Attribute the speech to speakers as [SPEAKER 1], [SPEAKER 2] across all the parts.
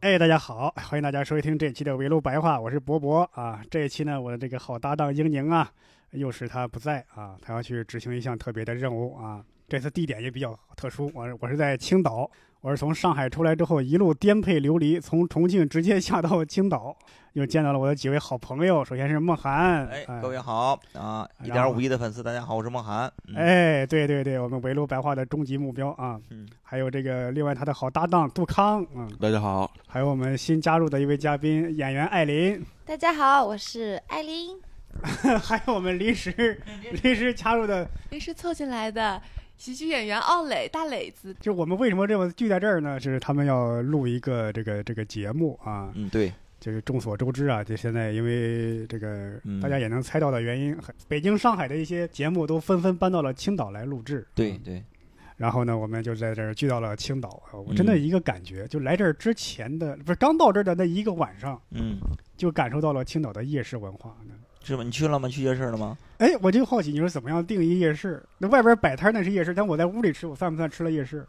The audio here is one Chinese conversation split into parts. [SPEAKER 1] 哎，大家好，欢迎大家收听这一期的围炉白话，我是博博啊。这一期呢，我的这个好搭档英宁啊，又是他不在啊，他要去执行一项特别的任务啊。这次地点也比较特殊，我我是在青岛，我是从上海出来之后一路颠沛流离，从重庆直接下到青岛，又见到了我的几位好朋友，首先是梦涵，
[SPEAKER 2] 哎，各位好啊！一
[SPEAKER 1] 然
[SPEAKER 2] 点
[SPEAKER 1] 后
[SPEAKER 2] 五亿的粉丝，大家好，我是梦涵。嗯，
[SPEAKER 1] 哎，对对对，我们围炉白话的终极目标啊，
[SPEAKER 2] 嗯
[SPEAKER 1] 还有这个另外他的好搭档杜康，嗯，
[SPEAKER 3] 大家好，
[SPEAKER 1] 还有我们新加入的一位嘉宾演员艾琳，
[SPEAKER 4] 大家好，我是艾琳，
[SPEAKER 1] 还有我们临时临时加入的，
[SPEAKER 4] 临时凑进来的喜剧演员奥磊大磊子。
[SPEAKER 1] 就我们为什么这么聚在这儿呢？是他们要录一个这个这个节目啊，
[SPEAKER 2] 嗯，对，
[SPEAKER 1] 就是众所周知啊，就现在因为这个
[SPEAKER 2] 嗯
[SPEAKER 1] 大家也能猜到的原因，很北京、上海的一些节目都纷纷搬到了青岛来录制。啊
[SPEAKER 3] 嗯
[SPEAKER 2] 对，对，
[SPEAKER 1] 然后呢，我们就在这儿聚到了青岛啊，我真的
[SPEAKER 2] 嗯
[SPEAKER 1] 一个感觉，就来这儿之前的不是刚到这儿的那一个晚上，
[SPEAKER 2] 嗯，
[SPEAKER 1] 就感受到了青岛的夜市文化。
[SPEAKER 2] 是吗？你去了吗？去夜市了吗？
[SPEAKER 1] 哎，我就好奇你是怎么样定义夜市？那外边摆摊儿那是夜市，但我在屋里吃，我算不算吃了夜市？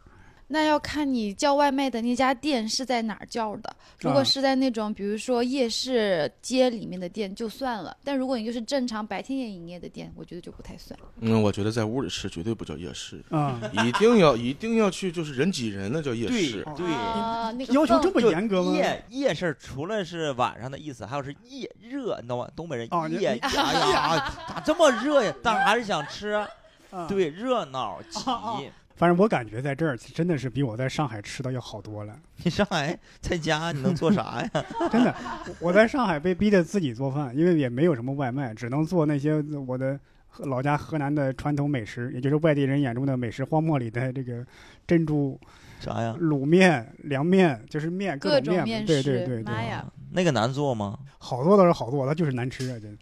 [SPEAKER 4] 那要看你叫外卖的那家店是在哪儿叫的。如
[SPEAKER 1] 啊
[SPEAKER 4] 果是在那种比如说夜市街里面的店就算了，但如果你就是正常白天也营业的店，我觉得就不太算。
[SPEAKER 3] 嗯，我觉得在屋里吃绝对不叫夜市，
[SPEAKER 1] 啊、
[SPEAKER 3] 一定要一定要去，就是人挤人那叫夜市。
[SPEAKER 2] 对，哦
[SPEAKER 4] 啊，那个
[SPEAKER 1] 嗯要求这
[SPEAKER 4] 氛
[SPEAKER 1] 么严格吗？
[SPEAKER 2] 夜夜市除了是晚上的意思，还有是夜热，你懂吗？东北人
[SPEAKER 1] 哦你
[SPEAKER 2] 夜，哎 呀，咋这么热呀？但还是想吃，
[SPEAKER 1] 啊，
[SPEAKER 2] 对，热闹
[SPEAKER 1] 哦
[SPEAKER 2] 挤。
[SPEAKER 1] 反正我感觉在这儿真的是比我在上海吃的要好多了，
[SPEAKER 2] 你上海在家你能做啥呀？
[SPEAKER 1] 真的。我在上海被逼着自己做饭，因为也没有什么外卖，只能做那些我的老家河南的传统美食，也就是外地人眼中的美食荒漠里的这个珍珠
[SPEAKER 2] 啥呀？
[SPEAKER 1] 卤面、凉面，就是面
[SPEAKER 4] 各
[SPEAKER 1] 种
[SPEAKER 4] 种
[SPEAKER 1] 面嘛，
[SPEAKER 4] 面
[SPEAKER 1] 对
[SPEAKER 4] 食，
[SPEAKER 1] 对对啊对
[SPEAKER 4] 妈，呀！
[SPEAKER 2] 那个难做吗？
[SPEAKER 1] 好多都是好多，它就是难吃啊，真的。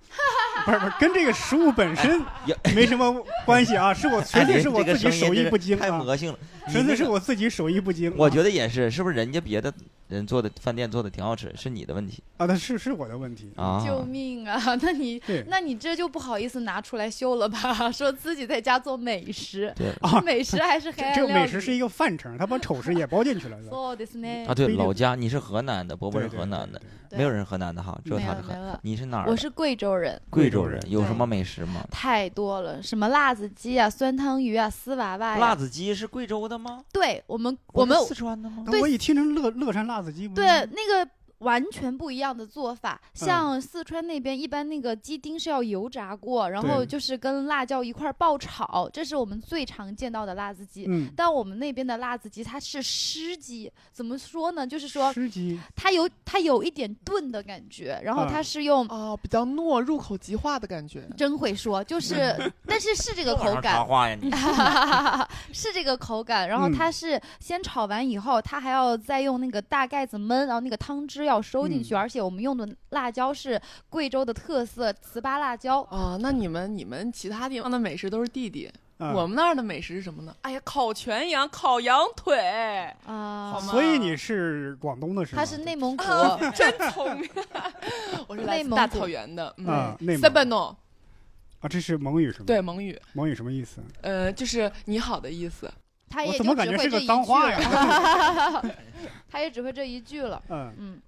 [SPEAKER 1] 不是不是，跟这个食物本身
[SPEAKER 2] 呀
[SPEAKER 1] 没什么关系啊，是我纯
[SPEAKER 2] 哎
[SPEAKER 1] 粹是我自己手艺不精
[SPEAKER 2] 太
[SPEAKER 1] 啊，
[SPEAKER 2] 魔性了。你
[SPEAKER 1] 纯粹
[SPEAKER 2] 那
[SPEAKER 1] 是
[SPEAKER 2] 个
[SPEAKER 1] 我自己手艺不精啊。
[SPEAKER 2] 我觉得也是，是不是人家别的人做的饭店做的挺好吃，是你的问题
[SPEAKER 1] 啊，那是是我的问题。
[SPEAKER 2] 啊？
[SPEAKER 4] 救命啊！ 那你
[SPEAKER 1] 对
[SPEAKER 4] 那你这就不好意思拿出来秀了吧？ 说自己在家做美食，
[SPEAKER 2] 对
[SPEAKER 1] 啊
[SPEAKER 4] 美食还是黑暗
[SPEAKER 1] 这
[SPEAKER 4] 料
[SPEAKER 1] 个
[SPEAKER 4] 理。哦
[SPEAKER 1] 美食是一个范畴，他把丑事也包进 去了。是吧
[SPEAKER 4] そうですね
[SPEAKER 2] 啊，
[SPEAKER 1] 不
[SPEAKER 2] 对，
[SPEAKER 1] 一定
[SPEAKER 2] 老家你是河南的，伯伯是河南的，，
[SPEAKER 4] 对
[SPEAKER 2] 没有人河南的哈，只有
[SPEAKER 4] 没
[SPEAKER 2] 他
[SPEAKER 4] 有
[SPEAKER 2] 是河
[SPEAKER 4] 没。了。
[SPEAKER 2] 你是哪儿的？
[SPEAKER 4] 我是贵州人，
[SPEAKER 2] 贵
[SPEAKER 1] 州人
[SPEAKER 2] 州人，有什
[SPEAKER 4] 对
[SPEAKER 2] 么美食吗？
[SPEAKER 4] 太多了，什么辣子鸡啊、酸汤鱼啊、丝娃娃呀、
[SPEAKER 2] 辣子鸡是贵州的吗？
[SPEAKER 4] 对我们
[SPEAKER 2] 不
[SPEAKER 4] 我
[SPEAKER 2] 是
[SPEAKER 4] 们
[SPEAKER 2] 四川的吗？
[SPEAKER 1] 那
[SPEAKER 4] 对
[SPEAKER 1] 我一听成乐乐山辣子鸡，不是
[SPEAKER 4] 对那个完全不一样的做法，
[SPEAKER 2] 嗯
[SPEAKER 4] 像四川那边一般那个鸡丁是要油炸过，然后
[SPEAKER 1] 对
[SPEAKER 4] 就是跟辣椒一块儿爆炒，这是我们最常见到的辣子鸡。
[SPEAKER 1] 嗯，
[SPEAKER 4] 但我们那边的辣子鸡它是湿鸡，怎么说呢？就是说
[SPEAKER 1] 吃鸡
[SPEAKER 4] 它有它有一点炖的感觉，然后
[SPEAKER 1] 嗯
[SPEAKER 4] 它是用
[SPEAKER 5] 哦，比较糯，入口即化的感觉。
[SPEAKER 4] 真会说， 就是，但是是这个口感
[SPEAKER 2] 插，话呀你！
[SPEAKER 4] 是这个口感，然后
[SPEAKER 1] 嗯
[SPEAKER 4] 它是先炒完以后，它还要再用那个大盖子焖，然后那个汤汁要收进去，
[SPEAKER 1] 嗯
[SPEAKER 4] 而且我们用的辣椒是贵州的特色糍粑辣椒。
[SPEAKER 5] 哦，那你们你们其他地方的美食都是弟弟，
[SPEAKER 1] 啊，
[SPEAKER 5] 我们那儿的美食是什么呢？哎呀，烤全羊、烤羊腿，
[SPEAKER 4] 啊
[SPEAKER 5] 好、吗
[SPEAKER 1] 所以你是广东的是吗？
[SPEAKER 4] 它是内蒙古，
[SPEAKER 5] 啊 真聪明。 我是来
[SPEAKER 4] 内
[SPEAKER 5] 自
[SPEAKER 4] 蒙古
[SPEAKER 5] 大草原的，
[SPEAKER 1] 啊
[SPEAKER 5] 嗯，
[SPEAKER 1] 内蒙
[SPEAKER 5] s e b a n o
[SPEAKER 1] 啊，这是蒙语是吗？
[SPEAKER 5] 对，蒙语，
[SPEAKER 1] 蒙语什么意思？啊
[SPEAKER 5] 呃，就是你好的意思。
[SPEAKER 4] 它
[SPEAKER 1] 我
[SPEAKER 4] 也
[SPEAKER 1] 怎
[SPEAKER 4] 就
[SPEAKER 1] 么感
[SPEAKER 4] 只
[SPEAKER 1] 觉
[SPEAKER 4] 会
[SPEAKER 1] 是
[SPEAKER 4] 这
[SPEAKER 1] 个
[SPEAKER 4] 一
[SPEAKER 1] 脏话
[SPEAKER 4] 句
[SPEAKER 1] 呀？
[SPEAKER 4] 了， 它也只会这一句了。
[SPEAKER 1] 嗯，
[SPEAKER 4] 嗯，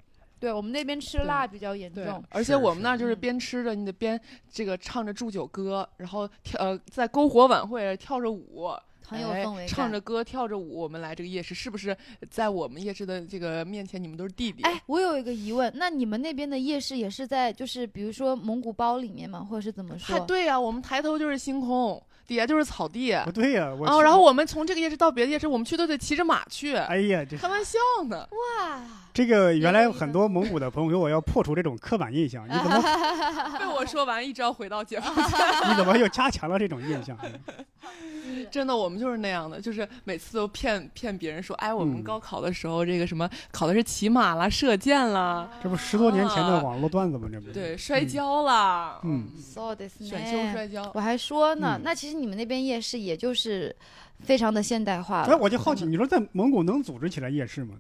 [SPEAKER 4] 对我们那边吃辣比较严
[SPEAKER 5] 对
[SPEAKER 4] 重，，
[SPEAKER 5] 而且
[SPEAKER 1] 是
[SPEAKER 5] 我们那儿
[SPEAKER 4] 是
[SPEAKER 5] 就是
[SPEAKER 4] 嗯
[SPEAKER 5] 边吃着你得边这个唱着祝酒歌，然后跳呃在篝火晚会跳着舞，
[SPEAKER 4] 很有
[SPEAKER 5] 哎
[SPEAKER 4] 氛围感。
[SPEAKER 5] 唱着歌跳着舞，我们来这个夜市，是不是在我们夜市的这个面前，你们都是弟弟？
[SPEAKER 4] 哎，我有一个疑问，那你们那边的夜市也是在就是比如说蒙古包里面吗？或者是怎么
[SPEAKER 5] 嗨，
[SPEAKER 1] 啊
[SPEAKER 4] 说？
[SPEAKER 5] 对呀、我们抬头就是星空，底下就是草地。
[SPEAKER 1] 不对呀，我
[SPEAKER 5] 哦，然后我们从这个夜市到别的夜市，我们去都得骑着马去，
[SPEAKER 1] 哎呀，这
[SPEAKER 5] 开玩笑 呢。
[SPEAKER 1] 啊
[SPEAKER 4] 哇，
[SPEAKER 1] 这个原来很多蒙古的朋友给我要破除这种刻板印象，你怎么
[SPEAKER 5] 被我说完，一直要回到解放前。
[SPEAKER 1] 你怎么又加强了这种印象？
[SPEAKER 5] 真的，我们就是那样的，就是每次都骗骗别人说，哎，我们
[SPEAKER 1] 嗯
[SPEAKER 5] 高考的时候，这个什么考的是骑马啦、射箭啦，
[SPEAKER 1] 这不十多年前的
[SPEAKER 5] 啊
[SPEAKER 1] 网络段子吗？这不是
[SPEAKER 5] 对，摔跤啦，
[SPEAKER 1] 嗯，
[SPEAKER 4] そうですね。
[SPEAKER 5] 选修摔跤，
[SPEAKER 4] 我还说呢，
[SPEAKER 1] 嗯
[SPEAKER 4] 那其实你们那边夜市也就是非常的现代化
[SPEAKER 1] 哎，
[SPEAKER 4] 了，
[SPEAKER 1] 我就好奇，你说在蒙古能组织起来夜市吗？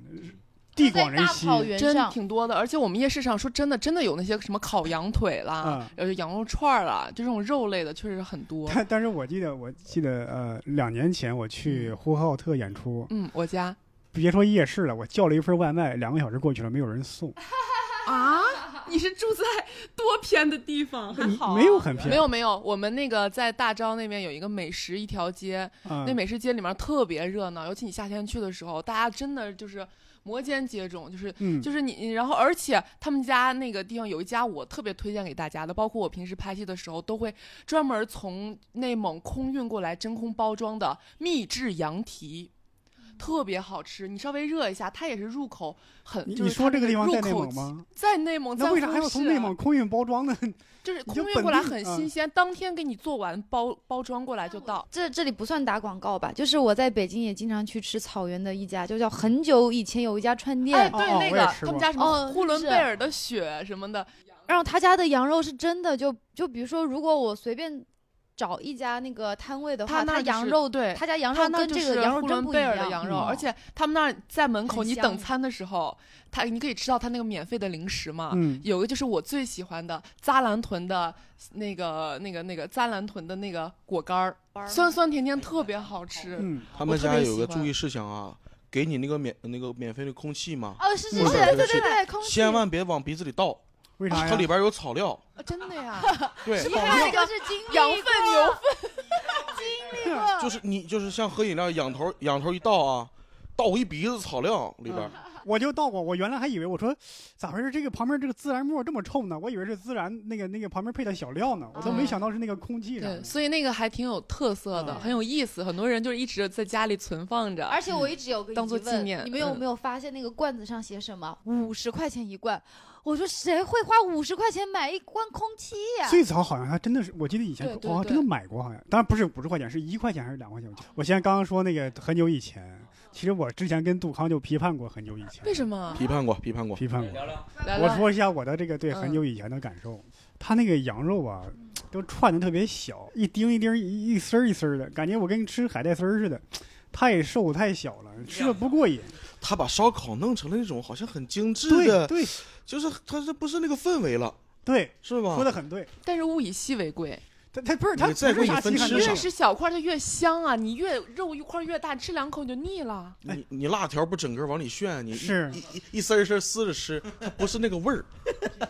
[SPEAKER 1] 地广人
[SPEAKER 4] 在大
[SPEAKER 1] 稀，
[SPEAKER 4] 草原
[SPEAKER 5] 真
[SPEAKER 4] 上，
[SPEAKER 5] 挺多的。而且我们夜市上说真的，真的有那些什么烤羊腿啦
[SPEAKER 1] 啊，
[SPEAKER 5] 呃、羊肉串儿啦，就这种肉类的确实很多。
[SPEAKER 1] 但但是我记得，我记得，呃，两年前我去呼和浩特演出，
[SPEAKER 5] 嗯，我家
[SPEAKER 1] 别说夜市了，我叫了一份外卖，两个小时过去了，没有人送，
[SPEAKER 5] 啊，你是住在多偏的地方，还好、啊
[SPEAKER 1] 没有。很偏，
[SPEAKER 5] 没有没有，我们那个在大昭那边有一个美食一条街，
[SPEAKER 1] 啊
[SPEAKER 5] 那美食街里面特别热闹，尤其你夏天去的时候，大家真的就是摩肩接踵，就是
[SPEAKER 1] 嗯，
[SPEAKER 5] 就是你，你然后而且他们家那个地方有一家我特别推荐给大家的，包括我平时拍戏的时候都会专门从内蒙空运过来真空包装的秘制羊蹄，
[SPEAKER 1] 嗯
[SPEAKER 5] 特别好吃。你稍微热一下，它也是入口很。
[SPEAKER 1] 你
[SPEAKER 5] 就是
[SPEAKER 1] 你说
[SPEAKER 5] 它
[SPEAKER 1] 这个地方
[SPEAKER 5] 入
[SPEAKER 1] 在内
[SPEAKER 5] 口
[SPEAKER 1] 蒙吗？
[SPEAKER 5] 在内蒙，
[SPEAKER 1] 那
[SPEAKER 5] 在
[SPEAKER 1] 为啥
[SPEAKER 5] 呼
[SPEAKER 1] 还要从
[SPEAKER 5] 市啊
[SPEAKER 1] 内蒙空运包装呢？
[SPEAKER 5] 就是
[SPEAKER 1] 你就
[SPEAKER 5] 空运
[SPEAKER 1] 本
[SPEAKER 5] 过来
[SPEAKER 1] 地
[SPEAKER 5] 很
[SPEAKER 1] 啊
[SPEAKER 5] 新鲜，当天给你做完包包装过来就到。
[SPEAKER 4] 这这里不算打广告吧？就是我在北京也经常去吃草原的一家，就叫很久以前有一家串店，
[SPEAKER 5] 哎，
[SPEAKER 1] 哦
[SPEAKER 5] 对，
[SPEAKER 1] 哦
[SPEAKER 5] 那
[SPEAKER 1] 我也
[SPEAKER 5] 个
[SPEAKER 1] 吃
[SPEAKER 5] 他们
[SPEAKER 1] 过
[SPEAKER 5] 家什么
[SPEAKER 4] 哦
[SPEAKER 5] 呼伦
[SPEAKER 4] 是
[SPEAKER 5] 贝尔的雪什么的，
[SPEAKER 4] 然后他家的羊肉是真的就，就比如说，如果我随便找一家那个摊位的话，他
[SPEAKER 5] 那儿就是
[SPEAKER 4] 羊肉，
[SPEAKER 5] 对，
[SPEAKER 4] 他家羊
[SPEAKER 5] 他
[SPEAKER 4] 肉
[SPEAKER 5] 那
[SPEAKER 4] 跟
[SPEAKER 5] 就
[SPEAKER 4] 这
[SPEAKER 5] 是
[SPEAKER 4] 个羊肉
[SPEAKER 5] 呼
[SPEAKER 4] 真
[SPEAKER 5] 伦
[SPEAKER 4] 不一
[SPEAKER 5] 贝尔的
[SPEAKER 4] 样。
[SPEAKER 5] 羊
[SPEAKER 1] 嗯
[SPEAKER 5] 肉，而且他们那儿在门口，
[SPEAKER 4] 很
[SPEAKER 5] 你
[SPEAKER 4] 香
[SPEAKER 5] 等餐的时候，他你可以吃到他那个免费的零食嘛。
[SPEAKER 1] 嗯，
[SPEAKER 5] 有一个啊就是我最喜欢的扎兰屯的那个、那个、那个扎兰屯的那个果干儿，酸酸甜甜，特别好吃。
[SPEAKER 1] 嗯，
[SPEAKER 3] 他们
[SPEAKER 5] 我特
[SPEAKER 3] 家
[SPEAKER 5] 别
[SPEAKER 3] 有
[SPEAKER 5] 喜
[SPEAKER 3] 个
[SPEAKER 5] 欢
[SPEAKER 3] 注意事项啊，给你那个免那个免费的空气嘛，
[SPEAKER 4] 哦，是是
[SPEAKER 1] 嗯
[SPEAKER 4] 是，对对对对，空气
[SPEAKER 3] 千万别往鼻子里倒，
[SPEAKER 1] 为啥
[SPEAKER 3] 它里
[SPEAKER 1] 哎呀？
[SPEAKER 3] 边有草料。
[SPEAKER 4] 哦
[SPEAKER 5] 啊真的 呀，
[SPEAKER 3] 对，
[SPEAKER 4] 一看就是经历
[SPEAKER 5] 羊粪
[SPEAKER 4] 啊
[SPEAKER 5] 牛粪，
[SPEAKER 4] 粪
[SPEAKER 3] 就是你就是像喝饮料，仰头仰头一倒啊，倒一鼻子草料里
[SPEAKER 1] 嗯
[SPEAKER 3] 边。
[SPEAKER 1] 我就倒过，我原来还以为我说咋回事，这个旁边这个孜然沫这么冲呢？我以为是孜然那个那个旁边配的小料呢，我都没
[SPEAKER 4] 啊
[SPEAKER 1] 想到是那个空气上
[SPEAKER 5] 嗯对，
[SPEAKER 1] 的。
[SPEAKER 5] 所以那个还挺有特色的，
[SPEAKER 1] 嗯
[SPEAKER 5] 很有意思。很多人就是一直在家里存放着，
[SPEAKER 4] 而且我一直有个疑问
[SPEAKER 5] 嗯当做纪念
[SPEAKER 4] 你们有
[SPEAKER 5] 嗯
[SPEAKER 4] 没有发现那个罐子上写什么？五十块钱一罐。我说谁会花五十块钱买一罐空气呀、
[SPEAKER 1] 最早好像还真的是，我记得以前
[SPEAKER 5] 对对
[SPEAKER 1] 我好像
[SPEAKER 5] 对
[SPEAKER 1] 真的买过，好像当然不是五十块钱，是一块钱还是两块钱？我记得我现在刚刚说那个很久以前，其实我之前跟杜康就批判过很久以前，
[SPEAKER 5] 为什么？
[SPEAKER 3] 批判过，批判过。
[SPEAKER 1] 批判过？
[SPEAKER 5] 来
[SPEAKER 1] 我
[SPEAKER 5] 来
[SPEAKER 1] 说一下我的这个对
[SPEAKER 5] 嗯
[SPEAKER 1] 很久以前的感受，他那个羊肉啊，都串的特别小，一丁一丁一一丝儿一丝儿的，感觉我跟吃海带丝儿似的，太瘦太小了，吃了不过瘾。
[SPEAKER 3] 他把烧烤弄成了那种好像很精致
[SPEAKER 1] 对
[SPEAKER 3] 的，
[SPEAKER 1] 对
[SPEAKER 3] 就是他这不是那个氛围了，
[SPEAKER 1] 对，
[SPEAKER 3] 是吧
[SPEAKER 1] 说？的很对。
[SPEAKER 5] 但是物以稀为贵，
[SPEAKER 1] 他他不是他
[SPEAKER 3] 你
[SPEAKER 1] 不
[SPEAKER 3] 再
[SPEAKER 1] 是
[SPEAKER 3] 给你
[SPEAKER 1] 啥
[SPEAKER 3] 分
[SPEAKER 1] 稀罕
[SPEAKER 3] 吃
[SPEAKER 1] 的
[SPEAKER 3] 啥
[SPEAKER 1] 事
[SPEAKER 5] 越
[SPEAKER 1] 儿
[SPEAKER 5] 是小块儿它越香啊！你越肉一块儿越大，吃两口你就腻了。
[SPEAKER 3] 你你辣条不整个往里炫，你一
[SPEAKER 1] 哎是
[SPEAKER 3] 一一一丝儿一丝儿撕着吃，它不是那个 味儿。嗯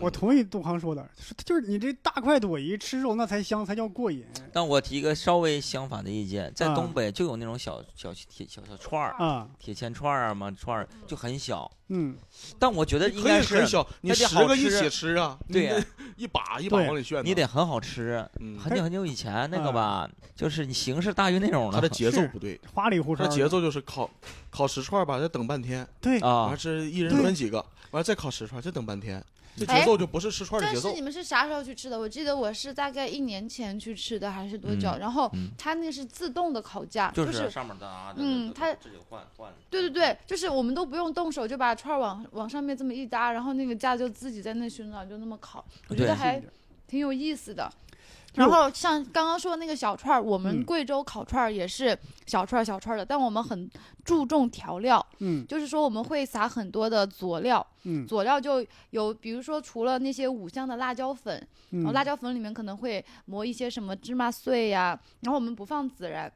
[SPEAKER 1] 我同意杜康说的，是就是你这大快朵颐吃肉那才香，才叫过瘾
[SPEAKER 2] 但我提一个稍微相反的意见，在
[SPEAKER 1] 啊
[SPEAKER 2] 东北就有那种小小铁小小串
[SPEAKER 4] 嗯
[SPEAKER 2] 儿、
[SPEAKER 1] 啊！
[SPEAKER 2] 铁签串儿啊嘛，串儿就很小，
[SPEAKER 1] 嗯，
[SPEAKER 2] 但我觉得应
[SPEAKER 3] 可
[SPEAKER 2] 该
[SPEAKER 3] 以
[SPEAKER 2] 是
[SPEAKER 3] 很小，你
[SPEAKER 2] 那得
[SPEAKER 3] 十
[SPEAKER 2] 好
[SPEAKER 3] 个一
[SPEAKER 2] 吃
[SPEAKER 3] 起吃啊，
[SPEAKER 2] 对，
[SPEAKER 3] 一把一把
[SPEAKER 1] 对
[SPEAKER 3] 往里炫呢。
[SPEAKER 2] 你得很好吃。
[SPEAKER 3] 嗯，
[SPEAKER 2] 很久很久以前那个吧，就是你形式大于内容
[SPEAKER 3] 他
[SPEAKER 2] 了
[SPEAKER 3] 的节奏
[SPEAKER 1] 是
[SPEAKER 3] 不对，
[SPEAKER 1] 花里胡哨
[SPEAKER 3] 他
[SPEAKER 1] 的。
[SPEAKER 3] 节奏就是烤烤十串吧，再等半天，
[SPEAKER 1] 对，
[SPEAKER 2] 啊
[SPEAKER 3] 完。这一人
[SPEAKER 1] 对
[SPEAKER 3] 分几个，完再烤十串，再等半天，这
[SPEAKER 4] 哎
[SPEAKER 3] 节奏就不是吃串的
[SPEAKER 4] 但
[SPEAKER 3] 节
[SPEAKER 4] 是
[SPEAKER 3] 奏
[SPEAKER 4] 你。们是啥时候去吃的？我记得我是大概一年前去吃的，还是多久？
[SPEAKER 2] 嗯
[SPEAKER 4] 然后
[SPEAKER 2] 嗯
[SPEAKER 4] 它那个是自动的烤架，就
[SPEAKER 2] 上面哒
[SPEAKER 4] 嗯它
[SPEAKER 2] 这就换换。
[SPEAKER 4] 对对对，就是我们都不用动手，就把串儿往往上面这么一搭，然后那个架就自己在那旋转，就那么烤，我觉
[SPEAKER 2] 对
[SPEAKER 4] 得还挺有意思的。
[SPEAKER 1] 那
[SPEAKER 4] 然
[SPEAKER 1] 我
[SPEAKER 4] 后像刚刚说的那个小串儿，我们
[SPEAKER 1] 嗯
[SPEAKER 4] 贵州烤串儿也是小串儿小串儿的，但我们很注重调料，
[SPEAKER 1] 嗯
[SPEAKER 4] 就是说我们会撒很多的佐料，
[SPEAKER 1] 嗯
[SPEAKER 4] 佐料就有，比如说除了那些五香的辣椒粉，然后
[SPEAKER 1] 嗯，
[SPEAKER 4] 哦辣椒粉里面可能会磨一些什么芝麻碎呀、然后我们不放孜然，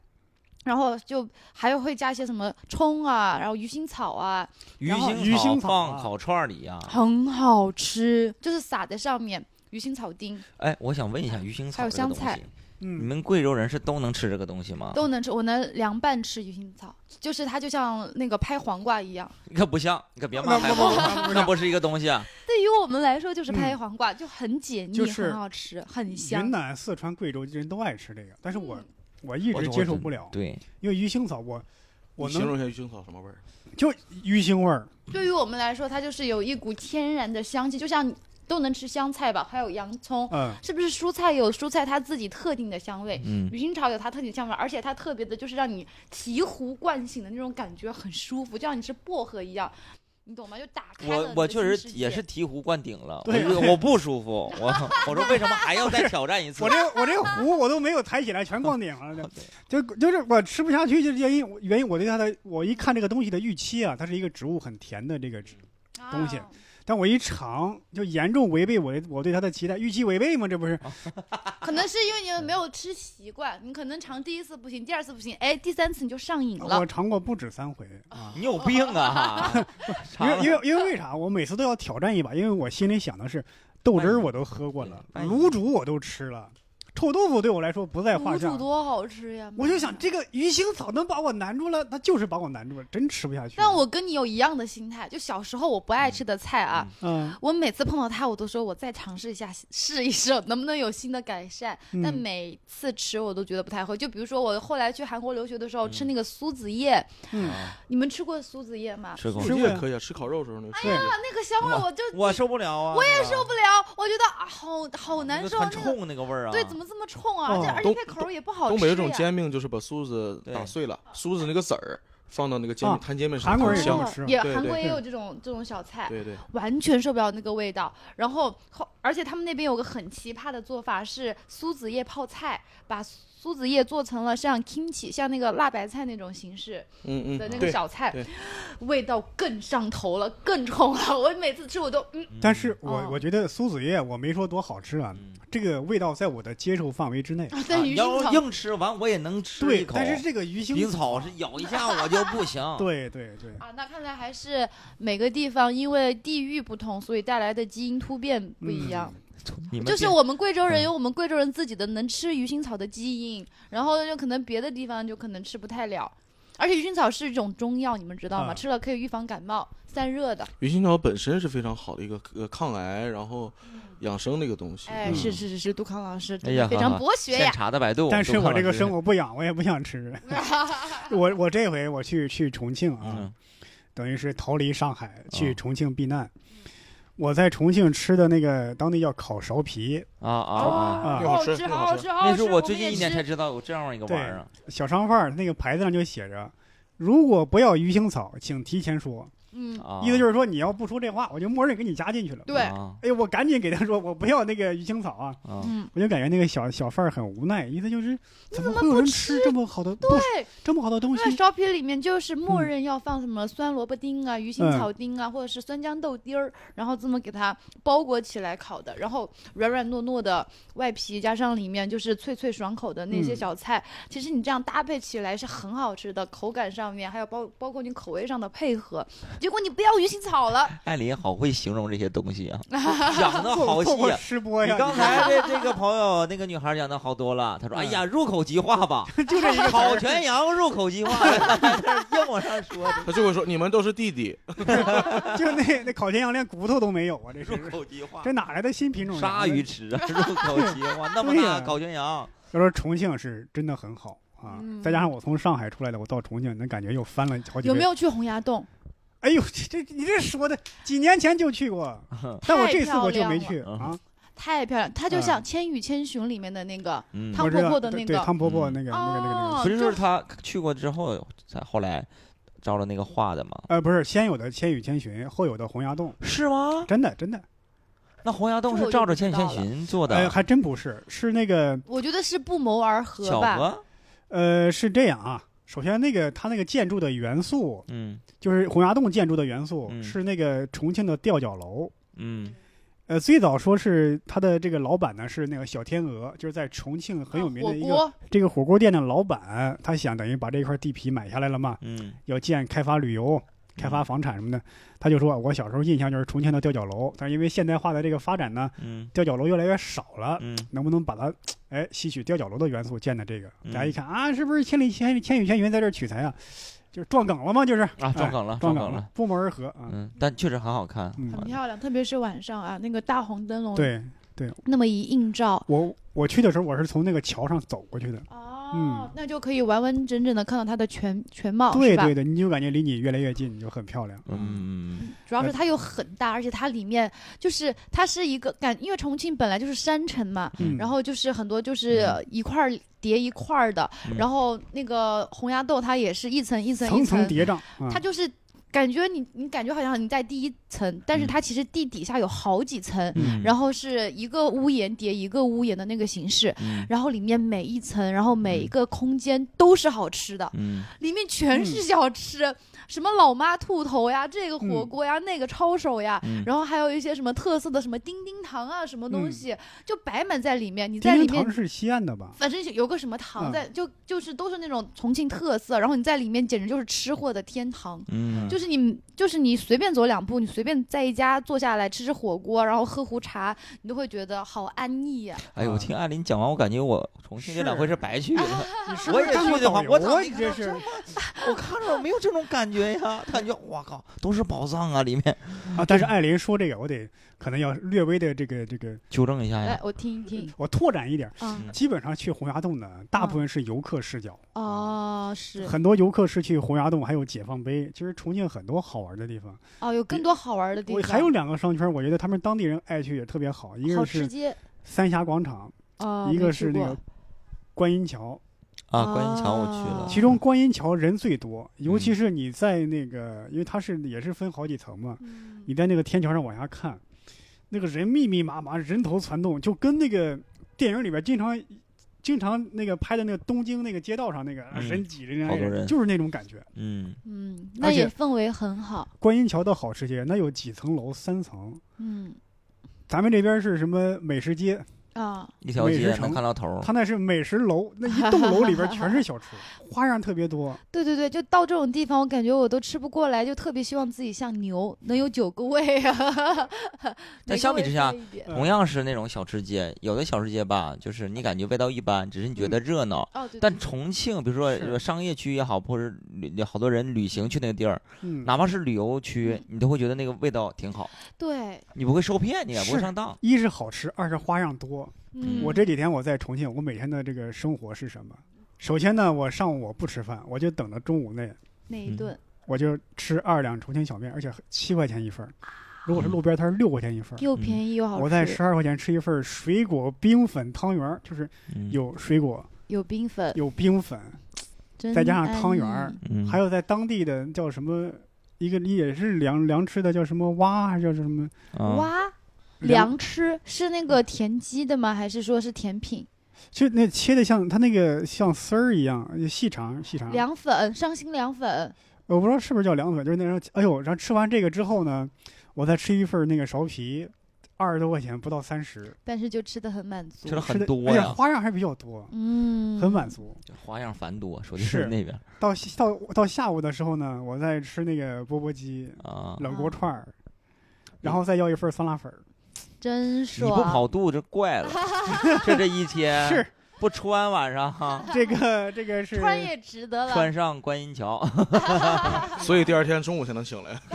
[SPEAKER 4] 然后就还有会加一些什么葱啊，然后鱼腥草啊，
[SPEAKER 2] 鱼
[SPEAKER 4] 然后
[SPEAKER 1] 鱼腥
[SPEAKER 2] 腥
[SPEAKER 1] 草
[SPEAKER 2] 放
[SPEAKER 1] 啊
[SPEAKER 2] 烤串儿里呀。
[SPEAKER 4] 很好吃，就是撒在上面，鱼腥草丁
[SPEAKER 2] 哎，我想问一下鱼腥
[SPEAKER 4] 还
[SPEAKER 2] 草
[SPEAKER 4] 有
[SPEAKER 2] 这个
[SPEAKER 4] 香
[SPEAKER 2] 东
[SPEAKER 4] 菜
[SPEAKER 2] 西，
[SPEAKER 1] 嗯
[SPEAKER 2] 你们贵州人是都能吃这个东西吗？
[SPEAKER 4] 都能吃，我能凉拌吃鱼腥草，就是它就像那个拍黄瓜一样，
[SPEAKER 2] 你可不像，你可别
[SPEAKER 1] 那
[SPEAKER 2] 骂台
[SPEAKER 1] 不
[SPEAKER 2] 风
[SPEAKER 1] 不
[SPEAKER 2] 了， 那不是一个东西啊。
[SPEAKER 4] 对于我们来说就是拍
[SPEAKER 1] 嗯
[SPEAKER 4] 黄瓜，就很解腻，
[SPEAKER 1] 就是
[SPEAKER 4] 很好吃，很
[SPEAKER 1] 云
[SPEAKER 4] 香。
[SPEAKER 1] 南、四川、贵州人都爱吃这个，但是我、
[SPEAKER 4] 嗯
[SPEAKER 1] 我一
[SPEAKER 2] 我
[SPEAKER 1] 直
[SPEAKER 2] 懂
[SPEAKER 1] 接
[SPEAKER 2] 我
[SPEAKER 1] 受
[SPEAKER 2] 懂
[SPEAKER 1] 不了，
[SPEAKER 2] 对，
[SPEAKER 1] 因为鱼腥草我我
[SPEAKER 3] 你形
[SPEAKER 1] 能
[SPEAKER 3] 容一下鱼腥草什么味儿？
[SPEAKER 1] 就鱼腥味儿，
[SPEAKER 4] 对于我们来说，它就是有一股天然的香气，就像都能吃香菜吧，还有洋葱，
[SPEAKER 1] 嗯，
[SPEAKER 4] 是不是蔬菜有蔬菜它自己特定的香味？
[SPEAKER 2] 嗯，
[SPEAKER 4] 鱼腥草有它特定的香味，而且它特别的就是让你醍醐灌顶的那种感觉，很舒服，就像你吃薄荷一样，你懂吗？就打开了
[SPEAKER 2] 我
[SPEAKER 4] 你
[SPEAKER 2] 我
[SPEAKER 4] 的
[SPEAKER 2] 确
[SPEAKER 4] 新
[SPEAKER 2] 实
[SPEAKER 4] 世
[SPEAKER 2] 也
[SPEAKER 4] 界
[SPEAKER 2] 是醍醐灌顶了，
[SPEAKER 1] 对
[SPEAKER 2] 我就我不舒服，我 我说为什么还要再挑战一次
[SPEAKER 1] 我？这我这壶我都没有抬起来，全逛顶上了。就就是我吃不下去，就是原因原因我对它的我一看这个东西的预期啊，它是一个植物很甜的这个植，东西
[SPEAKER 4] 啊
[SPEAKER 1] 但我一尝就严重违背我的我对它的期待，预期违背嘛，这不是？
[SPEAKER 4] 可能是因为你们没有吃习惯，你可能尝第一次不行，第二次不行，哎，第三次你就上瘾了
[SPEAKER 1] 我。尝过不止三回啊。
[SPEAKER 2] 你有病 啊！
[SPEAKER 1] 因为
[SPEAKER 2] 尝
[SPEAKER 1] 因为因为为啥？我每次都要挑战一把，因为我心里想的是，豆汁儿我都喝过了，
[SPEAKER 2] 哎呀
[SPEAKER 1] 卤煮我都吃了，臭豆腐对我来说不在话
[SPEAKER 4] 卤
[SPEAKER 1] 下
[SPEAKER 4] 煮。多好吃呀！
[SPEAKER 1] 我就想，这个鱼腥草能把我难住了，它就是把我难住了，真吃不下去。
[SPEAKER 4] 但我跟你有一样的心态，就小时候我不爱吃的菜啊，
[SPEAKER 1] 嗯，
[SPEAKER 4] 我每次碰到它，我都说我再尝试一下，试一试能不能有新的改善。但
[SPEAKER 1] 嗯
[SPEAKER 4] 每次吃我都觉得不太会。就比如说我后来去韩国留学的时候吃那个苏子叶，
[SPEAKER 1] 嗯，
[SPEAKER 4] 你们吃过苏子叶吗？
[SPEAKER 2] 啊吃过
[SPEAKER 1] 是
[SPEAKER 3] 这
[SPEAKER 1] 过呀
[SPEAKER 3] 也可以啊，吃烤肉的时候那个吃
[SPEAKER 1] 对，
[SPEAKER 4] 啊，那个香味儿
[SPEAKER 2] 哇
[SPEAKER 4] 我就
[SPEAKER 2] 我受不了啊！我也受
[SPEAKER 4] 受不了，我觉得啊，好好难受，
[SPEAKER 2] 很
[SPEAKER 4] 那个
[SPEAKER 2] 冲那个味儿啊！
[SPEAKER 4] 对怎么这么冲啊？
[SPEAKER 1] 哦
[SPEAKER 4] 而且而且
[SPEAKER 3] 东
[SPEAKER 4] 配口儿也不好吃呀。
[SPEAKER 3] 东北有一种煎饼，就是把酥子
[SPEAKER 2] 对
[SPEAKER 3] 打碎了，酥子那个籽儿放到那个煎
[SPEAKER 1] 啊
[SPEAKER 3] 饼摊煎饼上，
[SPEAKER 1] 韩国
[SPEAKER 3] 很
[SPEAKER 1] 人
[SPEAKER 3] 香
[SPEAKER 1] 么。
[SPEAKER 4] 哦
[SPEAKER 1] 吃
[SPEAKER 4] 也
[SPEAKER 3] 对
[SPEAKER 4] 韩
[SPEAKER 3] 对
[SPEAKER 4] 国也
[SPEAKER 1] 对
[SPEAKER 4] 有这种这种小菜，
[SPEAKER 3] 对对，
[SPEAKER 4] 完全受不了那个味道。然后后，而且他们那边有个很奇葩的做法是苏子叶泡菜，把苏子叶做成了像 kimchi，像那个辣白菜那种形式
[SPEAKER 3] 嗯
[SPEAKER 4] 的那
[SPEAKER 3] 嗯，
[SPEAKER 4] 个
[SPEAKER 3] 对，
[SPEAKER 4] 小菜
[SPEAKER 3] 对，
[SPEAKER 4] 味道更上头了，更冲了。我每次吃我都嗯，
[SPEAKER 2] 嗯？
[SPEAKER 1] 但是我、
[SPEAKER 4] 哦
[SPEAKER 1] 我觉得苏子叶我没说多好吃啊，
[SPEAKER 2] 嗯
[SPEAKER 1] 这个味道在我的接受范围之内。
[SPEAKER 4] 啊但
[SPEAKER 2] 啊
[SPEAKER 4] 鱼腥
[SPEAKER 2] 要
[SPEAKER 4] 草
[SPEAKER 2] 硬吃完我也能吃
[SPEAKER 1] 对，
[SPEAKER 2] 一口，
[SPEAKER 1] 但是这个鱼腥
[SPEAKER 2] 鱼草是咬一下我就不行。
[SPEAKER 1] 对对对，
[SPEAKER 4] 啊，那看来还是每个地方因为地域不同，所以带来的基因突变不
[SPEAKER 3] 嗯
[SPEAKER 4] 一样。
[SPEAKER 2] 你们
[SPEAKER 4] 就是
[SPEAKER 2] 这
[SPEAKER 4] 我们贵州人
[SPEAKER 2] 嗯
[SPEAKER 4] 有我们贵州人自己的能吃鱼腥草的基因，然后就可能别的地方就可能吃不太了。而且鱼腥草是一种中药，你们知道吗？
[SPEAKER 1] 啊
[SPEAKER 4] 吃了可以预防感冒、散热的。
[SPEAKER 3] 鱼腥草本身是非常好的一个呃抗癌，然后养生的一个东西。
[SPEAKER 4] 哎，
[SPEAKER 1] 嗯
[SPEAKER 4] 是是是是，杜康老师
[SPEAKER 2] 哎呀
[SPEAKER 4] 非
[SPEAKER 2] 哈
[SPEAKER 4] 常
[SPEAKER 2] 哈
[SPEAKER 4] 博学
[SPEAKER 2] 现
[SPEAKER 4] 呀。
[SPEAKER 2] 查的百度，
[SPEAKER 1] 但是我这个生
[SPEAKER 2] 活，
[SPEAKER 1] 活不养，我也不想吃。我我这回我去去重庆啊，
[SPEAKER 2] 嗯
[SPEAKER 1] 等于是逃离上海去
[SPEAKER 2] 哦
[SPEAKER 1] 重庆避难。我在重庆吃的那个当地叫烤苕皮，
[SPEAKER 2] 啊啊啊！
[SPEAKER 1] 啊
[SPEAKER 4] 好
[SPEAKER 3] 好吃
[SPEAKER 4] 吃，
[SPEAKER 3] 挺
[SPEAKER 4] 好
[SPEAKER 3] 好
[SPEAKER 4] 好
[SPEAKER 3] 吃
[SPEAKER 4] 吃，好
[SPEAKER 2] 那
[SPEAKER 4] 好
[SPEAKER 2] 是
[SPEAKER 4] 吃。
[SPEAKER 2] 我
[SPEAKER 4] 哦们
[SPEAKER 2] 最
[SPEAKER 4] 也
[SPEAKER 2] 近一年
[SPEAKER 4] 吃
[SPEAKER 2] 才知道有这样一个玩意儿啊，
[SPEAKER 1] 小商贩儿那个牌子上就写着。如果不要鱼腥草，请提前说。
[SPEAKER 4] 嗯，
[SPEAKER 2] 啊
[SPEAKER 1] 意思就是说，你要不说这话，我就默认给你加进去了。
[SPEAKER 4] 对，
[SPEAKER 2] 啊
[SPEAKER 1] 哎呦，我赶紧给他说，我不要那个鱼腥草啊！
[SPEAKER 2] 啊
[SPEAKER 4] 嗯，
[SPEAKER 1] 我就感觉那个小小贩儿很无奈，意思就是怎么
[SPEAKER 4] 么
[SPEAKER 1] 会有
[SPEAKER 4] 不
[SPEAKER 1] 人
[SPEAKER 4] 吃
[SPEAKER 1] 吃这么好的不
[SPEAKER 4] 对，
[SPEAKER 1] 这么好的东
[SPEAKER 4] 因为
[SPEAKER 1] 西？
[SPEAKER 4] 烧皮里面就是默
[SPEAKER 1] 嗯
[SPEAKER 4] 认要放什么酸萝卜丁啊、鱼腥
[SPEAKER 1] 嗯
[SPEAKER 4] 草丁啊，或者是酸豇豆丁儿，然后这么给它包裹起来烤的，然后软软糯糯的外皮，加上里面就是脆脆爽口的那些
[SPEAKER 1] 嗯
[SPEAKER 4] 小菜，其实你这样搭配起来是很好吃的，口感上面还有包包括你口味上的配合。结果你不要鱼腥草了，
[SPEAKER 2] 艾琳好会形容这些东 西啊，讲的
[SPEAKER 1] 做
[SPEAKER 2] 好细
[SPEAKER 1] 做过
[SPEAKER 2] 啊。
[SPEAKER 1] 吃播
[SPEAKER 2] 你
[SPEAKER 1] 呀？
[SPEAKER 2] 刚才这这个朋友那个女孩讲的好多了，她说：“
[SPEAKER 1] 嗯
[SPEAKER 2] 哎呀，入口即化吧，
[SPEAKER 1] 就这一个词
[SPEAKER 2] 烤
[SPEAKER 1] 儿
[SPEAKER 2] 全羊入口即化。” 这硬往上 说，
[SPEAKER 3] 他就会说你们都是弟弟，
[SPEAKER 1] 就那那烤全羊连骨头都没有啊！这
[SPEAKER 2] 入
[SPEAKER 1] 是
[SPEAKER 2] 口即化。
[SPEAKER 1] 这哪来的新品种？
[SPEAKER 2] 鲨鱼。吃啊， 入口即化，那么
[SPEAKER 1] 对
[SPEAKER 2] 大
[SPEAKER 1] 呀
[SPEAKER 2] 烤全羊，
[SPEAKER 1] 要说重庆是真的很好啊，
[SPEAKER 4] 嗯
[SPEAKER 1] 再加上我从上海出来的，我到重庆能感觉又翻了好几倍。
[SPEAKER 4] 有没？有去洪崖洞？
[SPEAKER 1] 哎呦，这这你这说的，几年前就去过， 但我这次我就没去
[SPEAKER 2] 太漂亮了
[SPEAKER 1] 啊。
[SPEAKER 4] 太漂亮，它就
[SPEAKER 1] 嗯
[SPEAKER 4] 像《千与千寻》里面的那个
[SPEAKER 2] 嗯
[SPEAKER 4] 汤
[SPEAKER 1] 我知道
[SPEAKER 4] 婆婆的那
[SPEAKER 1] 对
[SPEAKER 4] 个
[SPEAKER 1] 对汤婆婆那个那个那个那个。
[SPEAKER 4] 哦，
[SPEAKER 2] 不是
[SPEAKER 4] 就
[SPEAKER 2] 就是他去过之后才后来招了那个画的吗？
[SPEAKER 1] 呃，不是，先有的《千与千寻》，后有的《洪崖洞
[SPEAKER 2] 是吗》，？
[SPEAKER 1] 真的真的，
[SPEAKER 2] 那洪崖洞
[SPEAKER 4] 这
[SPEAKER 2] 是
[SPEAKER 4] 我就
[SPEAKER 2] 照
[SPEAKER 4] 不
[SPEAKER 2] 着《
[SPEAKER 4] 知
[SPEAKER 2] 千与千
[SPEAKER 4] 道了哎
[SPEAKER 2] 寻》做
[SPEAKER 1] 呃，
[SPEAKER 2] 的，啊
[SPEAKER 1] 还真不是，是那个
[SPEAKER 4] 我觉得是不谋而合
[SPEAKER 2] 巧
[SPEAKER 4] 吧。
[SPEAKER 2] 合，
[SPEAKER 1] 呃，是这样啊。首先，那个它那个建筑的元素，
[SPEAKER 2] 嗯
[SPEAKER 1] 就是洪崖洞建筑的元素，
[SPEAKER 2] 嗯
[SPEAKER 1] 是那个重庆的吊脚楼。
[SPEAKER 2] 嗯
[SPEAKER 1] 呃，最早说是他的这个老板呢是那个小天鹅，就是在重庆很有名
[SPEAKER 4] 啊火
[SPEAKER 1] 的一个、
[SPEAKER 4] 锅，
[SPEAKER 1] 这个火锅店的老板，他想等于把这块地皮买下来了嘛，
[SPEAKER 2] 嗯
[SPEAKER 1] 要建开发旅游、开
[SPEAKER 4] 嗯
[SPEAKER 1] 发房产什么的。他就说，我小时候印象就是重庆的吊脚楼，但是因为现代化的这个发展呢，
[SPEAKER 2] 嗯
[SPEAKER 1] 吊脚楼越来越少
[SPEAKER 4] 呃
[SPEAKER 1] 了，
[SPEAKER 2] 嗯
[SPEAKER 1] 能不能把它哎吸取吊脚楼的元素建的这个？
[SPEAKER 2] 嗯
[SPEAKER 1] 大家一看啊，是不是千里千千与千寻在这儿取材啊？就是撞梗了吗？就是
[SPEAKER 2] 啊，撞梗了，
[SPEAKER 1] 哎撞
[SPEAKER 2] 撞
[SPEAKER 1] 梗
[SPEAKER 2] 梗了，，
[SPEAKER 1] 不谋而合啊。
[SPEAKER 2] 嗯，但确实很好看，
[SPEAKER 1] 嗯
[SPEAKER 4] 很漂亮，特别是晚上啊，那个大红灯笼
[SPEAKER 1] 对
[SPEAKER 4] 那么一映照，
[SPEAKER 1] 我我去的时候，我是从那个桥上走过去的。
[SPEAKER 4] 哦，
[SPEAKER 1] 嗯
[SPEAKER 4] 那就可以完完整整的看到它的全全貌，
[SPEAKER 1] 对
[SPEAKER 4] 哦是吧
[SPEAKER 1] 对？对，你就感觉离你越来越近，你就很漂亮。
[SPEAKER 2] 嗯，
[SPEAKER 4] 主
[SPEAKER 1] 呃
[SPEAKER 4] 要是它又很大，而且它里面就是它是一个感，因为重庆本来就是山城嘛，
[SPEAKER 1] 嗯，
[SPEAKER 4] 然后就是很多就是
[SPEAKER 2] 嗯
[SPEAKER 4] 一块儿叠一块儿的，
[SPEAKER 2] 嗯
[SPEAKER 4] 然后那个红牙豆它也是一层一层一
[SPEAKER 1] 层层叠嶂，啊
[SPEAKER 4] 它就是感觉你你感觉好像你在第一层，但
[SPEAKER 2] 嗯
[SPEAKER 4] 是它其实地底下有好几层，
[SPEAKER 2] 嗯
[SPEAKER 4] 然后是一个屋檐叠一个屋檐的那个形式，
[SPEAKER 2] 嗯
[SPEAKER 4] 然后里面每一层，然后每一个空间都是好吃的，
[SPEAKER 2] 嗯
[SPEAKER 4] 里面全是小吃，什么老妈兔头呀，这个火锅呀，那个抄手呀。
[SPEAKER 2] 嗯，
[SPEAKER 4] 然后还有一些什么特色的什么丁丁糖啊，什么东西、就摆满在里面。你在
[SPEAKER 1] 丁
[SPEAKER 4] 里
[SPEAKER 1] 丁
[SPEAKER 4] 面
[SPEAKER 1] 糖是西安的 吧？
[SPEAKER 4] 反正有个什么糖
[SPEAKER 1] 嗯
[SPEAKER 4] 在，就就是都是那种重庆特色，然后你在里面简直就是吃货的天堂。
[SPEAKER 2] 嗯
[SPEAKER 4] 就是你，就是你随便走两步，你随便在一家坐下来吃吃火锅，然后喝壶茶，你都会觉得好安逸呀、
[SPEAKER 2] 哎呦，我听艾琳讲完，我感觉我重庆这两回是白去 的。
[SPEAKER 1] 你是
[SPEAKER 2] 我
[SPEAKER 1] 不是
[SPEAKER 2] 也
[SPEAKER 1] 当
[SPEAKER 2] 去
[SPEAKER 1] 过
[SPEAKER 2] 的
[SPEAKER 1] 导
[SPEAKER 2] 话
[SPEAKER 1] 游
[SPEAKER 2] 我咋
[SPEAKER 1] 啊？
[SPEAKER 2] 没
[SPEAKER 1] 你
[SPEAKER 2] 看
[SPEAKER 1] 这
[SPEAKER 2] 到
[SPEAKER 1] 是
[SPEAKER 2] 这我看着没有这种感觉呀，感觉哇靠，都是宝藏啊！里面
[SPEAKER 1] 啊，但是艾琳说这个，我得可能要略微的这个这个，
[SPEAKER 2] 纠正一下
[SPEAKER 4] 来
[SPEAKER 2] 哎呀，，
[SPEAKER 4] 我听一听。
[SPEAKER 1] 我拓展一点儿。
[SPEAKER 4] 嗯，
[SPEAKER 1] 基本上去洪崖洞呢，大部分是游客视角，嗯
[SPEAKER 4] 哦，嗯是，
[SPEAKER 1] 很多游客是去洪崖洞，还有解放碑。其实重庆很多好玩的地方，
[SPEAKER 4] 哦，有更多好玩的地
[SPEAKER 1] 我
[SPEAKER 4] 方。
[SPEAKER 1] 还有两个商圈，我觉得他们当地人爱去也特别好，一
[SPEAKER 4] 好
[SPEAKER 1] 个
[SPEAKER 4] 吃
[SPEAKER 1] 是
[SPEAKER 4] 街
[SPEAKER 1] 三峡广场，
[SPEAKER 4] 哦，
[SPEAKER 1] 一
[SPEAKER 4] 没
[SPEAKER 1] 个
[SPEAKER 4] 去
[SPEAKER 1] 是那
[SPEAKER 4] 过
[SPEAKER 1] 个观音桥。
[SPEAKER 2] 啊，观音桥我去
[SPEAKER 4] 啊
[SPEAKER 2] 了，
[SPEAKER 1] 其中观音桥人最多，
[SPEAKER 2] 嗯
[SPEAKER 1] 尤其是你在那个，因为它是也是分好几层嘛，
[SPEAKER 4] 嗯
[SPEAKER 1] 你在那个天桥上往下看，那个人密密麻麻，人头攒动，就跟那个电影里边经常。经常那个拍的那个东京那个街道上那个
[SPEAKER 2] 嗯
[SPEAKER 1] 人挤人家
[SPEAKER 2] 好多人
[SPEAKER 1] 就是那种感觉。
[SPEAKER 2] 嗯
[SPEAKER 4] 嗯，
[SPEAKER 1] 而
[SPEAKER 4] 那
[SPEAKER 1] 且
[SPEAKER 4] 也氛围很好。
[SPEAKER 1] 观音桥的好吃街，那有几层楼，三层。
[SPEAKER 4] 嗯
[SPEAKER 1] 咱们这边是什么美食街，
[SPEAKER 4] 啊，
[SPEAKER 2] 一条
[SPEAKER 1] 美食
[SPEAKER 2] 街
[SPEAKER 1] 城
[SPEAKER 2] 能看到头儿
[SPEAKER 1] 它，那是美食楼，那一栋楼里边全是小 吃，花样特别多。
[SPEAKER 4] 对对对，就到这种地方，我感觉我都吃不过来，就特别希望自己像牛，能有九个胃啊。
[SPEAKER 2] 但相比之下
[SPEAKER 4] 每个胃分一点，
[SPEAKER 1] 呃
[SPEAKER 2] 同样是那种小吃街，有的小吃街吧，就是你感觉味道一般，只是你觉得热闹。
[SPEAKER 4] 哦对，
[SPEAKER 2] 但重庆，比如说
[SPEAKER 1] 是
[SPEAKER 2] 呃商业区也好，或者旅好多人旅行去那个地儿，
[SPEAKER 1] 嗯，
[SPEAKER 2] 哪怕是旅游区，
[SPEAKER 4] 嗯
[SPEAKER 2] 你都会觉得那个味道挺好，
[SPEAKER 4] 对，
[SPEAKER 2] 你不会受骗，你也不
[SPEAKER 1] 是
[SPEAKER 2] 会上当。
[SPEAKER 1] 一是好吃，二是花样多。
[SPEAKER 4] 嗯，
[SPEAKER 1] 我这几天我在重庆，我每天的这个生活是什么？首先呢，我上午我不吃饭，我就等着中午那，
[SPEAKER 4] 那一
[SPEAKER 2] 嗯
[SPEAKER 4] 顿
[SPEAKER 1] 我就吃二两重庆小面，而且七块钱一份儿。如果是路边摊儿，六块钱一份儿。
[SPEAKER 4] 又便宜又好吃，
[SPEAKER 1] 嗯我在十二块钱吃一份儿水果冰粉汤圆儿，就是
[SPEAKER 2] 嗯，
[SPEAKER 1] 有水果、
[SPEAKER 4] 有冰粉，
[SPEAKER 1] 有冰粉，
[SPEAKER 4] 真
[SPEAKER 1] 再加上
[SPEAKER 4] 安
[SPEAKER 1] 汤圆
[SPEAKER 4] 逸
[SPEAKER 1] 儿，
[SPEAKER 2] 嗯
[SPEAKER 1] 还有在当地的叫什么一个也是凉凉吃的，叫什么蛙还是叫什么
[SPEAKER 2] 啊
[SPEAKER 4] 哇。
[SPEAKER 1] 嗯凉嗯
[SPEAKER 4] 凉吃是那个田鸡的吗？还是说是甜品？
[SPEAKER 1] 就那切的像它那个像丝儿一样，细长细长。
[SPEAKER 4] 凉粉，伤心凉粉，
[SPEAKER 1] 我不知道是不是叫凉粉，就是那种，哎呦，然后吃完这个之后呢，我再吃一份那个苕皮，二十多块钱，不到三十，
[SPEAKER 4] 但是就吃的很满足
[SPEAKER 2] 吃。了
[SPEAKER 1] 吃
[SPEAKER 2] 很
[SPEAKER 1] 的
[SPEAKER 2] 多
[SPEAKER 1] 而且
[SPEAKER 2] 呀，
[SPEAKER 1] 花样还比较多，
[SPEAKER 4] 嗯，
[SPEAKER 1] 很满足。
[SPEAKER 2] 就花样繁多，说的
[SPEAKER 1] 是
[SPEAKER 2] 是那边
[SPEAKER 1] 到西到到下午的时候呢，我再吃那个钵钵鸡、
[SPEAKER 2] 啊。
[SPEAKER 1] 冷锅串儿，然后再要一份酸辣粉儿。
[SPEAKER 4] 真
[SPEAKER 2] 你
[SPEAKER 4] 爽。
[SPEAKER 2] 不跑肚这 怪了，这这一天
[SPEAKER 1] 是
[SPEAKER 2] 不穿晚上哈，
[SPEAKER 1] 这个这个是
[SPEAKER 4] 穿也值得了。
[SPEAKER 2] 穿上观音桥，
[SPEAKER 3] 所以第二天中午才能 醒来，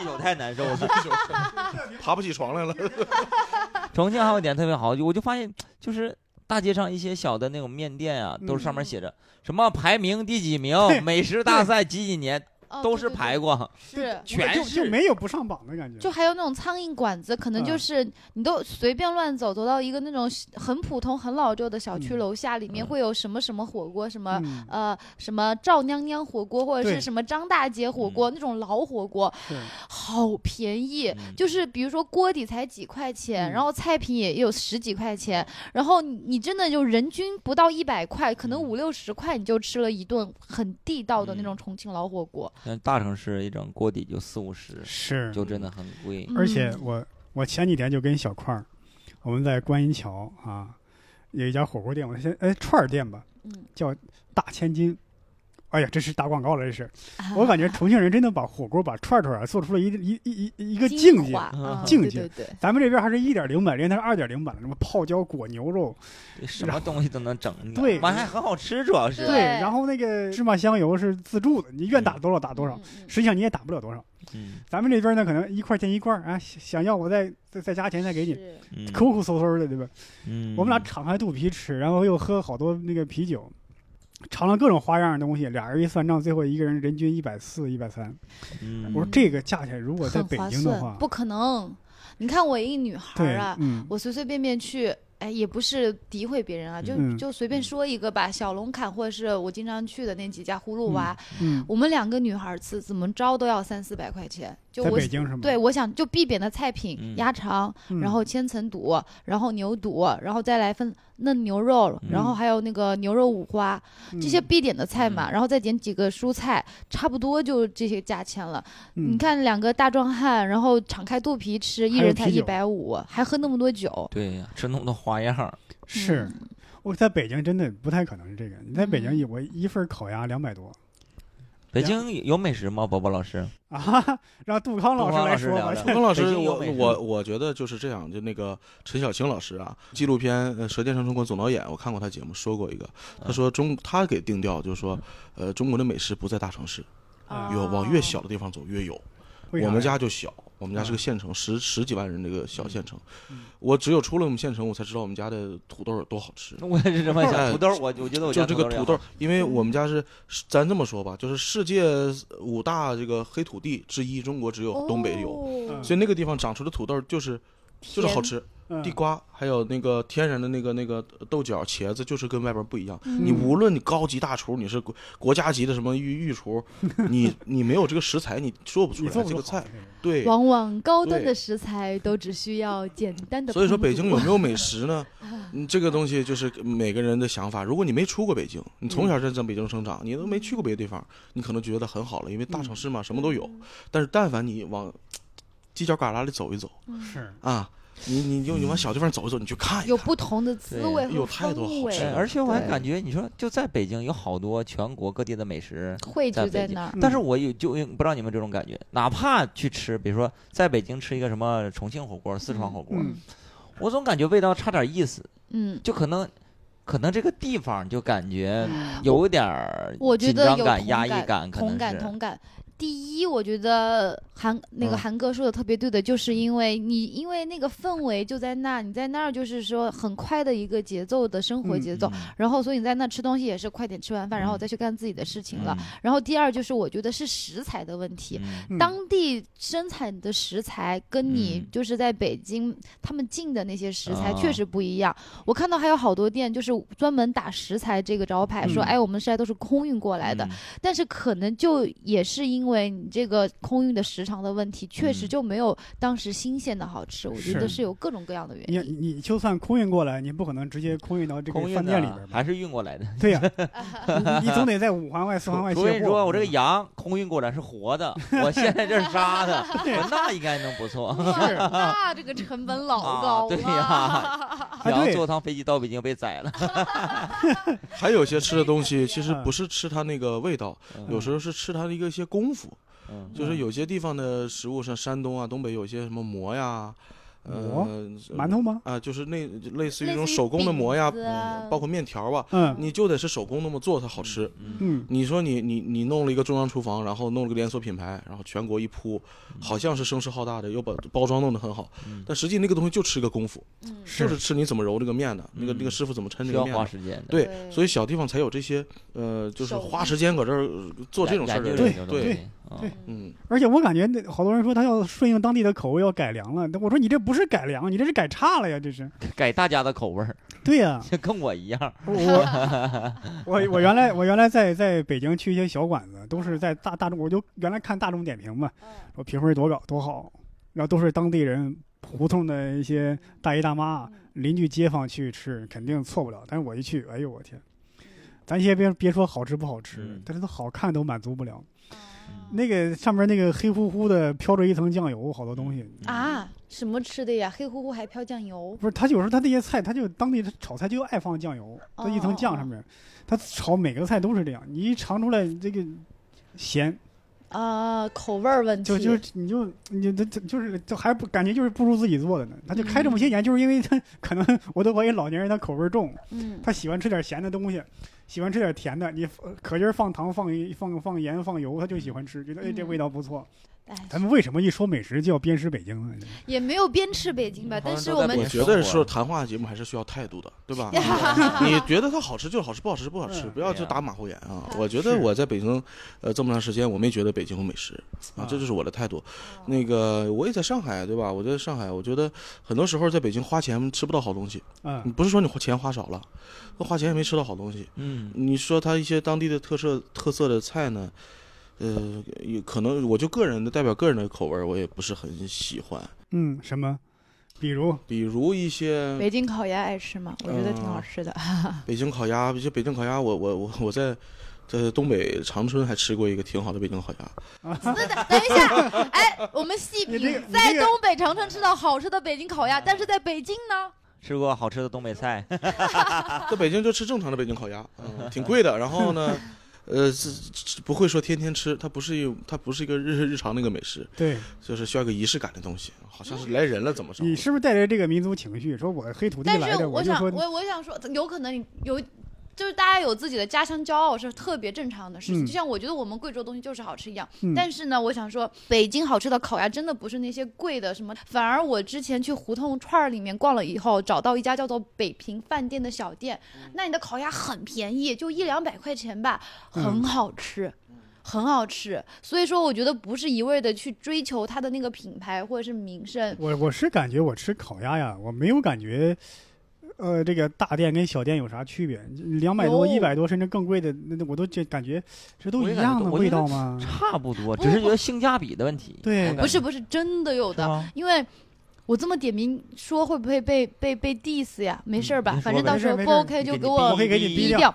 [SPEAKER 2] 一宿太难受了。
[SPEAKER 3] 爬不起床来了。
[SPEAKER 2] 重庆还有一点特别好，我就发现就是大街上一些小的那种面店啊，都是上面写着什么排名第几名
[SPEAKER 1] 嗯对、
[SPEAKER 2] 美食大赛几几年，
[SPEAKER 4] 哦
[SPEAKER 2] 都
[SPEAKER 4] 对
[SPEAKER 2] 是
[SPEAKER 4] 对
[SPEAKER 2] 排
[SPEAKER 4] 对
[SPEAKER 2] 过，
[SPEAKER 4] 是。
[SPEAKER 1] 就
[SPEAKER 2] 全
[SPEAKER 1] 就是没有不上榜的感觉。
[SPEAKER 4] 就还有那种苍蝇馆子，可能就
[SPEAKER 1] 嗯
[SPEAKER 4] 是你都随便乱走，走到一个那种很普通、很老旧的小区
[SPEAKER 1] 嗯
[SPEAKER 4] 楼下，里面
[SPEAKER 2] 嗯
[SPEAKER 4] 会有什么什么火锅，什么
[SPEAKER 1] 嗯，
[SPEAKER 4] 呃什么赵娘娘火锅，或者
[SPEAKER 1] 对嗯
[SPEAKER 4] 是什么张大姐火锅，那种老火锅，
[SPEAKER 1] 是
[SPEAKER 4] 好便宜。
[SPEAKER 2] 嗯
[SPEAKER 4] 就是比如说锅底才几块
[SPEAKER 1] 嗯
[SPEAKER 4] 钱，然后菜品也有十几块钱，然后你你真的就人均不到一百块，可能
[SPEAKER 2] 嗯
[SPEAKER 4] 五六十块你就吃了一顿很地道的那种
[SPEAKER 2] 嗯
[SPEAKER 4] 重庆老火锅。
[SPEAKER 2] 像大城市一整锅底就四五十，
[SPEAKER 1] 是
[SPEAKER 2] 就真的很贵。
[SPEAKER 1] 而且
[SPEAKER 4] 嗯
[SPEAKER 1] 我我前几天就跟小块儿，我们在观音桥啊，有一家火锅店，我先哎串儿店吧，
[SPEAKER 4] 嗯
[SPEAKER 1] 叫大千金，哎呀，这是打广告了，这
[SPEAKER 4] 啊
[SPEAKER 1] 是。我感觉重庆人真的把火锅、把串串啊做出了一一一一一个境界。
[SPEAKER 4] 华嗯
[SPEAKER 1] 境
[SPEAKER 4] 对
[SPEAKER 1] 界
[SPEAKER 4] 对对，
[SPEAKER 1] 咱们这边还是一点零版，人家那是二点零版的，什么泡椒裹牛肉，
[SPEAKER 2] 什么东西都能整，你知道
[SPEAKER 1] 对
[SPEAKER 2] 完还很好吃，主要是
[SPEAKER 4] 对
[SPEAKER 1] 然后那个芝麻香油是自助的，你愿打多少打多少，
[SPEAKER 4] 嗯？嗯
[SPEAKER 1] 实际上你也打不了多少。
[SPEAKER 2] 嗯，
[SPEAKER 1] 咱们这边呢，可能一块钱一罐儿啊，想想要我再再再加钱再给你，
[SPEAKER 4] 是
[SPEAKER 2] 嗯
[SPEAKER 1] 抠抠搜搜的，对吧？
[SPEAKER 2] 嗯
[SPEAKER 1] 我们俩敞开肚皮吃，然后又喝好多那个啤酒，尝了各种花样的东西。俩人一算账，最后一个人人均一百四、一百三。
[SPEAKER 2] 嗯
[SPEAKER 1] 我说这个价钱如果在
[SPEAKER 4] 很
[SPEAKER 1] 北
[SPEAKER 4] 划
[SPEAKER 1] 京的
[SPEAKER 4] 算，
[SPEAKER 1] 话，
[SPEAKER 4] 不可能。你看我一个女孩
[SPEAKER 1] 对
[SPEAKER 4] 儿啊，，
[SPEAKER 1] 嗯，
[SPEAKER 4] 我随随便便去，哎，也不是诋毁别人啊，就、
[SPEAKER 1] 嗯
[SPEAKER 4] 就随便说一个吧，小龙坎或者是我经常去的那几家葫芦娃，
[SPEAKER 1] 嗯，
[SPEAKER 4] 我们两个女孩儿吃怎么着都要三四百块钱，就
[SPEAKER 1] 在
[SPEAKER 4] 我
[SPEAKER 1] 北京是吗？
[SPEAKER 4] 对，我想就必点的菜品，
[SPEAKER 2] 嗯
[SPEAKER 4] 鸭肠，
[SPEAKER 1] 嗯，
[SPEAKER 4] 然后千层肚，然后牛肚，然后再来份嫩牛肉，然后
[SPEAKER 1] 嗯
[SPEAKER 4] 还有那个牛肉五花，这些必点的菜嘛，
[SPEAKER 3] 嗯
[SPEAKER 4] 然后再点几个蔬菜，差不多就这些价钱了。
[SPEAKER 1] 嗯，
[SPEAKER 4] 你看两个大壮汉，然后敞开肚皮吃，一
[SPEAKER 1] 还有
[SPEAKER 4] 人才
[SPEAKER 1] 啤
[SPEAKER 4] 一
[SPEAKER 1] 酒
[SPEAKER 4] 百五，还喝那么多酒，
[SPEAKER 2] 对呀，吃那么多花样儿，
[SPEAKER 1] 是
[SPEAKER 4] 嗯
[SPEAKER 1] 我在北京真的不太可能是这个。你在北京也，我一份烤鸭两百多
[SPEAKER 2] 北京有美食吗？伯伯老师，
[SPEAKER 1] 啊，哈哈让杜康老
[SPEAKER 2] 杜康
[SPEAKER 1] 来
[SPEAKER 2] 老师
[SPEAKER 1] 说
[SPEAKER 2] 聊
[SPEAKER 1] 吧。
[SPEAKER 2] 聊
[SPEAKER 3] 冯老
[SPEAKER 2] 北
[SPEAKER 3] 师，
[SPEAKER 2] 京有
[SPEAKER 3] 我
[SPEAKER 2] 美食
[SPEAKER 3] 我我觉得就是这样，就那个陈小青老师啊，纪录片呃《舌尖上中国》总导演，我看过他节目说过一个，
[SPEAKER 4] 嗯
[SPEAKER 3] 他说中他给定调就是说，呃，中国的美食不在大城市，越往越小的地方走越有。
[SPEAKER 1] 为啥
[SPEAKER 3] 我
[SPEAKER 1] 呀
[SPEAKER 3] 们家就小，我们家
[SPEAKER 1] 嗯
[SPEAKER 3] 是个县城，十十几万人的一个小县城
[SPEAKER 1] 嗯。
[SPEAKER 3] 我只有出了我们县城，我才知道我们家的土豆有多好吃。
[SPEAKER 2] 我也是这么想，
[SPEAKER 3] 哎
[SPEAKER 2] 土豆，我我觉得我
[SPEAKER 3] 就
[SPEAKER 2] 家
[SPEAKER 3] 这个
[SPEAKER 2] 也
[SPEAKER 3] 土
[SPEAKER 2] 好
[SPEAKER 3] 豆，因为
[SPEAKER 1] 嗯
[SPEAKER 3] 我们家是，是咱这么说吧，就是世界五大这个黑土地之一，中国只有东北有，
[SPEAKER 4] 哦
[SPEAKER 3] 所以那个地方长出的土豆就是就是好吃，
[SPEAKER 1] 嗯
[SPEAKER 3] 地瓜还有那个天然的那个那个豆角、茄子，就是跟外边不一样。
[SPEAKER 4] 嗯
[SPEAKER 3] 你无论你高级大厨，你是国国家级的什么御 御厨，你你没有这个食材，你做不出
[SPEAKER 1] 你
[SPEAKER 3] 来
[SPEAKER 1] 做不
[SPEAKER 3] 这
[SPEAKER 1] 出
[SPEAKER 3] 个
[SPEAKER 1] 好
[SPEAKER 3] 菜。
[SPEAKER 1] 这个
[SPEAKER 3] 对，
[SPEAKER 4] 往往高端
[SPEAKER 3] 对
[SPEAKER 4] 的食材都只需要简单的烹煮。
[SPEAKER 3] 所以说北京有没 有美食呢？嗯这个东西就是每个人的想法。如果你没出过北京，你从小就在北京生长，你都没去过别的地方，你可能觉得很好了，因为大城市
[SPEAKER 4] 嗯
[SPEAKER 3] 嘛，什么都有。但是但凡你往犄角旮旯里走一走
[SPEAKER 1] 是
[SPEAKER 3] 啊，你你就你往小地方走一走，你去看一
[SPEAKER 4] 嗯有
[SPEAKER 3] 看。
[SPEAKER 4] 不同的滋味
[SPEAKER 3] 对有
[SPEAKER 4] 和
[SPEAKER 3] 太多
[SPEAKER 4] 风
[SPEAKER 3] 好
[SPEAKER 4] 味
[SPEAKER 3] 吃
[SPEAKER 2] 哎
[SPEAKER 3] 的
[SPEAKER 2] 而且我还
[SPEAKER 4] 对
[SPEAKER 2] 感觉，你说就在北京有好多全国各地的美食，
[SPEAKER 4] 汇
[SPEAKER 2] 在
[SPEAKER 4] 聚在
[SPEAKER 2] 北京
[SPEAKER 4] 那儿。
[SPEAKER 2] 但是
[SPEAKER 1] 嗯
[SPEAKER 2] 我有就有不知道你们这种感觉，哪怕去吃，比如说在北京吃一个什么重庆火锅、四川火锅，
[SPEAKER 1] 嗯
[SPEAKER 2] 我总感觉味道差点意思，
[SPEAKER 4] 嗯，
[SPEAKER 2] 就可能可能这个地方就感觉
[SPEAKER 1] 嗯
[SPEAKER 2] 有点儿
[SPEAKER 4] 我觉
[SPEAKER 2] 紧
[SPEAKER 4] 得
[SPEAKER 2] 张
[SPEAKER 4] 有
[SPEAKER 2] 感、
[SPEAKER 4] 同
[SPEAKER 2] 压抑
[SPEAKER 4] 感
[SPEAKER 2] 感，可
[SPEAKER 4] 同
[SPEAKER 2] 能
[SPEAKER 4] 感
[SPEAKER 2] 是
[SPEAKER 4] 同感。第一，我觉得韩那个
[SPEAKER 2] 嗯
[SPEAKER 4] 韩哥说的特别对的，就是因为你因为那个氛围就在那，你在那儿就是说很快的一个节奏的生活
[SPEAKER 1] 嗯
[SPEAKER 4] 节奏，然后所以你在那儿吃东西也是快点吃完饭，然后
[SPEAKER 2] 嗯
[SPEAKER 4] 再去干自己的事情
[SPEAKER 2] 嗯
[SPEAKER 4] 了。然后第二就是我觉得是食材的问题，
[SPEAKER 2] 嗯
[SPEAKER 1] 嗯
[SPEAKER 4] 当地生产的食材跟你
[SPEAKER 2] 嗯
[SPEAKER 4] 就是在北京他们进的那些食材
[SPEAKER 2] 啊
[SPEAKER 4] 确实不一样。我看到还有好多店就是专门打食材这个招牌，说
[SPEAKER 1] 嗯
[SPEAKER 4] 哎我们食材都是空运过来的，
[SPEAKER 2] 嗯
[SPEAKER 4] 但是可能就也是因为你这个空运的时长的问题，确实
[SPEAKER 2] 嗯
[SPEAKER 4] 就没有当时新鲜的好吃。我觉得
[SPEAKER 1] 是
[SPEAKER 4] 是有各种各样的原
[SPEAKER 1] 你
[SPEAKER 4] 因。
[SPEAKER 1] 你就算空运过来，你不可能直接空运到这个
[SPEAKER 2] 空运
[SPEAKER 1] 饭店里
[SPEAKER 2] 的啊
[SPEAKER 1] 边吧？
[SPEAKER 2] 还是运过来的。
[SPEAKER 1] 对呀、你你总得在五环外、四环外
[SPEAKER 2] 除
[SPEAKER 1] 卸
[SPEAKER 2] 除
[SPEAKER 1] 货。
[SPEAKER 2] 非说我这个羊空运过来是活的，我现在这是杀 的，
[SPEAKER 1] 对
[SPEAKER 2] 我那应该能不错。
[SPEAKER 1] 是
[SPEAKER 4] 那这个成本老
[SPEAKER 2] 啊
[SPEAKER 4] 高
[SPEAKER 2] 对
[SPEAKER 4] 了，
[SPEAKER 2] 呀
[SPEAKER 1] 啊，
[SPEAKER 2] 羊
[SPEAKER 1] 对
[SPEAKER 2] 坐趟飞机到北京被 宰了，
[SPEAKER 3] 还有一些吃的东西，其实
[SPEAKER 1] 嗯
[SPEAKER 3] 不是吃它那个味道，
[SPEAKER 2] 嗯
[SPEAKER 3] 有时候是吃它的一个一些功夫。
[SPEAKER 2] 嗯
[SPEAKER 3] 就是有些地方的食物，像山东啊、东北有些什么馍呀，
[SPEAKER 1] 馍
[SPEAKER 3] 呃，
[SPEAKER 1] 馒头吗？
[SPEAKER 3] 啊，就是那类似于
[SPEAKER 4] 类
[SPEAKER 3] 这种
[SPEAKER 4] 似于
[SPEAKER 3] 手工的馍呀
[SPEAKER 4] 饼子啊，
[SPEAKER 3] 包括面条啊，
[SPEAKER 1] 嗯
[SPEAKER 3] 你就得是手工那么做才好吃。
[SPEAKER 2] 嗯
[SPEAKER 1] 嗯，
[SPEAKER 3] 你说你你你弄了一个中央厨房，然后弄了个连锁品牌，然后全国一铺，好像是声势浩大的，又把包装弄得很好
[SPEAKER 2] 嗯，
[SPEAKER 3] 但实际那个东西就吃个功夫，
[SPEAKER 4] 嗯，
[SPEAKER 1] 是
[SPEAKER 3] 就是吃你怎么揉这个面的，那个
[SPEAKER 2] 嗯
[SPEAKER 3] 那个师傅怎么抻
[SPEAKER 2] 需
[SPEAKER 3] 这个
[SPEAKER 2] 要
[SPEAKER 3] 面
[SPEAKER 2] 花
[SPEAKER 3] 的。
[SPEAKER 2] 时间的。
[SPEAKER 3] 对，
[SPEAKER 4] 对
[SPEAKER 3] 所以小地方才有这些，呃，就是
[SPEAKER 4] 手
[SPEAKER 3] 花
[SPEAKER 4] 艺
[SPEAKER 3] 时间搁这儿呃做这种事儿
[SPEAKER 2] 研
[SPEAKER 3] 的
[SPEAKER 2] 究
[SPEAKER 3] 人
[SPEAKER 2] 这，种东
[SPEAKER 3] 对，
[SPEAKER 2] 西，啊
[SPEAKER 1] 对
[SPEAKER 3] 嗯，
[SPEAKER 1] 而且我感觉那好多人说他要顺应当地的口味要改良了，我说你这不是改良，你这是改差了呀，这是。
[SPEAKER 2] 改大家的口味儿，
[SPEAKER 1] 对呀、
[SPEAKER 2] 就跟我一样。
[SPEAKER 1] 我我我我原来我原来在在北京去一些小馆子，都是在大大众，我就原来看大众点评嘛，说评分多高多好，然后都是当地人胡同的一些大爷大妈、邻居街坊去吃，肯定错不了。但是我一去，哎呦我天，咱先别别说好吃不好吃
[SPEAKER 2] 嗯，
[SPEAKER 1] 但是都好看都满足不了。
[SPEAKER 4] 嗯
[SPEAKER 1] 那个上面那个黑乎乎的飘着一层酱油，好多东西。
[SPEAKER 4] 啊，什么吃的呀？黑乎乎还飘酱油，
[SPEAKER 1] 不是，他有时候他那些菜，他就当地炒菜就爱放酱油，
[SPEAKER 4] 哦
[SPEAKER 1] 它一层酱上面，他炒每个菜都是这样。你一尝出来这个咸，
[SPEAKER 4] 啊，口味儿问题。
[SPEAKER 1] 就就你就你就这就是就还不感觉就是不如自己做的呢。
[SPEAKER 4] 嗯
[SPEAKER 1] 他就开这么些盐，就是因为他可能我都怀疑老年人他口味重，
[SPEAKER 4] 嗯，
[SPEAKER 1] 他喜欢吃点咸的东西，喜欢吃点甜的。你呃可劲儿放糖、放放放盐、放油，他就喜欢吃，觉得哎这
[SPEAKER 4] 嗯
[SPEAKER 1] 味道不错。
[SPEAKER 4] 哎，
[SPEAKER 1] 咱们为什么一说美食就要鞭尸北京呢？
[SPEAKER 4] 也没有鞭笞北京吧，
[SPEAKER 2] 好像
[SPEAKER 4] 但是
[SPEAKER 2] 都
[SPEAKER 4] 我
[SPEAKER 2] 在
[SPEAKER 4] 们
[SPEAKER 2] 北
[SPEAKER 3] 我
[SPEAKER 2] 京
[SPEAKER 3] 觉得说谈话节目还是需要态度的，对吧？你觉得它好吃就是好吃，不好吃不好吃，
[SPEAKER 1] 嗯
[SPEAKER 3] 不要
[SPEAKER 2] 对
[SPEAKER 3] 就
[SPEAKER 2] 呀
[SPEAKER 3] 打马虎眼啊
[SPEAKER 4] 是！
[SPEAKER 3] 我觉得我在北京，呃，这么长时间我没觉得北京有美食啊
[SPEAKER 1] 啊，
[SPEAKER 3] 这就是我的态度。那个我也在上海，对吧？我在上海，我觉得很多时候在北京花钱吃不到好东西，你
[SPEAKER 1] 嗯，
[SPEAKER 3] 不是说你花钱花少了，花钱也没吃到好东西。
[SPEAKER 2] 嗯，
[SPEAKER 3] 你说它一些当地的特色特色的菜呢，呃，有可能我就个人的代表个人的口味儿，我也不是很喜欢。
[SPEAKER 1] 嗯，什么？比如
[SPEAKER 3] 比如一些
[SPEAKER 4] 北京烤鸭爱吃吗？我觉得挺好吃的。
[SPEAKER 3] 嗯 北京烤鸭，就北京烤鸭，我我我我在在东北长春还吃过一个挺好的北京烤 鸭，
[SPEAKER 4] 那等等一下，哎，我们细
[SPEAKER 1] 你这个
[SPEAKER 4] 品，
[SPEAKER 1] 你
[SPEAKER 4] 在
[SPEAKER 1] 这个
[SPEAKER 4] 东北长春吃到好吃的北京烤鸭，但是在北京呢，
[SPEAKER 2] 吃过好吃的东北菜，
[SPEAKER 3] 在北京就吃正常的北京烤鸭，嗯，挺贵的。然后呢，呃，是是不会说天天吃，它不是一它不是一个日日常那个美食，
[SPEAKER 1] 对
[SPEAKER 3] 就是需要一个仪式感的东西。好像是来人了，怎么着？
[SPEAKER 1] 你是不是带着这个民族情绪，说我黑土地
[SPEAKER 4] 但
[SPEAKER 1] 来
[SPEAKER 4] 是
[SPEAKER 1] 的，
[SPEAKER 4] 我
[SPEAKER 1] 就
[SPEAKER 4] 想，
[SPEAKER 1] 说
[SPEAKER 4] 我我想说，有可能你有，就是大家有自己的家乡骄傲是特别正常的事情。
[SPEAKER 1] 嗯
[SPEAKER 4] 就像我觉得我们贵州东西就是好吃一样，
[SPEAKER 1] 嗯
[SPEAKER 4] 但是呢，我想说，北京好吃的烤鸭真的不是那些贵的什么，反而我之前去胡同串儿里面逛了以后，找到一家叫做北平饭店的小店，那你的烤鸭很便宜，就一两百块钱吧，
[SPEAKER 1] 嗯
[SPEAKER 4] 很好吃。很好吃，所以说我觉得不是一味的去追求它的那个品牌或者是名声，
[SPEAKER 1] 我我是感觉我吃烤鸭呀，我没有感觉，呃，这个大店跟小店有啥区别？两百多、
[SPEAKER 4] 有
[SPEAKER 1] 一百多，甚至更贵的，那那我都这感觉这都
[SPEAKER 2] 我也
[SPEAKER 1] 一
[SPEAKER 2] 感觉
[SPEAKER 1] 样的
[SPEAKER 2] 都我
[SPEAKER 1] 味
[SPEAKER 2] 觉得
[SPEAKER 1] 道吗？
[SPEAKER 2] 差不多，
[SPEAKER 4] 不
[SPEAKER 2] 只是觉得性价比的问题。
[SPEAKER 1] 嗯对啊
[SPEAKER 2] 我感觉
[SPEAKER 4] 不是不是真的有
[SPEAKER 2] 是
[SPEAKER 4] 的，
[SPEAKER 2] 吗？
[SPEAKER 4] 因为我这么点名说会不会被被被 diss 呀？没事儿吧
[SPEAKER 2] 嗯，
[SPEAKER 4] 反正到时候
[SPEAKER 1] 没事
[SPEAKER 4] 不
[SPEAKER 1] 没事
[SPEAKER 4] OK 就
[SPEAKER 2] 你
[SPEAKER 4] 给
[SPEAKER 1] 我
[SPEAKER 4] 我
[SPEAKER 1] 可以给你
[SPEAKER 2] 你
[SPEAKER 1] 逼
[SPEAKER 4] 低
[SPEAKER 1] 掉，
[SPEAKER 4] 调。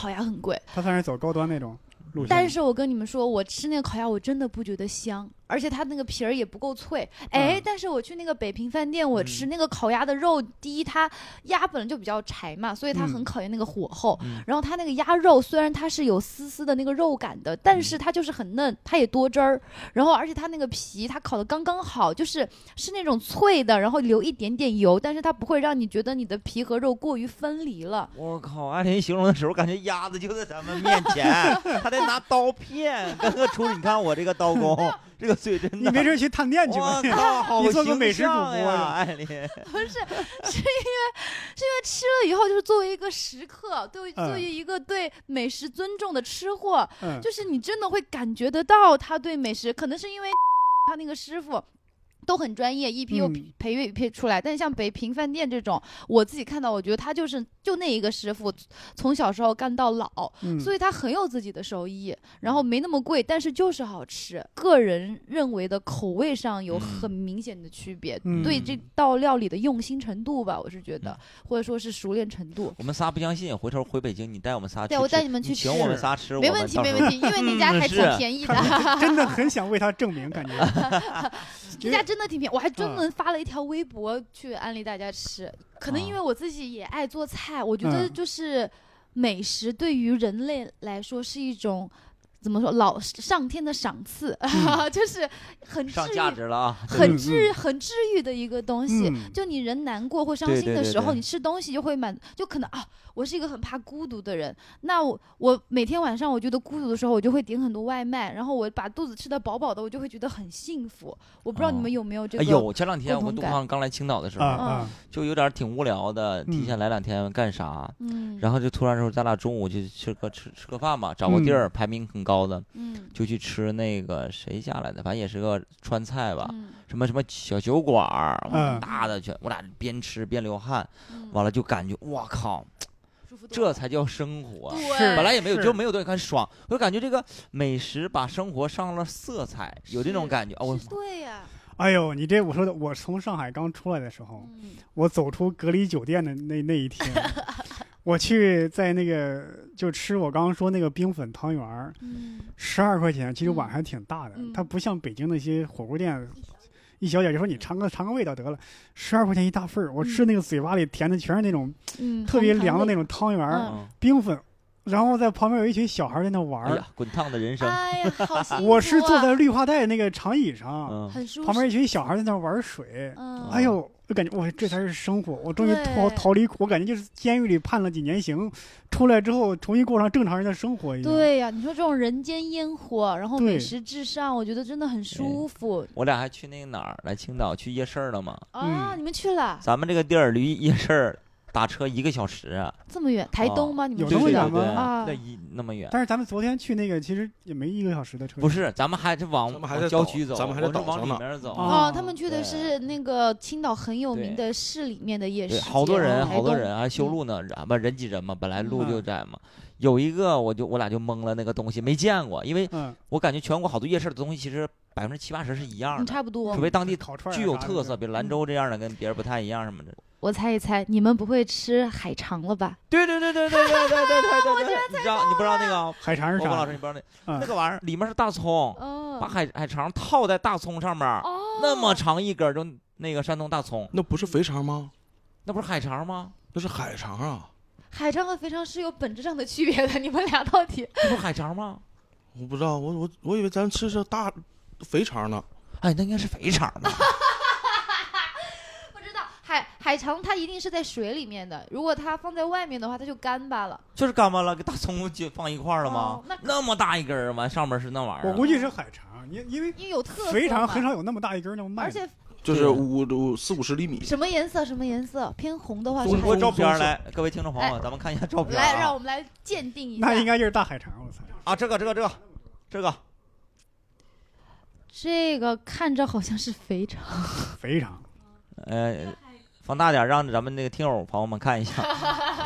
[SPEAKER 4] 烤鸭很贵，
[SPEAKER 1] 他算是走高端那种路线。
[SPEAKER 4] 但是我跟你们说，我吃那个烤鸭我真的不觉得香，而且它那个皮儿也不够脆。哎，
[SPEAKER 1] 嗯
[SPEAKER 4] 但是我去那个北平饭店，我吃那个烤鸭的肉，第一它鸭本来就比较柴嘛，所以它很
[SPEAKER 1] 嗯
[SPEAKER 4] 考验那个火候。
[SPEAKER 2] 嗯
[SPEAKER 4] 然后它那个鸭肉虽然它是有丝丝的那个肉感的，但
[SPEAKER 1] 嗯
[SPEAKER 4] 是它就是很嫩，它也多汁儿。然后而且它那个皮它烤的刚刚好，就是是那种脆的，然后留一点点油，但是它不会让你觉得你的皮和肉过于分离了。
[SPEAKER 2] 我靠，按林形容的时候，感觉鸭子就在咱们面 前，他得拿刀片跟个厨，你看我这个刀 工，这个嘴真
[SPEAKER 1] 你
[SPEAKER 2] 的。
[SPEAKER 1] 没事去探店去吧
[SPEAKER 2] 我。靠，好
[SPEAKER 1] 你做个
[SPEAKER 2] 形
[SPEAKER 1] 美食主
[SPEAKER 2] 象
[SPEAKER 1] 播
[SPEAKER 2] 呀，
[SPEAKER 1] 呀
[SPEAKER 2] 哎艾琳。
[SPEAKER 4] 不是，是因为是因为吃了以后，就是作为一个食客，对，
[SPEAKER 1] 嗯
[SPEAKER 4] 作为一个对美食尊重的吃货，
[SPEAKER 1] 嗯，
[SPEAKER 4] 就是你真的会感觉得到他对美食，可能是因为他那个师傅。都很专业，一批又
[SPEAKER 1] 嗯
[SPEAKER 4] 培育一批出来。但是像北平饭店这种，我自己看到，我觉得他就是就那一个师傅，从小时候干到老，
[SPEAKER 1] 嗯
[SPEAKER 4] 所以他很有自己的手艺，然后没那么贵，但是就是好吃。个人认为的口味上有很明显的区别，
[SPEAKER 1] 嗯
[SPEAKER 4] 对 这道料理的用心程度吧，我是觉
[SPEAKER 2] 嗯
[SPEAKER 4] 得，或者说是熟练程度。
[SPEAKER 2] 我们仨不相信，回头回北京你带我们仨去吃。
[SPEAKER 4] 对我带你们去
[SPEAKER 2] 请
[SPEAKER 4] 吃
[SPEAKER 2] 我们仨吃，
[SPEAKER 4] 没
[SPEAKER 2] 我们
[SPEAKER 4] 问题，
[SPEAKER 2] 到时
[SPEAKER 4] 没
[SPEAKER 2] 候
[SPEAKER 4] 问题，因为那
[SPEAKER 1] 嗯
[SPEAKER 4] 家还挺
[SPEAKER 1] 啊
[SPEAKER 2] 是
[SPEAKER 4] 便宜的，
[SPEAKER 1] 真的很想为他证明，感觉
[SPEAKER 4] 那家真的挺便宜。我还专
[SPEAKER 1] 啊
[SPEAKER 2] 嗯
[SPEAKER 4] 门发了一条微博去安利大家吃，可能因
[SPEAKER 2] 哦
[SPEAKER 4] 为我自己也爱做菜，我觉得
[SPEAKER 1] 嗯
[SPEAKER 4] 就是美食对于人类来说是一种。怎么说老上天的赏赐， 就是很
[SPEAKER 2] 嗯
[SPEAKER 4] 治
[SPEAKER 2] 上
[SPEAKER 4] 愈
[SPEAKER 2] 价值了啊！
[SPEAKER 4] 很
[SPEAKER 1] 嗯
[SPEAKER 4] 治很治愈的一个东西。
[SPEAKER 1] 嗯
[SPEAKER 4] 就你人难过或伤
[SPEAKER 2] 对
[SPEAKER 4] 心
[SPEAKER 2] 对
[SPEAKER 4] 的
[SPEAKER 2] 对
[SPEAKER 4] 时候，
[SPEAKER 2] 对
[SPEAKER 4] 你吃东西就会满，就可能啊，我是一个很怕孤独的人。那我我每天晚上我觉得孤独的时候，我就会点很多外卖，然后我把肚子吃的饱饱的，我就会觉得很幸福。我不知道你
[SPEAKER 2] 哦
[SPEAKER 4] 们有没有这
[SPEAKER 2] 哎
[SPEAKER 4] 个？
[SPEAKER 2] 呦，前两天
[SPEAKER 4] 共
[SPEAKER 2] 我
[SPEAKER 4] 同
[SPEAKER 2] 杜
[SPEAKER 4] 感
[SPEAKER 2] 康刚来青岛的时
[SPEAKER 1] 啊
[SPEAKER 4] 嗯
[SPEAKER 1] 嗯
[SPEAKER 2] 候，
[SPEAKER 1] 啊，
[SPEAKER 2] 就有点挺无聊的，提前来两天干啥？
[SPEAKER 4] 嗯，
[SPEAKER 2] 然后就突然说，咱俩中午去吃个吃吃个饭吧，找个
[SPEAKER 1] 嗯
[SPEAKER 2] 地儿，排名很高的，
[SPEAKER 4] 嗯
[SPEAKER 2] 就去吃那个谁家来的，反正也是个川菜吧，
[SPEAKER 4] 嗯
[SPEAKER 2] 什么什么小酒馆儿，
[SPEAKER 1] 嗯
[SPEAKER 2] 大的全，我俩边吃边流汗，
[SPEAKER 4] 嗯
[SPEAKER 2] 完了就感觉我靠，
[SPEAKER 4] 舒服多
[SPEAKER 2] 这
[SPEAKER 4] 了
[SPEAKER 2] 才叫生活。啊
[SPEAKER 4] 对
[SPEAKER 1] 是
[SPEAKER 2] 本来也没有，
[SPEAKER 1] 是
[SPEAKER 2] 就没有多看爽，我就感觉这个美食把生活上了色彩，有这种
[SPEAKER 4] 是
[SPEAKER 2] 感觉。哦，我
[SPEAKER 4] 是对呀、
[SPEAKER 1] 哎呦，你这我说的，我从上海刚出来的时候，
[SPEAKER 4] 嗯，
[SPEAKER 1] 我走出隔离酒店的那那一天，我去在那个就吃我刚刚说那个冰粉汤圆儿，
[SPEAKER 4] 嗯
[SPEAKER 1] 十二块钱，其实碗还挺大的，
[SPEAKER 4] 嗯
[SPEAKER 1] 它不像北京那些火锅店。一小姐嗯就说：“你尝个尝个味道得了，十二块钱一大份儿，我吃那个嘴巴里甜的全是那种
[SPEAKER 4] 嗯，
[SPEAKER 1] 特别
[SPEAKER 4] 红糖
[SPEAKER 1] 凉的那
[SPEAKER 4] 味
[SPEAKER 1] 种汤圆儿、
[SPEAKER 4] 嗯
[SPEAKER 2] 嗯，
[SPEAKER 1] 冰粉，然后在旁边有一群小孩在那玩
[SPEAKER 2] 哎
[SPEAKER 1] 儿。
[SPEAKER 2] 呀，滚烫的人生，
[SPEAKER 4] 哎呀，好幸
[SPEAKER 1] 我是
[SPEAKER 4] 福
[SPEAKER 1] 坐
[SPEAKER 4] 啊
[SPEAKER 1] 在绿化带那个长椅上，
[SPEAKER 2] 嗯，
[SPEAKER 4] 很舒
[SPEAKER 1] 旁边一
[SPEAKER 4] 适，
[SPEAKER 1] 群小孩在那玩水。
[SPEAKER 4] 嗯，
[SPEAKER 1] 哎呦，我感觉我这才是生活，我终于逃
[SPEAKER 4] 对
[SPEAKER 1] 逃离，我感觉就是监狱里判了几年刑，出来之后重新过上正常人的生活一样。
[SPEAKER 4] 对呀、你说这种人间烟火，然后
[SPEAKER 1] 对
[SPEAKER 4] 美食至上，我觉得真的很舒服
[SPEAKER 2] 我俩还去那个哪儿来青岛去夜市儿了嘛？
[SPEAKER 4] 啊！
[SPEAKER 2] 嗯
[SPEAKER 4] 你们去了
[SPEAKER 2] 咱们这个地儿离夜市儿打车一个小时啊，
[SPEAKER 4] 这么远，台东吗？你们
[SPEAKER 1] 哦有
[SPEAKER 4] 去
[SPEAKER 1] 那么
[SPEAKER 4] 的
[SPEAKER 1] 远吗
[SPEAKER 4] 啊
[SPEAKER 2] 那一那么远。
[SPEAKER 1] 但是咱们昨天去那个其实也没一个小时的车程，
[SPEAKER 2] 不是，咱们还是往
[SPEAKER 3] 咱们还在
[SPEAKER 2] 往郊区走，
[SPEAKER 3] 岛咱们还在
[SPEAKER 2] 我是
[SPEAKER 3] 岛
[SPEAKER 2] 往
[SPEAKER 3] 上
[SPEAKER 2] 里
[SPEAKER 3] 呢
[SPEAKER 2] 面儿走。
[SPEAKER 1] 啊
[SPEAKER 4] 哦，他们去的
[SPEAKER 2] 对
[SPEAKER 4] 是那个青岛很有名的市里面的夜市
[SPEAKER 2] 对，
[SPEAKER 4] 街，哦
[SPEAKER 2] 好多人，
[SPEAKER 4] 台
[SPEAKER 2] 好多
[SPEAKER 4] 东
[SPEAKER 2] 人还嗯修路呢，然后人挤人嘛，本来路
[SPEAKER 1] 嗯
[SPEAKER 2] 就窄嘛。有一个我就我俩就懵了，那个东西没见过，因为
[SPEAKER 1] 嗯，
[SPEAKER 2] 我感觉全国好多夜市的东西其实百分之七八十是一样的，
[SPEAKER 4] 嗯，差不多
[SPEAKER 2] 除。非当地
[SPEAKER 1] 烤串儿啊
[SPEAKER 2] 具有
[SPEAKER 1] 啥的
[SPEAKER 2] 特色，。比如兰州这样的跟别人不太一样什么的。
[SPEAKER 4] 我猜一猜，你们不会吃海肠了吧？
[SPEAKER 2] 对对对对对对对对 对对对，你知道你不知道那个
[SPEAKER 1] 海肠是
[SPEAKER 2] 波波老
[SPEAKER 1] 啥
[SPEAKER 2] 师，？你不知道那
[SPEAKER 1] 嗯
[SPEAKER 2] 那个玩意儿里面是大葱，
[SPEAKER 4] 嗯
[SPEAKER 2] 把，海海肠套在大葱上面儿，
[SPEAKER 4] 哦
[SPEAKER 2] 那么长一根儿，就那个山东大葱，
[SPEAKER 3] 那不是肥肠吗？
[SPEAKER 2] 那不是海肠吗？
[SPEAKER 3] 那是海肠啊！
[SPEAKER 4] 海肠和肥肠是有本质上的区别的，你们俩到底
[SPEAKER 2] 那不是海肠吗？
[SPEAKER 3] 我不知道，我我我以为咱吃是大肥肠呢。
[SPEAKER 2] 哎，那应该是肥肠 吧？
[SPEAKER 4] 不知道？海海肠它一定是在水里面的，如果它放在外面的话，它就干巴了。
[SPEAKER 2] 就是干巴了，跟大葱就放一块儿了吗
[SPEAKER 4] 哦？那
[SPEAKER 2] 那么大一根儿，完上面是那玩意
[SPEAKER 1] 我
[SPEAKER 2] 儿啊。
[SPEAKER 1] 估计是海肠，因因为
[SPEAKER 4] 因为有特色
[SPEAKER 1] 肥肠
[SPEAKER 4] 嘛
[SPEAKER 1] 很少有那么大一根儿那么卖
[SPEAKER 4] 而
[SPEAKER 1] 的。
[SPEAKER 4] 且
[SPEAKER 3] 就是
[SPEAKER 1] 啊
[SPEAKER 2] 对
[SPEAKER 3] 五五四五 十厘米，
[SPEAKER 4] 什么颜色？什么颜色？偏红的话是
[SPEAKER 2] 我
[SPEAKER 4] 海
[SPEAKER 3] 棕
[SPEAKER 2] 我
[SPEAKER 3] 棕
[SPEAKER 2] 照片儿
[SPEAKER 3] 棕色
[SPEAKER 2] 来，各位听众朋友，
[SPEAKER 4] 哎
[SPEAKER 2] 咱们看一下照片儿
[SPEAKER 4] 来，让
[SPEAKER 2] 啊
[SPEAKER 4] 我们来鉴定一下。
[SPEAKER 1] 那应该就是大海肠，我猜。
[SPEAKER 2] 啊，这个这个这个这个，
[SPEAKER 4] 这个看着好像是肥肠，
[SPEAKER 1] 肥肠，
[SPEAKER 2] 呃，放大点儿，让咱们那个听友朋友们看一下。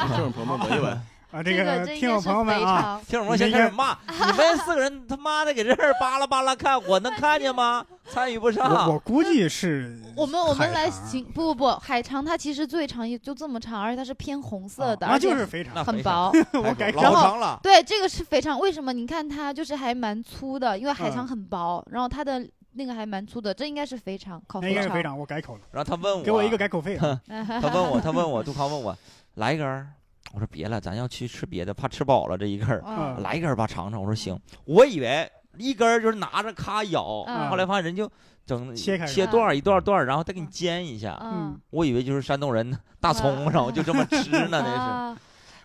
[SPEAKER 3] 听众朋友们闻一闻，
[SPEAKER 1] 啊，
[SPEAKER 4] 这
[SPEAKER 1] 个
[SPEAKER 4] 真
[SPEAKER 1] 听
[SPEAKER 4] 应该
[SPEAKER 1] 友
[SPEAKER 4] 是
[SPEAKER 1] 朋友们
[SPEAKER 4] 肥
[SPEAKER 1] 啊，
[SPEAKER 4] 肠。
[SPEAKER 2] 听友们先开始骂，你们四个人他妈的给这儿扒拉扒拉看，我能看见吗？参与不
[SPEAKER 1] 我我
[SPEAKER 2] 上。
[SPEAKER 1] 估计是
[SPEAKER 4] 我们我们来
[SPEAKER 1] 海肠
[SPEAKER 4] 行不不不，海肠它其实最长也就这么长，而且它是偏红色的，
[SPEAKER 1] 啊那
[SPEAKER 4] 而且
[SPEAKER 1] 就是肥肠
[SPEAKER 2] 那。
[SPEAKER 4] 很
[SPEAKER 2] 肥肠
[SPEAKER 4] 薄。
[SPEAKER 1] 我改
[SPEAKER 2] 哎老
[SPEAKER 4] 然后
[SPEAKER 2] 长了，
[SPEAKER 4] 对，这个是肥肠。为什么？你看它就是还蛮粗的，因为海肠
[SPEAKER 1] 嗯
[SPEAKER 4] 很薄，然后它的那个还蛮粗的，这应该是肥肠，烤
[SPEAKER 1] 那应
[SPEAKER 4] 肥
[SPEAKER 1] 该是
[SPEAKER 4] 肠
[SPEAKER 1] 肥。肠，我改口了，
[SPEAKER 2] 然后他问我，
[SPEAKER 1] 给我一个改口费啊。
[SPEAKER 4] 嗯
[SPEAKER 2] 他问我，他问我，杜康问我，来一根儿，我说别了，咱要去吃别的，怕吃饱了这一根儿，
[SPEAKER 4] 啊
[SPEAKER 1] 嗯
[SPEAKER 2] 来一根儿吧，尝尝。我说行，我以为一根儿就是拿着咔咬，
[SPEAKER 4] 嗯
[SPEAKER 2] 后来发现人就整
[SPEAKER 1] 切开
[SPEAKER 2] 切
[SPEAKER 4] 是吧
[SPEAKER 2] 段儿一段儿段儿，然后再给你煎一下。
[SPEAKER 4] 嗯，
[SPEAKER 2] 我以为就是山东人大葱，然后就这么吃 呢，那
[SPEAKER 4] 啊，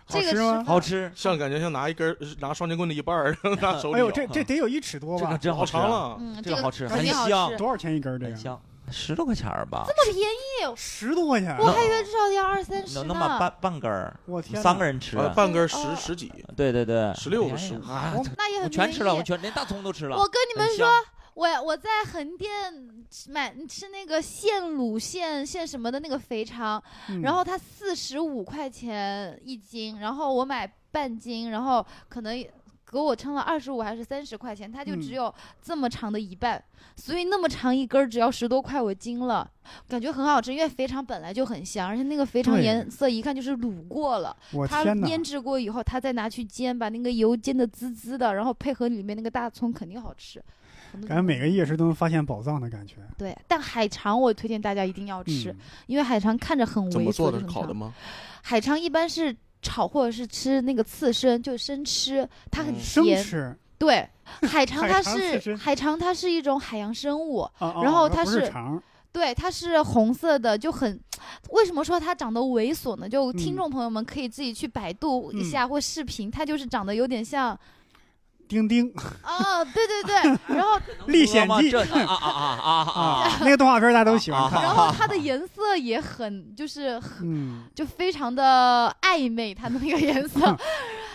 [SPEAKER 1] 好
[SPEAKER 4] 这个
[SPEAKER 1] 吃
[SPEAKER 4] 是
[SPEAKER 1] 吗
[SPEAKER 2] 是好吃，
[SPEAKER 3] 像感觉像拿一根儿拿双截棍的一半儿 拿手里咬。
[SPEAKER 1] 哎呦，这这得有一尺多
[SPEAKER 2] 这
[SPEAKER 1] 吧
[SPEAKER 2] 个？真
[SPEAKER 3] 老
[SPEAKER 2] 好吃啊
[SPEAKER 3] 长，了，
[SPEAKER 4] 嗯，
[SPEAKER 2] 这个好吃，
[SPEAKER 4] 肯
[SPEAKER 2] 很
[SPEAKER 4] 定好
[SPEAKER 2] 香
[SPEAKER 4] 吃，
[SPEAKER 1] 多少钱一根儿这
[SPEAKER 2] 很
[SPEAKER 1] 个？
[SPEAKER 2] 香，十多块钱儿吧，
[SPEAKER 4] 这么便宜，
[SPEAKER 1] 十多块钱啊，
[SPEAKER 4] 我还以为至少要二三十
[SPEAKER 2] 能
[SPEAKER 4] 呢
[SPEAKER 2] 能。把半半根儿，
[SPEAKER 1] 我天哪！
[SPEAKER 2] 三个人吃，
[SPEAKER 3] 啊，半根儿
[SPEAKER 4] 哦
[SPEAKER 3] 十十几，
[SPEAKER 2] 对对对，
[SPEAKER 3] 16
[SPEAKER 2] 哎呀
[SPEAKER 3] 15
[SPEAKER 2] 啊
[SPEAKER 1] 我
[SPEAKER 4] 那也
[SPEAKER 2] 我
[SPEAKER 4] 很
[SPEAKER 2] 全
[SPEAKER 4] 便
[SPEAKER 2] 吃了，
[SPEAKER 4] 宜
[SPEAKER 2] 我全连大葱都吃了。
[SPEAKER 4] 哎我跟你们
[SPEAKER 2] 很
[SPEAKER 4] 说
[SPEAKER 2] 香，
[SPEAKER 4] 我我在横店吃买吃那个现卤现现什么的那个肥肠，
[SPEAKER 1] 嗯
[SPEAKER 4] 然后它四十五块钱一斤，然后我买半斤，然后可能给我称了二十五还是三十块钱，它就只
[SPEAKER 1] 嗯
[SPEAKER 4] 有这么长的一半，所以那么长一根儿只要十多块，我惊了，感觉很好吃，因为肥肠本来就很香，而且那个肥肠
[SPEAKER 1] 对
[SPEAKER 4] 颜色一看就是卤过了。
[SPEAKER 1] 我
[SPEAKER 4] 它
[SPEAKER 1] 天哪！
[SPEAKER 4] 腌制过以后，它再拿去煎，把那个油煎的滋滋的，然后配合里面那个大葱，肯定好吃。可能
[SPEAKER 1] 感觉每个夜市都能发现宝藏的感觉。
[SPEAKER 4] 对，但海肠我推荐大家一定要吃，
[SPEAKER 1] 嗯，
[SPEAKER 4] 因为海肠看着很
[SPEAKER 3] 怎么
[SPEAKER 4] 猥
[SPEAKER 3] 做
[SPEAKER 4] 琐，
[SPEAKER 3] 的？
[SPEAKER 4] 就很
[SPEAKER 3] 烤的
[SPEAKER 4] 长。
[SPEAKER 3] 吗？
[SPEAKER 4] 海肠一般是炒或者是吃那个刺身，就生吃，它很
[SPEAKER 3] 嗯
[SPEAKER 1] 生
[SPEAKER 4] 甜。
[SPEAKER 1] 吃
[SPEAKER 4] 对，海肠
[SPEAKER 1] 海
[SPEAKER 4] 它
[SPEAKER 1] 肠刺
[SPEAKER 4] 是
[SPEAKER 1] 身
[SPEAKER 4] 海肠，它是一种海洋生物，
[SPEAKER 1] 啊，啊
[SPEAKER 4] 然后
[SPEAKER 1] 啊
[SPEAKER 4] 它
[SPEAKER 1] 不
[SPEAKER 4] 是
[SPEAKER 1] 是肠，
[SPEAKER 4] 对，它是红色的，就很。为什么说它长得猥琐呢？就听
[SPEAKER 1] 嗯
[SPEAKER 4] 众朋友们可以自己去百度一
[SPEAKER 3] 嗯
[SPEAKER 4] 下或视频，它就是长得有点像
[SPEAKER 1] 丁丁
[SPEAKER 4] 哦，对对对，然 后
[SPEAKER 1] 历险
[SPEAKER 2] 吗
[SPEAKER 1] 记
[SPEAKER 2] 这啊啊啊啊啊！
[SPEAKER 1] 啊，那个动画片大家都喜欢看。
[SPEAKER 4] 然后它的颜色也很就是很
[SPEAKER 1] 嗯，
[SPEAKER 4] 就非常的暧昧，它的那个颜 色。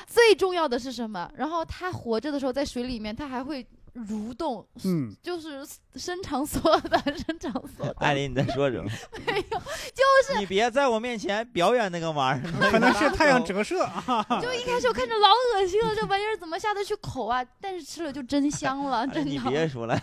[SPEAKER 4] 最重要的是什么？然后它活着的时候在水里面，它还会蠕动，
[SPEAKER 1] 嗯，
[SPEAKER 4] 就是深场所的，深场所的，
[SPEAKER 2] 艾琳，你在说什么？
[SPEAKER 4] 没 有，就是
[SPEAKER 2] 你别在我面前表 演那个玩意 儿。
[SPEAKER 1] 可能是太阳折射啊。
[SPEAKER 4] 就一开始我看着老恶心了，这玩意儿怎么下得去口啊？但是吃了就真香了，
[SPEAKER 2] 哎
[SPEAKER 4] 真
[SPEAKER 2] 你
[SPEAKER 4] 的。
[SPEAKER 2] 别说 了，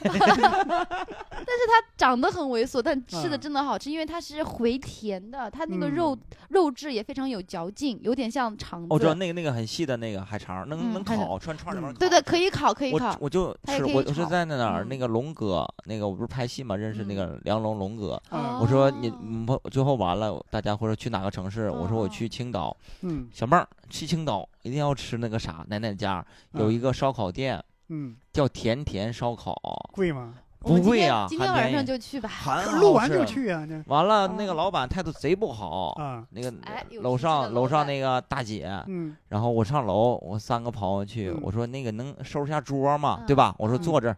[SPEAKER 4] 长得很猥琐，但吃的
[SPEAKER 1] 嗯
[SPEAKER 4] 真的好吃，因为它是回甜的，它那个
[SPEAKER 1] 嗯
[SPEAKER 4] 肉、肉质也非常有嚼劲，有点像肠子。
[SPEAKER 2] 我知道那个那个很细的那个海肠，能
[SPEAKER 4] 嗯
[SPEAKER 2] 能
[SPEAKER 4] 还有
[SPEAKER 2] 烤串串里面烤。
[SPEAKER 4] 对对，可以烤，可以
[SPEAKER 2] 我
[SPEAKER 4] 烤。
[SPEAKER 2] 我就是
[SPEAKER 4] 它也可以
[SPEAKER 2] 我我是
[SPEAKER 4] 炒
[SPEAKER 2] 在那哪儿，那
[SPEAKER 4] 嗯
[SPEAKER 2] 个龙哥，那个我不是拍戏嘛，认识那
[SPEAKER 4] 嗯
[SPEAKER 2] 个梁龙龙哥。
[SPEAKER 1] 嗯
[SPEAKER 4] 哦
[SPEAKER 2] 我说你，嗯不最后完了，大家或者去哪个城市？我说我
[SPEAKER 4] 哦
[SPEAKER 2] 去青岛，
[SPEAKER 1] 嗯
[SPEAKER 2] 小妹儿去青岛一定要吃那个啥，奶奶家有一个烧烤店
[SPEAKER 1] 嗯，
[SPEAKER 2] 叫甜甜烧烤，
[SPEAKER 1] 贵吗？
[SPEAKER 4] 我们
[SPEAKER 2] 不贵啊，
[SPEAKER 4] 今天今天
[SPEAKER 2] 还
[SPEAKER 4] 晚
[SPEAKER 2] 便
[SPEAKER 4] 上
[SPEAKER 2] 宜
[SPEAKER 4] 就去吧。
[SPEAKER 2] 很好
[SPEAKER 1] 录完
[SPEAKER 2] 吃
[SPEAKER 1] 就去啊，这
[SPEAKER 2] 完了，那个
[SPEAKER 4] 嗯
[SPEAKER 2] 老板态度贼不好。
[SPEAKER 1] 啊，
[SPEAKER 2] 那个
[SPEAKER 4] 哎有
[SPEAKER 2] 楼
[SPEAKER 4] 脾气的
[SPEAKER 2] 上
[SPEAKER 4] 老
[SPEAKER 2] 楼上
[SPEAKER 4] 板
[SPEAKER 2] 那个大姐，
[SPEAKER 1] 嗯
[SPEAKER 2] 然后我上楼，我三个朋友去，
[SPEAKER 1] 嗯
[SPEAKER 2] 我说那个能收拾下桌吗？
[SPEAKER 4] 嗯
[SPEAKER 2] 对吧？我说
[SPEAKER 4] 嗯
[SPEAKER 2] 坐这儿。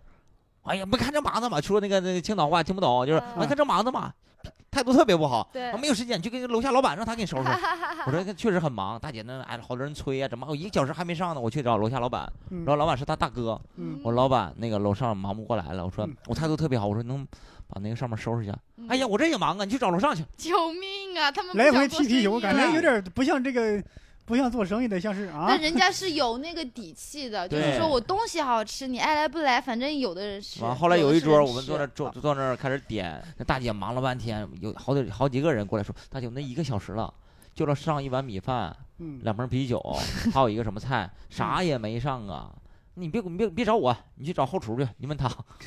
[SPEAKER 2] 哎呀，没看这麻子嘛，说那个那个青岛话听不懂，就是哎
[SPEAKER 4] 嗯
[SPEAKER 2] 没看这麻子嘛，态度特别不好。
[SPEAKER 4] 对
[SPEAKER 2] 啊没有时间，你去跟楼下老板让他给你收 拾。我说确实很忙，大姐那哎好多人催啊，怎么我一个小时还没上呢？我去找楼下老板，
[SPEAKER 1] 嗯
[SPEAKER 2] 然后老板是他大哥，
[SPEAKER 1] 嗯
[SPEAKER 2] 我说老板那个楼上忙不过来了，我说
[SPEAKER 1] 嗯
[SPEAKER 2] 我态度特别好，我说能把那个上面收拾一下。
[SPEAKER 4] 嗯
[SPEAKER 2] 哎呀，，我这也忙啊，你去找楼上去。
[SPEAKER 4] 救命啊！他们不
[SPEAKER 1] 来
[SPEAKER 4] 想
[SPEAKER 1] 回
[SPEAKER 4] 做
[SPEAKER 1] 踢皮
[SPEAKER 4] 生
[SPEAKER 1] 球，
[SPEAKER 4] 意啊
[SPEAKER 1] 感觉
[SPEAKER 4] 了
[SPEAKER 1] 有。点不像这个，不像做生意的，像是啊
[SPEAKER 4] 但，人家是有那个底气的，就是
[SPEAKER 2] 对
[SPEAKER 4] 说我东西好吃，你爱来不来，反正有的人吃。
[SPEAKER 2] 完后来
[SPEAKER 4] 有
[SPEAKER 2] 有
[SPEAKER 4] 的
[SPEAKER 2] 一
[SPEAKER 4] 是啊
[SPEAKER 2] 桌，
[SPEAKER 4] 人
[SPEAKER 2] 我们
[SPEAKER 4] 吃
[SPEAKER 2] 坐那坐坐那儿开始点，那大姐忙了半天，有好几好几个人过来说，大姐我们那一个小时了，就了上一碗米饭，
[SPEAKER 1] 嗯
[SPEAKER 2] 两瓶啤酒，还有一个什么菜，啥也没上啊。你别你别别找我，你去找后厨去，你问他，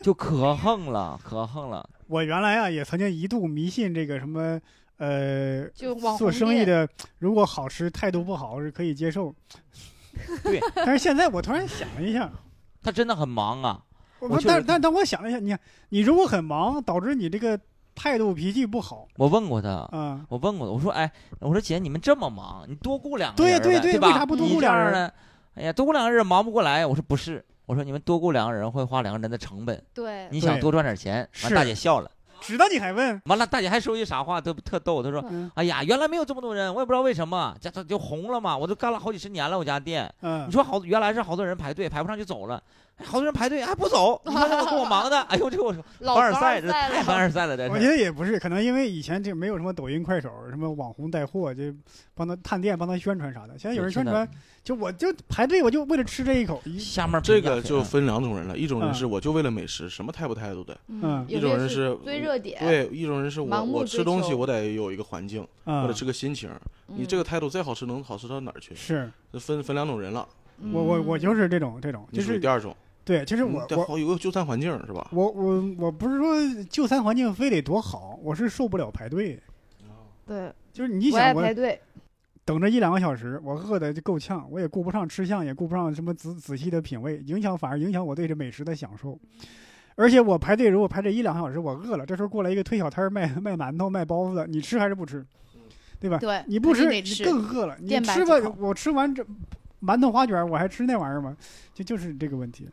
[SPEAKER 2] 就可横了，可横了。
[SPEAKER 1] 我原来啊也曾经一度迷信这个什么呃，
[SPEAKER 4] 就网
[SPEAKER 1] 做
[SPEAKER 4] 红
[SPEAKER 1] 生意
[SPEAKER 4] 店
[SPEAKER 1] 的如果好吃态度不好是可以接受。
[SPEAKER 2] 对，
[SPEAKER 1] 但是现在我突然想了一下，
[SPEAKER 2] 他真的很忙啊，
[SPEAKER 1] 我
[SPEAKER 2] 我确实
[SPEAKER 1] 但但但我想了一下，你看你如果很忙，导致你这个态度脾气不好
[SPEAKER 2] 我问过他，
[SPEAKER 1] 啊，
[SPEAKER 2] 我问过他，我说哎，我说姐你们这么忙，你多雇两个
[SPEAKER 1] 对
[SPEAKER 2] 人呗
[SPEAKER 1] 对对
[SPEAKER 2] 对
[SPEAKER 1] 为
[SPEAKER 2] 吧？
[SPEAKER 1] 啥不多
[SPEAKER 2] 你
[SPEAKER 1] 雇
[SPEAKER 2] 这
[SPEAKER 1] 两
[SPEAKER 2] 样
[SPEAKER 1] 人
[SPEAKER 2] 呢？哎呀，多雇两个人忙不过来。我说不是，我说你们多雇两个人会花两个人的成本，
[SPEAKER 4] 对，
[SPEAKER 2] 你想
[SPEAKER 1] 对
[SPEAKER 2] 多赚点钱。完
[SPEAKER 1] 是
[SPEAKER 2] 大姐笑了，
[SPEAKER 1] 知道你还问，
[SPEAKER 2] 完了大姐还说句啥话都特逗，她说
[SPEAKER 1] 嗯
[SPEAKER 2] 哎呀原来没有这么多人，我也不知道为什么，这这就红了嘛，我都干了好几十年了我家店。
[SPEAKER 1] 嗯
[SPEAKER 2] 你，说好，原来是好多人排队排不上就走了，哎好多人排队还不走，你看我 给我忙的，哎呦这我
[SPEAKER 4] 老
[SPEAKER 2] 凡尔
[SPEAKER 4] 凡
[SPEAKER 2] 赛这太凡
[SPEAKER 4] 了。
[SPEAKER 2] 尔赛了，这
[SPEAKER 1] 我觉
[SPEAKER 2] 是。
[SPEAKER 1] 得也不是，可能因为以前这没有什么抖音、快手，什么网红带货，就帮他探店、帮他宣传啥的。现在有人宣传，就我就排队，我就为了吃这一口，一
[SPEAKER 2] 下面
[SPEAKER 3] 这
[SPEAKER 2] 评价
[SPEAKER 3] 个就
[SPEAKER 2] 很
[SPEAKER 3] 分两种人了，一种人
[SPEAKER 1] 嗯
[SPEAKER 3] 是我就为了美食，什么态不态度的；
[SPEAKER 1] 嗯
[SPEAKER 4] 有
[SPEAKER 3] 一种
[SPEAKER 4] 些
[SPEAKER 3] 人是
[SPEAKER 4] 追热点，，
[SPEAKER 3] 对，一种人是我
[SPEAKER 4] 盲目
[SPEAKER 3] 我
[SPEAKER 4] 追
[SPEAKER 3] 吃东西，
[SPEAKER 4] 求嗯
[SPEAKER 3] 我得有一个环境，
[SPEAKER 1] 啊
[SPEAKER 3] 或者，是个心情。你这个态度再好吃，能好吃到哪儿去？
[SPEAKER 1] 是
[SPEAKER 3] 这分分两种人了，
[SPEAKER 4] 嗯，
[SPEAKER 1] 我我我就是是这种这种，
[SPEAKER 3] 你
[SPEAKER 1] 就
[SPEAKER 3] 属于
[SPEAKER 1] 是
[SPEAKER 3] 第二种。
[SPEAKER 1] 对，其实
[SPEAKER 3] 你
[SPEAKER 1] 我
[SPEAKER 3] 得
[SPEAKER 1] 我
[SPEAKER 3] 好有个就餐环境是 吧？
[SPEAKER 1] 我我我不是说就餐环境非得多好，我是受不了排队。
[SPEAKER 4] 对，
[SPEAKER 1] 就是你
[SPEAKER 4] 我爱
[SPEAKER 1] 想，我
[SPEAKER 4] 排队，
[SPEAKER 1] 等这一两个小时，我饿的就够呛，我也顾不上吃相，也顾不上什么仔仔细的品味，影响反而影响我对这美食的享受。而且我排队，如果排这一两个小时，我饿了，这时候过来一个推小摊儿卖卖馒头、卖包子的，你吃还是不吃？对吧？
[SPEAKER 4] 对，
[SPEAKER 1] 啊你不
[SPEAKER 4] 肯定
[SPEAKER 1] 吃，
[SPEAKER 4] 得
[SPEAKER 1] 你
[SPEAKER 4] 吃，
[SPEAKER 1] 更饿了。你
[SPEAKER 4] 垫吧
[SPEAKER 1] 吃
[SPEAKER 4] 几
[SPEAKER 1] 吧
[SPEAKER 4] 口，
[SPEAKER 1] 我吃完这馒头花卷儿，我还吃那玩意儿吗？就就是这个问题。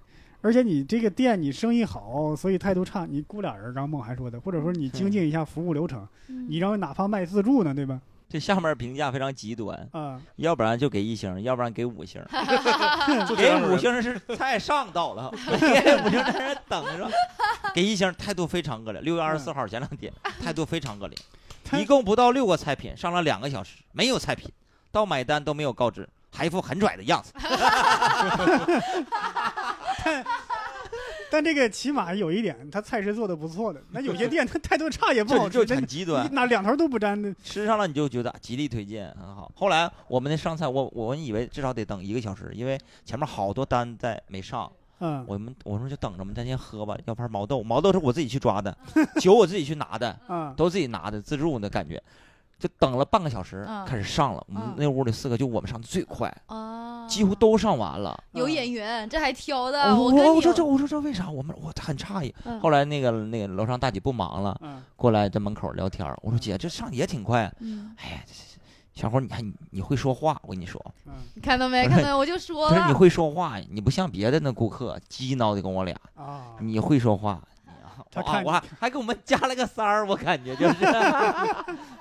[SPEAKER 1] 而且你这个店你生意好，所以态度差，你雇俩人儿，刚梦还说的，或者说你精进一下服务流程，
[SPEAKER 4] 嗯
[SPEAKER 1] 你让哪怕卖自助呢，对吧？
[SPEAKER 2] 这下面评价非常极端，
[SPEAKER 1] 啊、
[SPEAKER 2] 要不然就给一星，要不然给五 星。
[SPEAKER 3] 就这
[SPEAKER 2] 给
[SPEAKER 3] 两种
[SPEAKER 2] 五
[SPEAKER 3] 人。
[SPEAKER 2] 星是太上道了， 给五星在那等 着。给一星态度非常恶劣。六月二十四号前两天，态度非常 恶劣。
[SPEAKER 1] 他
[SPEAKER 2] 一共不到六个菜品，上了两个小时，没有菜品，到买单都没有告知，还一副很拽的样子。
[SPEAKER 1] 但这个起码有一点，他菜是做的不错的。那有些店他态度差也不好
[SPEAKER 2] 这
[SPEAKER 1] 吃，
[SPEAKER 2] 就
[SPEAKER 1] 真
[SPEAKER 2] 很极端
[SPEAKER 1] 你，哪两头都不沾的。
[SPEAKER 2] 吃上了你就觉得极力推荐，很好。后来我们那上菜，我我们以为至少得等一个小时，因为前面好多单在没上。
[SPEAKER 1] 嗯
[SPEAKER 2] 我们我说就等着，我们咱先喝吧。要盘毛豆，毛豆是我自己去抓的， 酒我自己去拿的。
[SPEAKER 1] 啊
[SPEAKER 2] 都自己拿的自助的感觉，就等了半个小时，
[SPEAKER 4] 嗯
[SPEAKER 2] 开始上了。我们
[SPEAKER 4] 嗯
[SPEAKER 2] 那屋里四个，就我们上的最快，
[SPEAKER 4] 啊，
[SPEAKER 2] 几乎都上完了。
[SPEAKER 1] 啊
[SPEAKER 4] 有演员，这还挑的，
[SPEAKER 2] 我
[SPEAKER 4] 跟
[SPEAKER 2] 我
[SPEAKER 4] 你
[SPEAKER 2] 我说这我说这为啥？我们我很诧异。
[SPEAKER 4] 嗯
[SPEAKER 2] 后来那个那个楼上大姐不忙了，
[SPEAKER 1] 嗯
[SPEAKER 2] 过来在门口聊天儿。我说姐，这上也挺快。
[SPEAKER 4] 嗯，
[SPEAKER 2] 哎呀，这小伙儿你还你你会说话，我跟你说，
[SPEAKER 1] 嗯
[SPEAKER 4] 你看到 没？看到没？我就说啊
[SPEAKER 2] 他说你
[SPEAKER 4] 了，
[SPEAKER 2] 会说话，你不像别的那顾客激挠的跟我俩，
[SPEAKER 1] 啊，
[SPEAKER 2] 你会说话。
[SPEAKER 1] 他
[SPEAKER 2] 我
[SPEAKER 1] 看
[SPEAKER 2] 我还还给我们加了个三儿，我感觉就是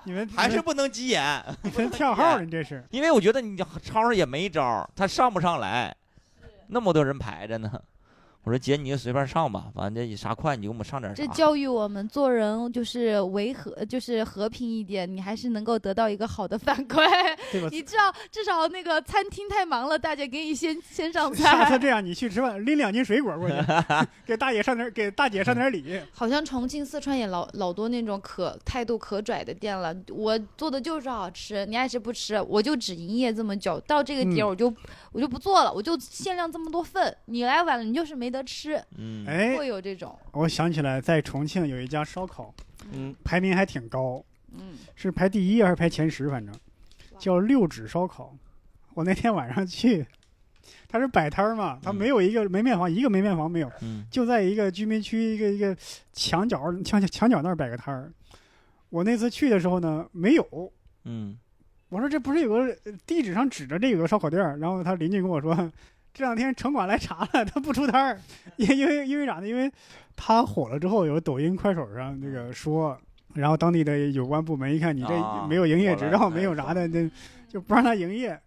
[SPEAKER 1] 你们
[SPEAKER 2] 还是不能急眼。
[SPEAKER 1] 你们跳号呢？这是
[SPEAKER 2] 因为我觉得你超市也没招儿，他上不上来，那么多人排着呢。我说姐你就随便上吧，反正这啥快你就给我们上点啥。
[SPEAKER 4] 这教育我们做人就是维和，就是和平一点，你还是能够得到一个好的反 馈。
[SPEAKER 1] 对吧？
[SPEAKER 4] 你知道，至少那个餐厅太忙了，大姐给你先先 上
[SPEAKER 1] 下次
[SPEAKER 4] 菜。
[SPEAKER 1] 这样，你去吃饭拎两斤水果过去，给大姐上点给大姐上点礼。
[SPEAKER 4] 好像重庆、四川也老老多那种可态度可拽的店了。我做的就是好吃，你爱吃不吃，我就只营业这么久，到这个点
[SPEAKER 1] 嗯
[SPEAKER 4] 儿我就、我就不做了，我就限量这么多份，你来晚了你就是没得吃，
[SPEAKER 2] 嗯，
[SPEAKER 1] 哎，
[SPEAKER 4] 会有这种。
[SPEAKER 1] 我想起来，在重庆有一家烧烤，
[SPEAKER 3] 嗯，
[SPEAKER 1] 排名还挺高，
[SPEAKER 4] 嗯，
[SPEAKER 1] 是排第一还是排前十，反正叫六指烧烤。我那天晚上去，他是摆摊儿嘛，他
[SPEAKER 2] 嗯
[SPEAKER 1] 没有一个没面房，一个没面房没有，
[SPEAKER 2] 嗯，
[SPEAKER 1] 就在一个居民区一个一个墙角墙墙角那儿摆个摊儿。我那次去的时候呢，没有，
[SPEAKER 2] 嗯，
[SPEAKER 1] 我说这不是有个呃地址上指着这有个烧烤店儿，然后他邻居跟我说，这两天城管来查了，他不出摊儿，因因为因为啥呢？因为他火了之后，有抖音、快手上这个说，然后当地的有关部门一看你
[SPEAKER 2] 啊
[SPEAKER 1] 这没有营业执照，
[SPEAKER 2] 火了
[SPEAKER 1] 没有啥的，那就不让他营业。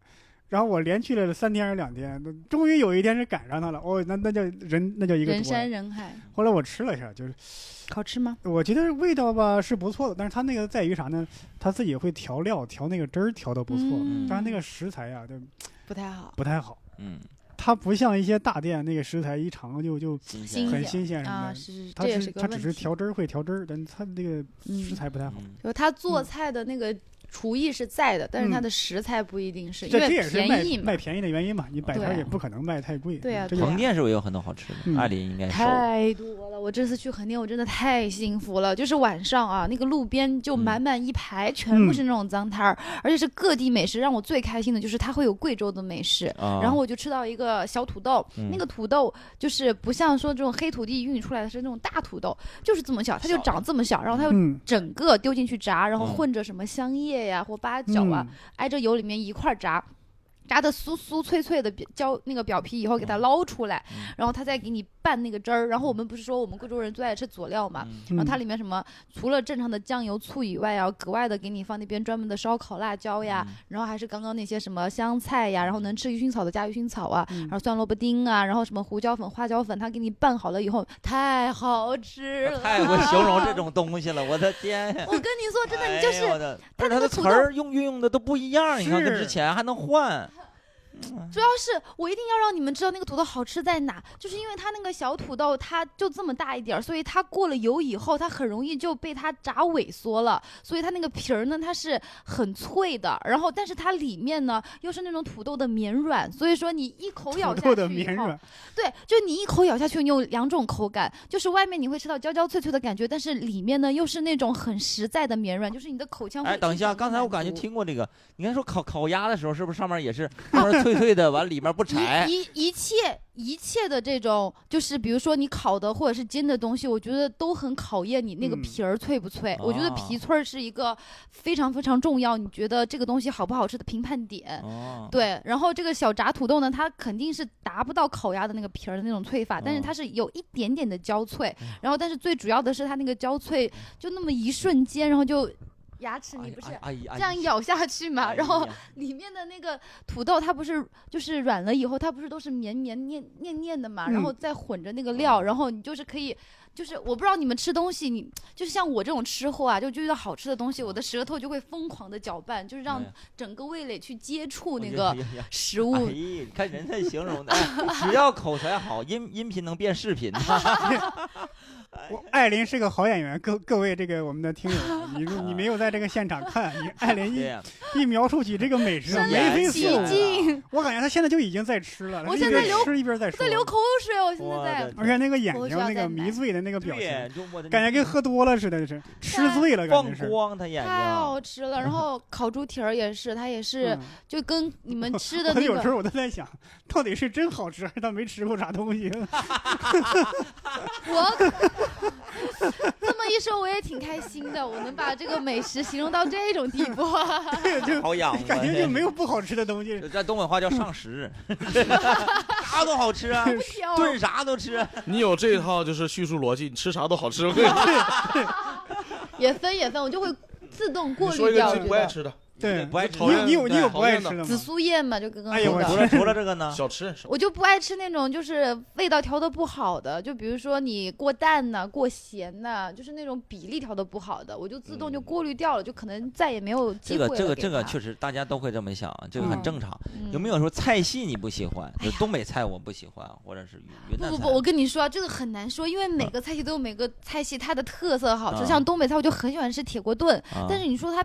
[SPEAKER 1] 然后我连去了三天还是两天，那终于有一天是赶上他了。哦，那那叫人，那叫一个
[SPEAKER 4] 人
[SPEAKER 1] 多呀
[SPEAKER 4] 山人海，
[SPEAKER 1] 后来我吃了一下，就是。
[SPEAKER 4] 好吃吗？
[SPEAKER 1] 我觉得味道吧是不错的，但是它那个在于啥呢？它自己会调料，调那个汁儿调的不错，
[SPEAKER 4] 嗯
[SPEAKER 1] 但是那个食材啊，就
[SPEAKER 4] 不太好。
[SPEAKER 1] 不太好。
[SPEAKER 2] 嗯，
[SPEAKER 1] 它不像一些大店那个食材一尝就就
[SPEAKER 2] 新
[SPEAKER 4] 新
[SPEAKER 2] 鲜
[SPEAKER 1] 很
[SPEAKER 4] 鲜
[SPEAKER 1] 新鲜什么的，
[SPEAKER 4] 啊，是是，
[SPEAKER 1] 嗯它
[SPEAKER 4] 这也
[SPEAKER 1] 只
[SPEAKER 4] 是个
[SPEAKER 1] 它
[SPEAKER 4] 问
[SPEAKER 1] 只
[SPEAKER 4] 题。
[SPEAKER 1] 是调汁儿会调汁儿，但它那个食
[SPEAKER 4] 嗯，
[SPEAKER 1] 材不太好。
[SPEAKER 2] 嗯
[SPEAKER 4] 就他做菜的那个厨艺是在的，但是他
[SPEAKER 1] 嗯
[SPEAKER 4] 的食材不一定是，因
[SPEAKER 1] 这这也
[SPEAKER 4] 为
[SPEAKER 1] 是卖
[SPEAKER 4] 便宜嘛
[SPEAKER 1] 卖。便宜的原因嘛，你摆摊儿
[SPEAKER 4] 对啊
[SPEAKER 1] 也不可能卖太贵。
[SPEAKER 4] 对啊
[SPEAKER 1] 这就
[SPEAKER 4] 对啊
[SPEAKER 2] 横店是不是也有很多好吃
[SPEAKER 1] 嗯
[SPEAKER 2] 的？艾琳应该熟。
[SPEAKER 4] 太多了！我这次去横店，我真的太幸福了。就是晚上啊，那个路边就
[SPEAKER 2] 嗯
[SPEAKER 4] 满满一排，全部
[SPEAKER 1] 嗯
[SPEAKER 4] 是那种脏摊儿，而且是各地美食。让我最开心的就是它会有贵州的美食，
[SPEAKER 2] 啊，
[SPEAKER 4] 然后我就吃到一个小土豆，
[SPEAKER 2] 嗯
[SPEAKER 4] 那个土豆就是不像说这种黑土地运出来的是那种大土豆，就是这么小，它就
[SPEAKER 2] 小的
[SPEAKER 4] 长这么小，然后它又
[SPEAKER 1] 嗯
[SPEAKER 4] 整个丢进去炸，然后
[SPEAKER 2] 嗯
[SPEAKER 4] 混着什么香叶呀、或八角啊，
[SPEAKER 1] 嗯，
[SPEAKER 4] 挨着油里面一块儿炸，炸的酥酥脆脆的表焦那个表皮以后给它捞出来，
[SPEAKER 2] 嗯
[SPEAKER 4] 然后它再给你拌那个汁儿。然后我们不是说我们贵州人最爱吃佐料嘛，
[SPEAKER 2] 嗯
[SPEAKER 4] 然后它
[SPEAKER 1] 它
[SPEAKER 4] 里面什么除了正常的酱油、醋以外啊，格外的给你放那边专门的烧烤辣椒哎呀，
[SPEAKER 2] 嗯
[SPEAKER 4] 然后还是刚刚那些什么香菜呀，然后能吃鱼腥草的加鱼腥草啊，
[SPEAKER 1] 嗯
[SPEAKER 4] 然后蒜萝卜丁啊，然后什么胡椒粉、花椒粉，它给你拌好了以后，太好吃
[SPEAKER 2] 嗯
[SPEAKER 4] 了，啊
[SPEAKER 2] 太会形容这。种东西了，我的天呀！
[SPEAKER 4] 我跟你说，真的，你
[SPEAKER 2] 哎
[SPEAKER 4] 就是
[SPEAKER 2] 呦我的
[SPEAKER 4] 它
[SPEAKER 2] 而且它
[SPEAKER 4] 那个
[SPEAKER 2] 的
[SPEAKER 4] 土
[SPEAKER 2] 词儿用运用的都不一样，你看跟
[SPEAKER 1] 是
[SPEAKER 2] 之前还能换，
[SPEAKER 4] 主要是我一定要让你们知道那个土豆好吃在哪，就是因为它那个小土豆它就这么大一点儿，所以它过了油以后，它很容易就被它炸萎缩了，所以它那个皮儿呢它是很脆的，然后但是它里面呢又是那种土豆的绵软，所以说你一口咬
[SPEAKER 1] 土
[SPEAKER 4] 下
[SPEAKER 1] 豆
[SPEAKER 4] 去
[SPEAKER 1] 的
[SPEAKER 4] 以
[SPEAKER 1] 绵
[SPEAKER 4] 后
[SPEAKER 1] 软，
[SPEAKER 4] 对，就你一口咬下去，你有两种口感，就是外面你会吃到焦焦脆脆的感觉，但是里面呢又是那种很实在的绵软，就是你的口腔会
[SPEAKER 2] 哎，等一
[SPEAKER 4] 非
[SPEAKER 2] 下，
[SPEAKER 4] 常
[SPEAKER 2] 刚才我
[SPEAKER 4] 满
[SPEAKER 2] 感觉
[SPEAKER 4] 足
[SPEAKER 2] 听过这个，你看说烤烤鸭的时候，是不是上面也是上面脆脆的，完里面不柴？
[SPEAKER 4] 一一一切一切的这种，就是比如说你烤的或者是煎的东西，我觉得都很考验你那个
[SPEAKER 1] 嗯
[SPEAKER 4] 皮儿脆不脆。我觉得
[SPEAKER 2] 哦
[SPEAKER 4] 皮脆儿是一个非常非常重要，你觉得这个东西好不好吃的评判点。
[SPEAKER 2] 哦，
[SPEAKER 4] 对，然后这个小炸土豆呢，它肯定是达不到烤鸭的那个皮儿的那种脆法，但是
[SPEAKER 2] 哦
[SPEAKER 4] 它是有一点点的焦脆
[SPEAKER 2] 嗯，
[SPEAKER 4] 然后但是最主要的是它那个焦脆就那么一瞬间，然后就牙齿你不是
[SPEAKER 2] 哎呀，
[SPEAKER 4] 这样咬下去嘛，
[SPEAKER 2] 哎
[SPEAKER 4] 然后
[SPEAKER 2] 呀
[SPEAKER 4] 里面的那个土豆，它不是就是软了以后，它不是都是绵绵黏黏黏的嘛，
[SPEAKER 1] 嗯
[SPEAKER 4] 然后再混着那个料，然后你就是可以，就是我不知道你们吃东西，你就是像我这种吃货啊，就就遇到好吃的东西，我的舌头就会疯狂的搅拌，就是让
[SPEAKER 2] 哎呀
[SPEAKER 4] 整个味蕾去接触那
[SPEAKER 2] 哎
[SPEAKER 4] 个
[SPEAKER 2] 呀哎呀
[SPEAKER 4] 食物
[SPEAKER 2] 哎。呀，你看人家形容的， 哎只要口才好，音音频能变视频呢。
[SPEAKER 1] 我艾琳是个好演员，各各位这个我们的听友， 你如你没有在这个现场看，你艾琳
[SPEAKER 2] 对啊
[SPEAKER 1] 一
[SPEAKER 2] 呀，
[SPEAKER 1] 一描述起这个美食，
[SPEAKER 4] 身
[SPEAKER 1] 眉飞
[SPEAKER 4] 临
[SPEAKER 1] 色
[SPEAKER 4] 其
[SPEAKER 1] 舞。
[SPEAKER 4] 境，
[SPEAKER 1] 我感觉他现在就已经在吃了，
[SPEAKER 4] 我
[SPEAKER 1] 他一
[SPEAKER 4] 现
[SPEAKER 1] 边
[SPEAKER 4] 在流
[SPEAKER 1] 吃一边在说，
[SPEAKER 4] 在流口水，我现
[SPEAKER 2] 我
[SPEAKER 4] 在在
[SPEAKER 2] 的。
[SPEAKER 1] 而且那个眼
[SPEAKER 4] 我
[SPEAKER 1] 睛
[SPEAKER 4] 需要
[SPEAKER 1] 那个
[SPEAKER 4] 再买
[SPEAKER 1] 迷醉的那个表情，
[SPEAKER 2] 对，就我的
[SPEAKER 1] 感觉跟喝多了似的，是吃
[SPEAKER 4] 啊
[SPEAKER 1] 醉了，感觉
[SPEAKER 2] 放
[SPEAKER 1] 是。
[SPEAKER 2] 光他眼
[SPEAKER 4] 太
[SPEAKER 2] 睛。
[SPEAKER 4] 好吃了，然后烤猪蹄儿也是，它也是
[SPEAKER 1] 嗯，
[SPEAKER 4] 就跟你们吃的
[SPEAKER 1] 我
[SPEAKER 4] 那
[SPEAKER 1] 有时
[SPEAKER 4] 个，
[SPEAKER 1] 候我都在想，到底是真好吃，还是他没吃过啥东 西？
[SPEAKER 4] 我 这么一说，我也挺开心的。我能把这个美食形容到这种地 步，
[SPEAKER 1] 对，就
[SPEAKER 2] 好养活，
[SPEAKER 1] 感觉就没有不好吃的东西。
[SPEAKER 2] 这。这东北话叫上食，啥都好吃 啊，
[SPEAKER 4] 挑
[SPEAKER 2] 炖啥都吃。
[SPEAKER 3] 你有这套就是叙述逻辑，你吃啥都好吃。我跟你
[SPEAKER 4] 也分也分，我就会自动过
[SPEAKER 3] 说
[SPEAKER 4] 滤
[SPEAKER 3] 一个
[SPEAKER 4] 掉。
[SPEAKER 3] 自
[SPEAKER 4] 我
[SPEAKER 3] 己
[SPEAKER 4] 觉
[SPEAKER 3] 不爱
[SPEAKER 4] 得
[SPEAKER 3] 吃的，
[SPEAKER 1] 对，
[SPEAKER 2] 不爱
[SPEAKER 3] 吃
[SPEAKER 1] 你有你有你有
[SPEAKER 3] 对
[SPEAKER 1] 不爱
[SPEAKER 3] 讨厌的
[SPEAKER 1] 吃的
[SPEAKER 4] 紫
[SPEAKER 1] 吗？
[SPEAKER 4] 苏叶嘛，就刚刚
[SPEAKER 1] 哎呦我
[SPEAKER 4] 说的
[SPEAKER 2] 除了除了这
[SPEAKER 4] 啊
[SPEAKER 2] 个呢，
[SPEAKER 3] 小吃很少。
[SPEAKER 4] 我就不爱吃那种就是味道调的不好的，就比如说你过淡呐、过咸呐、就是那种比例调的不好的，我就自动就
[SPEAKER 3] 嗯
[SPEAKER 4] 过滤掉了，就可能再也没有机
[SPEAKER 2] 这个
[SPEAKER 4] 会了
[SPEAKER 2] 这个
[SPEAKER 4] 给
[SPEAKER 2] 这个
[SPEAKER 4] 它
[SPEAKER 2] 确实大家都会这么想，这个
[SPEAKER 4] 嗯
[SPEAKER 2] 很正常。
[SPEAKER 4] 嗯
[SPEAKER 2] 有没有说菜系你不喜欢？
[SPEAKER 4] 哎
[SPEAKER 2] 就
[SPEAKER 4] 呀
[SPEAKER 2] 东北菜我不喜欢，或者是云云
[SPEAKER 4] 不
[SPEAKER 2] 南
[SPEAKER 4] 不
[SPEAKER 2] 菜
[SPEAKER 4] 不，我跟你说啊，这个很难说，因为每个菜系都有每个菜系它的特色好吃。
[SPEAKER 2] 啊
[SPEAKER 4] 像东北菜，我就很喜欢吃铁锅炖，
[SPEAKER 2] 啊
[SPEAKER 4] 但是你说它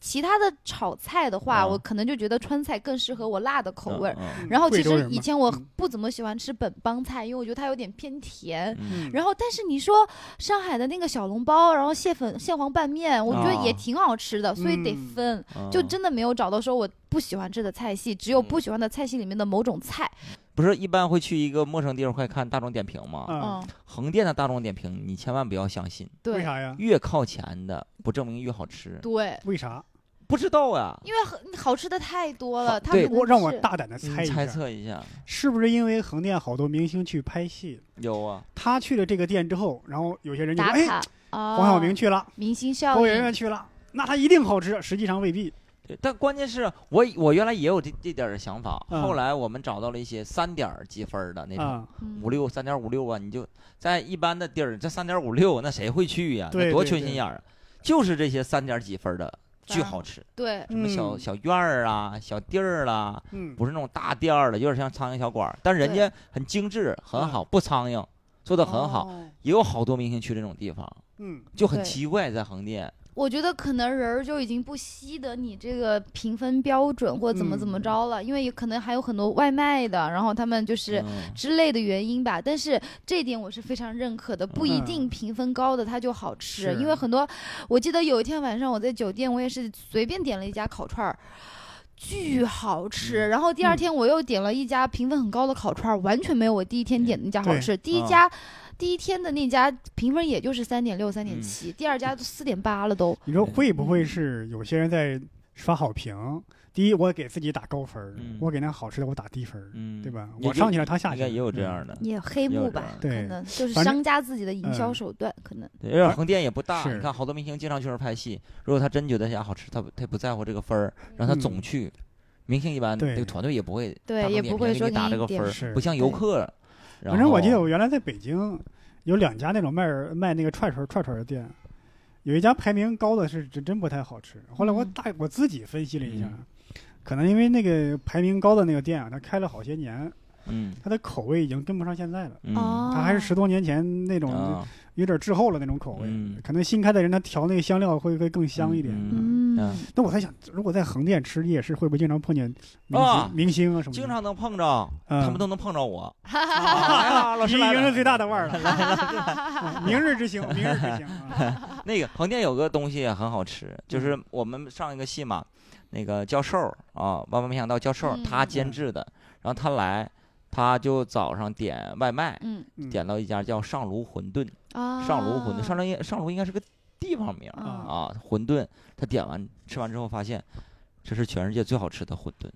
[SPEAKER 4] 其他的炒菜的话，
[SPEAKER 2] 啊
[SPEAKER 4] 我可能就觉得川菜更适合我辣的口味儿。
[SPEAKER 2] 嗯嗯
[SPEAKER 4] 然后
[SPEAKER 1] 贵
[SPEAKER 4] 其
[SPEAKER 1] 州人
[SPEAKER 4] 实
[SPEAKER 1] 嘛
[SPEAKER 4] 以前我
[SPEAKER 1] 嗯
[SPEAKER 4] 不怎么喜欢吃本帮菜，因为我觉得它有点偏甜。
[SPEAKER 2] 嗯
[SPEAKER 1] 嗯
[SPEAKER 4] 然后，但是你说上海的那个小笼包，然后蟹粉、蟹黄拌面，我觉得也
[SPEAKER 2] 啊
[SPEAKER 4] 挺好吃的，所以得
[SPEAKER 1] 嗯
[SPEAKER 4] 分。
[SPEAKER 2] 嗯
[SPEAKER 4] 就真的没有找到说我不喜欢吃的菜系，只有
[SPEAKER 3] 嗯
[SPEAKER 4] 不喜欢的菜系里面的某种菜。
[SPEAKER 2] 不是一般会去一个陌生地方会看大众点评吗？
[SPEAKER 1] 啊，
[SPEAKER 4] 嗯，
[SPEAKER 2] 横店的大众点评你千万不要相信，
[SPEAKER 1] 为
[SPEAKER 4] 对
[SPEAKER 1] 啥呀？
[SPEAKER 2] 越靠前的不证明越好吃，
[SPEAKER 4] 对，
[SPEAKER 1] 为啥？
[SPEAKER 2] 不知道啊，
[SPEAKER 4] 因为很好吃的太多了，
[SPEAKER 2] 好
[SPEAKER 4] 他
[SPEAKER 2] 对
[SPEAKER 4] 们
[SPEAKER 1] 我让我大胆的
[SPEAKER 2] 你
[SPEAKER 1] 猜一
[SPEAKER 2] 嗯猜
[SPEAKER 1] 下，
[SPEAKER 2] 测一下，
[SPEAKER 1] 是不是因为横店好多明星去拍戏，
[SPEAKER 2] 有啊，
[SPEAKER 1] 他去了这个店之后，然后有些人就说
[SPEAKER 4] 打
[SPEAKER 1] 哎
[SPEAKER 4] 卡，啊，
[SPEAKER 1] 黄晓明去了，
[SPEAKER 4] 明星效
[SPEAKER 1] 郭
[SPEAKER 4] 应，
[SPEAKER 1] 圆圆去了，那他一定好吃，实际上未必。
[SPEAKER 2] 对，但关键是我我原来也有这这点儿的想法，
[SPEAKER 1] 嗯
[SPEAKER 2] 后来我们找到了一些三点儿积分儿的那种。
[SPEAKER 1] 啊，
[SPEAKER 4] 嗯
[SPEAKER 2] 五六三点五六啊，你就在一般的地儿，这三点五六那谁会去呀、
[SPEAKER 1] 对
[SPEAKER 2] 那多
[SPEAKER 1] 对
[SPEAKER 2] 缺
[SPEAKER 1] 对
[SPEAKER 2] 心眼儿啊！就是这些三点几分的巨
[SPEAKER 4] 啊
[SPEAKER 2] 好吃，
[SPEAKER 4] 对，
[SPEAKER 2] 什么小
[SPEAKER 1] 嗯
[SPEAKER 2] 小院儿啊、小地儿啦，
[SPEAKER 1] 嗯，
[SPEAKER 2] 不是那种大店儿的，有点像苍蝇小馆儿，但人
[SPEAKER 4] 对
[SPEAKER 2] 家很精致，很
[SPEAKER 1] 嗯
[SPEAKER 2] 好，不苍蝇，做的很好，
[SPEAKER 5] 哦
[SPEAKER 2] 也有好多明星去这种地方，
[SPEAKER 1] 嗯，
[SPEAKER 2] 就很
[SPEAKER 4] 对
[SPEAKER 2] 奇怪，在横店。
[SPEAKER 4] 我觉得可能人儿就已经不惜得你这个评分标准或怎么怎么
[SPEAKER 1] 嗯
[SPEAKER 4] 着了，因为也可能还有很多外卖的，然后他们就是。
[SPEAKER 2] 嗯
[SPEAKER 4] 之类的原因吧，但是这一点我是非常认可的，不一定评分高的它就好吃，
[SPEAKER 1] 嗯是
[SPEAKER 4] 因为很多，我记得有一天晚上我在酒店，我也是随便点了一家烤串儿。巨好
[SPEAKER 1] 嗯
[SPEAKER 4] 吃，然后第二天我又点了一家评分很高的烤串儿，完全没有我第一天点的那家好吃。
[SPEAKER 1] 嗯
[SPEAKER 4] 第一家，第一天的那家评分也就是三点六、三
[SPEAKER 1] 嗯
[SPEAKER 4] 点七，第二家都四点八了都。
[SPEAKER 1] 你说会不会是有些人在刷好评？第一，我给自己打高分儿
[SPEAKER 2] 嗯，
[SPEAKER 1] 我给那好吃的我打低分儿，
[SPEAKER 2] 嗯，
[SPEAKER 1] 对吧？
[SPEAKER 2] 也
[SPEAKER 1] 我
[SPEAKER 2] 就
[SPEAKER 1] 上去了，他下
[SPEAKER 2] 应
[SPEAKER 1] 去
[SPEAKER 2] 该
[SPEAKER 1] 了，
[SPEAKER 2] 也有这
[SPEAKER 1] 嗯
[SPEAKER 2] 样的，
[SPEAKER 4] 也黑
[SPEAKER 2] 也有
[SPEAKER 4] 幕
[SPEAKER 2] 这
[SPEAKER 4] 吧
[SPEAKER 2] 样，
[SPEAKER 4] 可
[SPEAKER 1] 对
[SPEAKER 4] 能就是
[SPEAKER 1] 反正
[SPEAKER 4] 商家自己的营销
[SPEAKER 1] 嗯
[SPEAKER 4] 手段，可能
[SPEAKER 2] 对，而且
[SPEAKER 1] 而
[SPEAKER 2] 横店也不大，
[SPEAKER 1] 是
[SPEAKER 2] 你看好多明星经常去那儿拍戏。如果他真觉得哎呀好吃，他不他也不在乎这个分儿，然后他总
[SPEAKER 1] 嗯
[SPEAKER 2] 去。明星一般
[SPEAKER 1] 对
[SPEAKER 2] 这个团队也不会
[SPEAKER 4] 对
[SPEAKER 2] 大众
[SPEAKER 4] 也
[SPEAKER 2] 点评
[SPEAKER 4] 不会
[SPEAKER 2] 给
[SPEAKER 4] 说
[SPEAKER 2] 你打
[SPEAKER 4] 给
[SPEAKER 2] 这
[SPEAKER 4] 你
[SPEAKER 2] 个分
[SPEAKER 4] 点
[SPEAKER 2] 儿，
[SPEAKER 1] 是
[SPEAKER 2] 不像游
[SPEAKER 4] 对
[SPEAKER 2] 客。然
[SPEAKER 1] 反正我记得
[SPEAKER 2] 后
[SPEAKER 1] 我原来在北京有两家那种卖儿卖那个串串串串的店，有一家排名高的是真真不太好吃。后来我
[SPEAKER 4] 嗯
[SPEAKER 1] 大我自己分析了一下，
[SPEAKER 2] 嗯
[SPEAKER 1] 可能因为那个排名高的那个店啊，它开了好些年，
[SPEAKER 2] 嗯
[SPEAKER 1] 它的口味已经跟不上现在了。
[SPEAKER 2] 嗯
[SPEAKER 4] 哦，
[SPEAKER 1] 它还是十多年前那种
[SPEAKER 2] 啊
[SPEAKER 1] 有点滞后了那种口味，
[SPEAKER 2] 嗯
[SPEAKER 1] 可能新开的人他调那个香料会会更香一点。
[SPEAKER 2] 嗯
[SPEAKER 4] 嗯
[SPEAKER 2] 嗯，
[SPEAKER 1] 那我在想，如果在横店吃夜市，会不会经常碰见明星、
[SPEAKER 2] 啊
[SPEAKER 1] 明星啊什么的？
[SPEAKER 2] 经常能碰着，
[SPEAKER 1] 嗯
[SPEAKER 2] 他们都能碰着 我。
[SPEAKER 1] 啊，
[SPEAKER 2] 来了，老
[SPEAKER 1] 你
[SPEAKER 2] 师
[SPEAKER 1] 已
[SPEAKER 2] 来
[SPEAKER 1] 经
[SPEAKER 2] 了
[SPEAKER 1] 是最大的腕儿了。 啊明日之星，明日之星。啊
[SPEAKER 2] 那个横店有个东西也很好吃，就是
[SPEAKER 4] 嗯
[SPEAKER 2] 我们上一个戏嘛，那个教授啊，万万没想到教授
[SPEAKER 4] 嗯
[SPEAKER 2] 他监制的，然后他来，他就早上点外卖，
[SPEAKER 4] 嗯
[SPEAKER 1] 嗯
[SPEAKER 2] 点到一家叫上炉馄饨，
[SPEAKER 4] 啊，
[SPEAKER 2] 上炉馄饨，上炉上炉应该是个地方名儿
[SPEAKER 4] 啊
[SPEAKER 2] 啊，馄饨。他点完吃完之后发现，这是全世界最好吃的馄饨。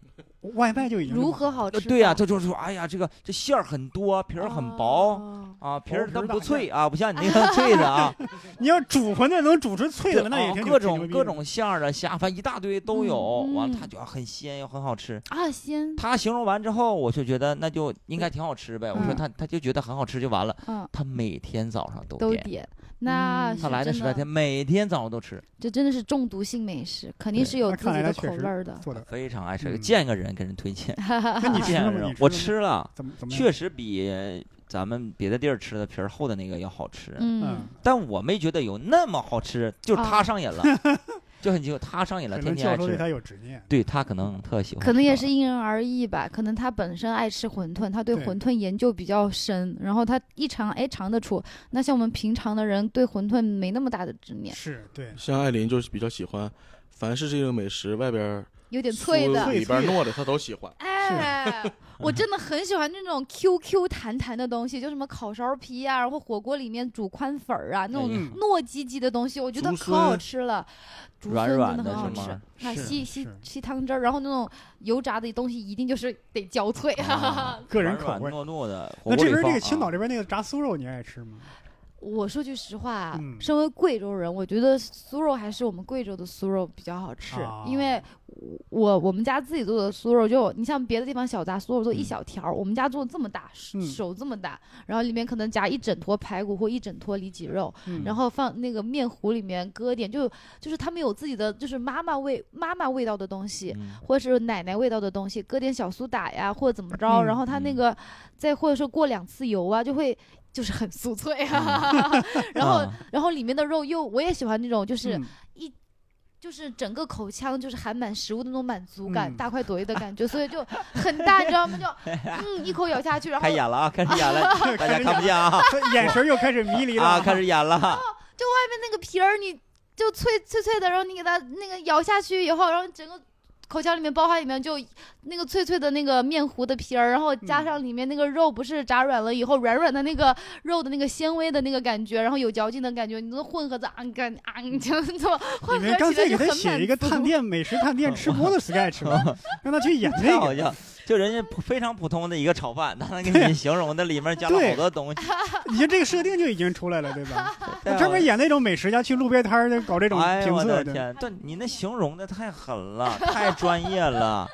[SPEAKER 1] 外卖就已经
[SPEAKER 4] 如何好
[SPEAKER 2] 呃
[SPEAKER 4] 吃？
[SPEAKER 2] 对呀、他就是说，哎呀，这个这馅儿很多，皮
[SPEAKER 4] 皮
[SPEAKER 2] 儿很
[SPEAKER 4] 哦
[SPEAKER 2] 薄。
[SPEAKER 5] 哦
[SPEAKER 2] 啊，皮儿
[SPEAKER 1] 薄皮儿
[SPEAKER 2] 但
[SPEAKER 1] 大
[SPEAKER 2] 不
[SPEAKER 1] 馅
[SPEAKER 2] 脆啊，不像你那 个脆的啊，
[SPEAKER 1] 你要煮馄饨能煮出 脆
[SPEAKER 2] 对
[SPEAKER 1] 的了，那也
[SPEAKER 2] 啊
[SPEAKER 1] 挺
[SPEAKER 2] 各种各。种馅儿的啊虾，反正一大堆都有。
[SPEAKER 4] 嗯
[SPEAKER 2] 完了，
[SPEAKER 4] 嗯
[SPEAKER 2] 他觉得很鲜又很好吃。
[SPEAKER 4] 啊，鲜，
[SPEAKER 2] 他形容完之后，我就觉得那就应该挺好吃呗。我说
[SPEAKER 4] 嗯
[SPEAKER 2] 他他就觉得很好吃就完了。
[SPEAKER 4] 嗯，
[SPEAKER 2] 他每天早上都
[SPEAKER 4] 都
[SPEAKER 2] 点，
[SPEAKER 4] 点。那
[SPEAKER 5] 嗯
[SPEAKER 4] 是
[SPEAKER 2] 他来的
[SPEAKER 4] 真
[SPEAKER 2] 十来天，每天早上都吃。挺
[SPEAKER 4] 这真的是中毒性美食，肯定
[SPEAKER 2] 对
[SPEAKER 4] 是有
[SPEAKER 1] 那
[SPEAKER 4] 自
[SPEAKER 1] 看来
[SPEAKER 4] 己
[SPEAKER 1] 他
[SPEAKER 4] 的
[SPEAKER 1] 确
[SPEAKER 4] 口
[SPEAKER 1] 实
[SPEAKER 4] 味儿的。
[SPEAKER 1] 做 的，
[SPEAKER 2] 非常爱吃，
[SPEAKER 1] 嗯
[SPEAKER 2] 见个人给人推荐。
[SPEAKER 1] 那你吃
[SPEAKER 2] 见
[SPEAKER 1] 了
[SPEAKER 2] 个
[SPEAKER 1] 吗？
[SPEAKER 2] 人
[SPEAKER 1] 你，
[SPEAKER 2] 我
[SPEAKER 1] 吃了吗，
[SPEAKER 2] 吃了，
[SPEAKER 1] 怎么怎么样？
[SPEAKER 2] 确实比咱们别的地儿吃的皮儿厚的那个要好吃，
[SPEAKER 4] 嗯
[SPEAKER 1] 嗯，，
[SPEAKER 2] 但我没觉得有那么好吃，就是他
[SPEAKER 4] 啊
[SPEAKER 2] 上 瘾了，就很奇怪，他上瘾了，
[SPEAKER 1] 可
[SPEAKER 2] 天
[SPEAKER 1] 能
[SPEAKER 2] 天
[SPEAKER 1] 教
[SPEAKER 2] 爱
[SPEAKER 1] 授对
[SPEAKER 2] 吃。
[SPEAKER 1] 他有执念。
[SPEAKER 2] 对他可能特喜欢吃吧，
[SPEAKER 4] 可能也是因人而异吧。可能他本身爱吃馄饨，他对
[SPEAKER 1] 对
[SPEAKER 4] 馄饨研究比较深，然后他一尝哎尝得出。那像我们平常的人对馄饨没那么大的执念，
[SPEAKER 1] 是对，
[SPEAKER 3] 像艾琳就是比较喜欢，凡是这个美食外边儿
[SPEAKER 4] 有点脆
[SPEAKER 3] 酥
[SPEAKER 4] 的。
[SPEAKER 1] 脆
[SPEAKER 3] 里边儿糯的，她都喜欢。
[SPEAKER 4] 哎， 我真的很喜欢那种 QQ 弹弹的东西，就什么烤苕皮啊，然后火锅里面煮宽粉儿啊，那种
[SPEAKER 2] 哎呀
[SPEAKER 1] 嗯
[SPEAKER 4] 糯叽叽的东西，我觉得
[SPEAKER 3] 竹
[SPEAKER 4] 可好
[SPEAKER 3] 荪
[SPEAKER 4] 吃了。竹
[SPEAKER 2] 软
[SPEAKER 4] 荪
[SPEAKER 2] 软
[SPEAKER 4] 真的
[SPEAKER 2] 的
[SPEAKER 4] 很好
[SPEAKER 2] 是
[SPEAKER 4] 吃
[SPEAKER 2] 吗，
[SPEAKER 4] 那
[SPEAKER 1] 是
[SPEAKER 4] 吸吸
[SPEAKER 1] 是
[SPEAKER 4] 吸汤汁儿，然后那种油炸的东西一定就是得焦脆。
[SPEAKER 2] 啊
[SPEAKER 1] 哎个人
[SPEAKER 2] 软
[SPEAKER 1] 口味
[SPEAKER 2] 软糯糯的。火
[SPEAKER 1] 那
[SPEAKER 2] 锅
[SPEAKER 1] 这边这
[SPEAKER 2] 里放
[SPEAKER 1] 个青
[SPEAKER 2] 啊
[SPEAKER 1] 岛这边那个炸酥肉，你爱吃吗？
[SPEAKER 4] 我说句实话，
[SPEAKER 1] 嗯
[SPEAKER 4] 身为贵州人，我觉得酥肉还是我们贵州的酥肉比较好吃，
[SPEAKER 1] 啊
[SPEAKER 4] 因为我我们家自己做的酥肉就，你像别的地方小炸酥肉都一小条儿，我们家做的这么大，手
[SPEAKER 1] 嗯
[SPEAKER 4] 手这么大，然后里面可能夹一整坨排骨或一整坨里脊肉，
[SPEAKER 1] 嗯
[SPEAKER 4] 然后放那个面糊里面搁一点，就就是他们有自己的就是妈妈味妈妈味道的东西，
[SPEAKER 2] 嗯
[SPEAKER 4] 或是奶奶味道的东西，搁点小苏打呀，或者怎么着，
[SPEAKER 1] 嗯
[SPEAKER 4] 然后它那
[SPEAKER 2] 嗯
[SPEAKER 4] 个再或者说过两次油啊，就会就是很酥脆啊。 然后、
[SPEAKER 2] 啊
[SPEAKER 4] 然后里面的肉又我也喜欢那种 就是、
[SPEAKER 1] 嗯
[SPEAKER 4] 就是整个口腔就是含满食物的那种满足感，
[SPEAKER 1] 嗯
[SPEAKER 4] 大快朵颐的感觉，所以就很大，你知道吗？ 就嗯一口咬下去，然后
[SPEAKER 2] 开眼了啊，开始演了，大家看不见啊
[SPEAKER 1] 这眼神又开始迷离了
[SPEAKER 2] 啊，开始演了，
[SPEAKER 4] 那个皮儿你就脆脆脆的，然后你给它那个咬下去以后，然后整个口腔里面包含里面就那个脆脆的那个面糊的皮儿，然后
[SPEAKER 1] 嗯
[SPEAKER 4] 加上里面那个肉不是炸软了以后软软的那个肉的那个纤维的那个感觉，然后有嚼劲的感觉，你都混合着啊感啊，你这样怎么
[SPEAKER 1] 你
[SPEAKER 4] 混合
[SPEAKER 1] 们干
[SPEAKER 4] 起来
[SPEAKER 1] 脆给
[SPEAKER 4] 就很
[SPEAKER 1] 他
[SPEAKER 4] 满
[SPEAKER 1] 写一个
[SPEAKER 4] 足
[SPEAKER 1] 探店美食探店吃播的 sketch 吧，让他去演这
[SPEAKER 2] 太哦好
[SPEAKER 1] 个。
[SPEAKER 2] 笑。就人家普非常普通的一个炒饭，他能给你形容的里面加了
[SPEAKER 1] 对
[SPEAKER 2] 好多东西，
[SPEAKER 1] 你就这个设定就已经出来了，对 吧？
[SPEAKER 2] 对啊
[SPEAKER 1] 专门演那种美食家去路边摊儿的搞这种
[SPEAKER 2] 哎呦
[SPEAKER 1] 评
[SPEAKER 2] 我
[SPEAKER 1] 测
[SPEAKER 2] 的
[SPEAKER 1] 的。
[SPEAKER 2] 天，但你那形容的太狠了，太专业了。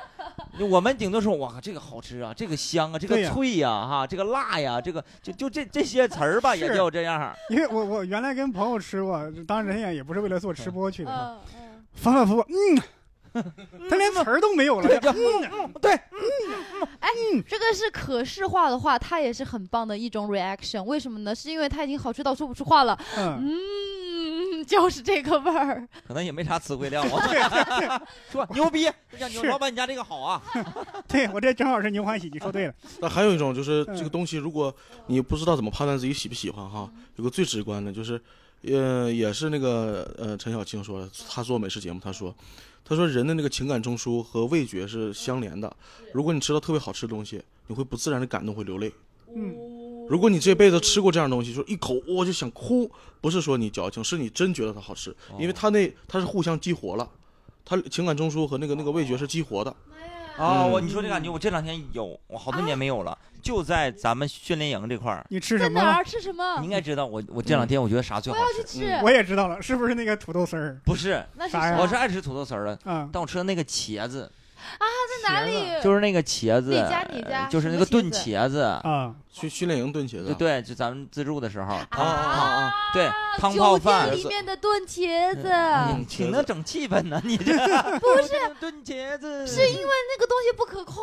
[SPEAKER 2] 我们顶多说哇，这个好吃啊，这个香啊，这
[SPEAKER 1] 对
[SPEAKER 2] 个
[SPEAKER 1] 呀
[SPEAKER 2] 脆呀、哈，这个辣呀，这个就就这这些词儿吧，也
[SPEAKER 1] 是
[SPEAKER 2] 就这样。
[SPEAKER 1] 因为我我原来跟朋友吃过，当然人家也不是为了做吃播去的，
[SPEAKER 4] 嗯嗯，
[SPEAKER 1] 反反复复， 嗯，他连词儿都没有了。
[SPEAKER 2] 对就
[SPEAKER 1] 嗯，
[SPEAKER 4] 这个是可视化的话，它也是很棒的一种 reaction。为什么呢？是因为它已经好吃到说不出话了。
[SPEAKER 1] 嗯，
[SPEAKER 4] 嗯， 就是这个味儿。
[SPEAKER 2] 可能也没啥词汇量。我 说牛逼，就像牛
[SPEAKER 1] 是
[SPEAKER 2] 老板你家这个好啊，
[SPEAKER 1] 对我这正好是牛欢喜，你说对了。
[SPEAKER 3] 那还有一种就是这
[SPEAKER 1] 嗯
[SPEAKER 3] 个东西，如果你不知道怎么判断自己喜不喜欢哈，有个最直观的就是，呃，也是那个呃陈小青说的，他做美食节目，他说，他说人的那个情感中枢和味觉是相连的，如果你吃到特别好吃的东西，你会不自然的感动，会流泪。
[SPEAKER 1] 嗯，
[SPEAKER 3] 如果你这辈子吃过这样的东西，就是一口我就想哭，不是说你矫情，是你真觉得它好吃，
[SPEAKER 2] 哦
[SPEAKER 3] 因为它那它是互相激活了，它情感中枢和那个那
[SPEAKER 2] 哦
[SPEAKER 3] 个味觉是激活的。
[SPEAKER 1] 哦
[SPEAKER 2] 啊，
[SPEAKER 3] 嗯
[SPEAKER 2] 我你说这感觉，我这两天有，我好多年没有了，就在咱们训练营这块儿，
[SPEAKER 1] 你吃
[SPEAKER 4] 在
[SPEAKER 1] 什么
[SPEAKER 4] 哪
[SPEAKER 1] 了？
[SPEAKER 4] 儿吃什么？
[SPEAKER 2] 你应该知道我我这两天嗯我觉得啥最好吃，
[SPEAKER 4] 去吃。
[SPEAKER 3] 嗯
[SPEAKER 1] 我也知道了，是不是那个土豆丝儿？
[SPEAKER 2] 不是，
[SPEAKER 4] 那是
[SPEAKER 1] 啥呀
[SPEAKER 4] 啥？
[SPEAKER 2] 我是爱吃土豆丝儿的，
[SPEAKER 1] 啊，
[SPEAKER 2] 但我吃的那个茄子，
[SPEAKER 4] 在
[SPEAKER 1] 茄
[SPEAKER 4] 哪
[SPEAKER 1] 子
[SPEAKER 4] 里？
[SPEAKER 2] 就是那个茄子，
[SPEAKER 4] 哪家哪家
[SPEAKER 2] 就是
[SPEAKER 4] 什
[SPEAKER 2] 那个
[SPEAKER 4] 么茄
[SPEAKER 2] 炖
[SPEAKER 4] 子
[SPEAKER 2] 茄子，
[SPEAKER 1] 啊，
[SPEAKER 3] 去训练营炖茄
[SPEAKER 2] 对
[SPEAKER 3] 子，
[SPEAKER 2] 对，就咱们自助的时候，
[SPEAKER 3] 啊啊啊啊！
[SPEAKER 2] 对汤泡
[SPEAKER 4] 酒
[SPEAKER 2] 饭
[SPEAKER 4] 店，里面的炖茄子，
[SPEAKER 2] 哎
[SPEAKER 3] 嗯
[SPEAKER 2] 挺能整气氛呢。你 这
[SPEAKER 4] 不是
[SPEAKER 2] 炖茄子，
[SPEAKER 4] 是因为那个东西不可控，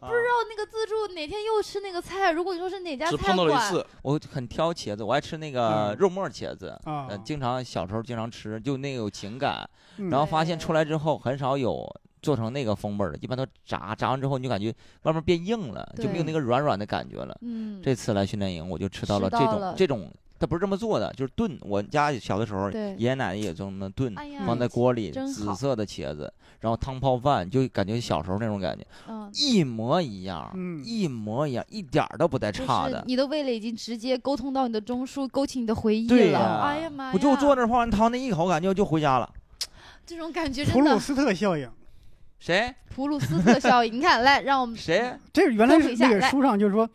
[SPEAKER 2] 啊
[SPEAKER 4] 不知道那个自助哪天又吃那个菜。如果你说是哪家
[SPEAKER 3] 只
[SPEAKER 4] 菜
[SPEAKER 3] 碰到了一
[SPEAKER 4] 馆，
[SPEAKER 3] 次，
[SPEAKER 2] 我很挑茄子，我爱吃那个
[SPEAKER 1] 嗯
[SPEAKER 2] 肉末茄子。
[SPEAKER 1] 啊
[SPEAKER 2] 呃，，经常小时候经常吃，就那个有情感，
[SPEAKER 1] 嗯
[SPEAKER 2] 然后发现出来之后很少有做成那个风味儿的，一般都炸，炸完之后你就感觉外面变硬了，就没有那
[SPEAKER 4] 对
[SPEAKER 2] 个软软的感觉了。
[SPEAKER 4] 嗯，
[SPEAKER 2] 这次来训练营，我就吃到了
[SPEAKER 4] 吃
[SPEAKER 2] 这
[SPEAKER 4] 到
[SPEAKER 2] 种
[SPEAKER 4] 了
[SPEAKER 2] 这种，它不是这么做的，就是炖。我家小的时候，
[SPEAKER 4] 对
[SPEAKER 2] 爷爷奶奶也这么炖，
[SPEAKER 4] 哎呀
[SPEAKER 2] 放在锅里，
[SPEAKER 4] 真
[SPEAKER 2] 紫
[SPEAKER 4] 好
[SPEAKER 2] 色的茄子，然后汤泡饭，就感觉小时候那种感觉
[SPEAKER 4] 嗯，
[SPEAKER 2] 一模一样，
[SPEAKER 1] 嗯
[SPEAKER 2] 一模一样，一点儿都不带
[SPEAKER 4] 就
[SPEAKER 2] 差
[SPEAKER 4] 是
[SPEAKER 2] 的。
[SPEAKER 4] 你的味蕾已经直接沟通到你的中枢，勾起你的回忆
[SPEAKER 2] 对
[SPEAKER 4] 了。
[SPEAKER 2] 呀
[SPEAKER 4] 哎呀妈呀！
[SPEAKER 2] 我就坐那儿泡完汤那一口，感觉我就回家了。
[SPEAKER 4] 这种感觉
[SPEAKER 1] 普
[SPEAKER 4] 真
[SPEAKER 1] 鲁
[SPEAKER 4] 的
[SPEAKER 1] 斯特效应，
[SPEAKER 2] 谁
[SPEAKER 4] 普鲁斯特效应。你看，来让我们
[SPEAKER 2] 谁？
[SPEAKER 1] 这原来
[SPEAKER 4] 科普
[SPEAKER 1] 是
[SPEAKER 4] 一下
[SPEAKER 1] 那个
[SPEAKER 4] 来
[SPEAKER 1] 书上就是说，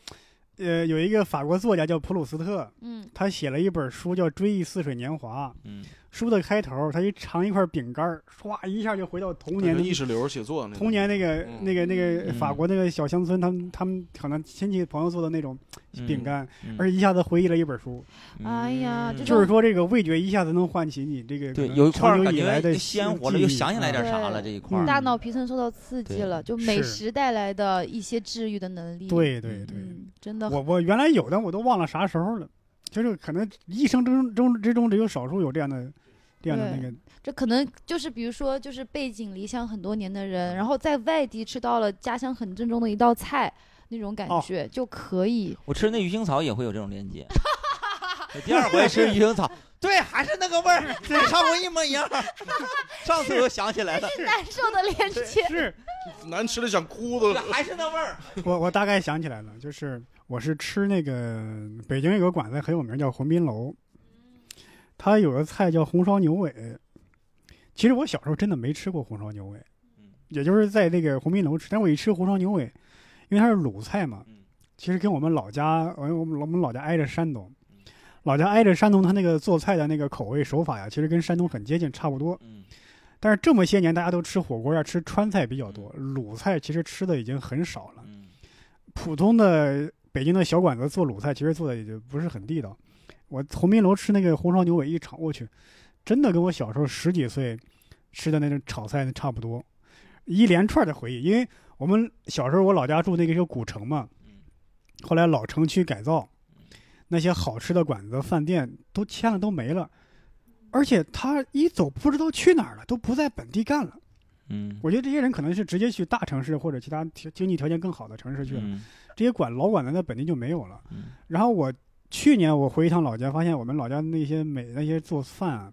[SPEAKER 1] 呃，有一个法国作家叫普鲁斯特，
[SPEAKER 4] 嗯
[SPEAKER 1] 他写了一本书叫《追忆似水年华》。
[SPEAKER 2] 嗯，
[SPEAKER 1] 书的开头，他一尝一块饼干儿，唰一下就回到童年
[SPEAKER 3] 那
[SPEAKER 1] 的
[SPEAKER 3] 是意识流写作那个
[SPEAKER 1] 童年那个、
[SPEAKER 3] 嗯
[SPEAKER 1] 那个那个
[SPEAKER 2] 嗯
[SPEAKER 1] 法国那个小乡村，他们他们可能亲戚朋友做的那种
[SPEAKER 2] 嗯
[SPEAKER 1] 饼干，
[SPEAKER 2] 嗯
[SPEAKER 1] 而一下子回忆了一本书，
[SPEAKER 4] 哎呀
[SPEAKER 2] 嗯
[SPEAKER 4] 这种
[SPEAKER 1] 就是说这个味觉一下子能唤起你这个
[SPEAKER 2] 对
[SPEAKER 1] 可，能
[SPEAKER 2] 有一块儿
[SPEAKER 1] 长久
[SPEAKER 2] 感
[SPEAKER 1] 以来
[SPEAKER 2] 觉
[SPEAKER 1] 的
[SPEAKER 2] 又鲜活了，
[SPEAKER 1] 记忆
[SPEAKER 2] 又想起来点
[SPEAKER 1] 啊
[SPEAKER 2] 啥了。
[SPEAKER 4] 对
[SPEAKER 2] 这一块儿，
[SPEAKER 4] 大脑皮层受到刺激
[SPEAKER 2] 对
[SPEAKER 4] 了，就美
[SPEAKER 1] 是
[SPEAKER 4] 食带来的一些治愈的能力。，
[SPEAKER 1] 对对对，
[SPEAKER 4] 嗯，真的
[SPEAKER 1] 我我原来有，但我都忘了啥时候了，就是可能一生之中之中只有少数有这样的这样的那
[SPEAKER 4] 对
[SPEAKER 1] 个，
[SPEAKER 4] 这可能就是，比如说，就是背井离乡很多年的
[SPEAKER 2] 嗯
[SPEAKER 4] 人，然后在外地吃到了家乡很正宗的一道菜，那种感
[SPEAKER 1] 哦
[SPEAKER 4] 觉就可以。
[SPEAKER 2] 我吃那鱼腥草也会有这种 连接。我第二回吃鱼腥草，对，还是那个味儿，跟上回一 模一样。上次我想起来了，
[SPEAKER 4] 难受的连接，
[SPEAKER 1] 是
[SPEAKER 3] 难吃的想哭都。
[SPEAKER 2] 还是那味儿。
[SPEAKER 1] 我我大概想起来了，就是我是吃那个北京有个馆子很有名叫鸿宾楼，它有个菜叫红烧牛尾。其实我小时候真的没吃过红烧牛尾
[SPEAKER 2] 嗯，
[SPEAKER 1] 也就是在那个鸿宾楼吃。但我一吃红烧牛尾，因为它是鲁菜嘛
[SPEAKER 2] 嗯，
[SPEAKER 1] 其实跟我们老家，我我们我们老家挨着山东
[SPEAKER 2] 嗯，
[SPEAKER 1] 老家挨着山东，它那个做菜的那个口味手法呀，其实跟山东很接近，差不多。
[SPEAKER 2] 嗯，
[SPEAKER 1] 但是这么些年，大家都吃火锅呀，吃川菜比较多，鲁菜其实吃的已经很少了。
[SPEAKER 2] 嗯
[SPEAKER 1] 普通的北京的小馆子做鲁菜，其实做的也就不是很地道。我鸿宾楼吃那个红烧牛尾一尝过去，真的跟我小时候十几岁吃的那种炒菜差不多，一连串的回忆。因为我们小时候我老家住那个一个古城嘛
[SPEAKER 2] 嗯，
[SPEAKER 1] 后来老城区改造
[SPEAKER 2] 嗯，
[SPEAKER 1] 那些好吃的馆子、饭店都迁了，都没了。而且他一走不知道去哪儿了，都不在本地干了。
[SPEAKER 2] 嗯，
[SPEAKER 1] 我觉得这些人可能是直接去大城市或者其他条经济条件更好的城市去了。
[SPEAKER 2] 嗯
[SPEAKER 1] 这些馆老馆子在本地就没有了。
[SPEAKER 2] 嗯
[SPEAKER 1] 然后我去年我回一趟老家，发现我们老家那些美那些做饭啊，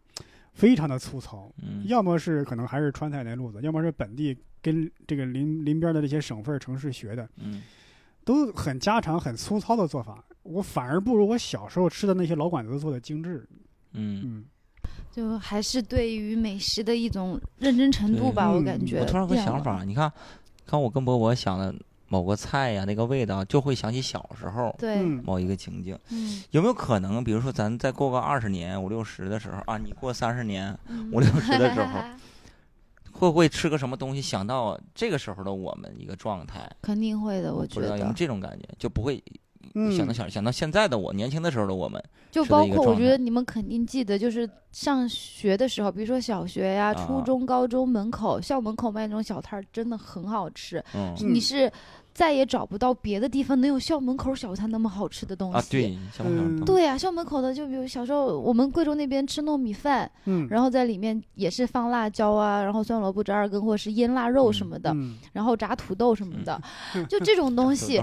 [SPEAKER 1] 非常的粗糙，
[SPEAKER 2] 嗯
[SPEAKER 1] 要么是可能还是川菜那路子，要么是本地跟这个邻邻边的这些省份城市学的，
[SPEAKER 2] 嗯
[SPEAKER 1] 都很家常、很粗糙的做法。我反而不如我小时候吃的那些老馆子做的精致。
[SPEAKER 2] 嗯，
[SPEAKER 1] 嗯，
[SPEAKER 4] 就还是对于美食的一种认真程度吧，
[SPEAKER 1] 对
[SPEAKER 4] 我
[SPEAKER 1] 嗯
[SPEAKER 4] 感觉。
[SPEAKER 2] 我突然有个
[SPEAKER 4] 变
[SPEAKER 2] 想
[SPEAKER 4] 了
[SPEAKER 2] 法，，你看，看我跟博博想的某个菜呀，那个味道，就会想起小时候
[SPEAKER 4] 对，
[SPEAKER 1] 嗯，
[SPEAKER 2] 某一个情景。
[SPEAKER 4] 嗯，
[SPEAKER 2] 有没有可能，比如说咱再过个二十年、五六十的时候啊，你过三十年，
[SPEAKER 4] 嗯
[SPEAKER 2] 五六十的时候，会不会吃个什么东西，想到这个时候的我们一个状态？
[SPEAKER 4] 肯定会的，我觉
[SPEAKER 2] 不知道有没有
[SPEAKER 4] 得。
[SPEAKER 2] 这种感觉，就不会
[SPEAKER 1] 嗯
[SPEAKER 2] 想到小想到现在的我，年轻的时候的我们，
[SPEAKER 4] 就
[SPEAKER 2] 吃的
[SPEAKER 4] 包
[SPEAKER 2] 一个
[SPEAKER 4] 括我
[SPEAKER 2] 状
[SPEAKER 4] 觉
[SPEAKER 2] 态
[SPEAKER 4] 得你们肯定记得，就是上学的时候，比如说小学呀、初
[SPEAKER 2] 啊
[SPEAKER 4] 中、高中门口、校门口卖那种小摊儿，真的很好吃。
[SPEAKER 2] 嗯
[SPEAKER 4] 你
[SPEAKER 1] 嗯
[SPEAKER 4] 是再也找不到别的地方能有校门口小摊那么好吃的东西。
[SPEAKER 2] 啊，对，小朋
[SPEAKER 1] 嗯
[SPEAKER 2] 友，
[SPEAKER 4] 对呀、校门口的，就比如小时候我们贵州那边吃糯米饭，
[SPEAKER 1] 嗯，
[SPEAKER 4] 然后在里面也是放辣椒啊，然后酸萝卜折二根或者是腌腊肉
[SPEAKER 2] 嗯
[SPEAKER 4] 什么的，
[SPEAKER 1] 嗯
[SPEAKER 4] 然后炸土豆什么的，
[SPEAKER 1] 嗯
[SPEAKER 4] 就 这种东西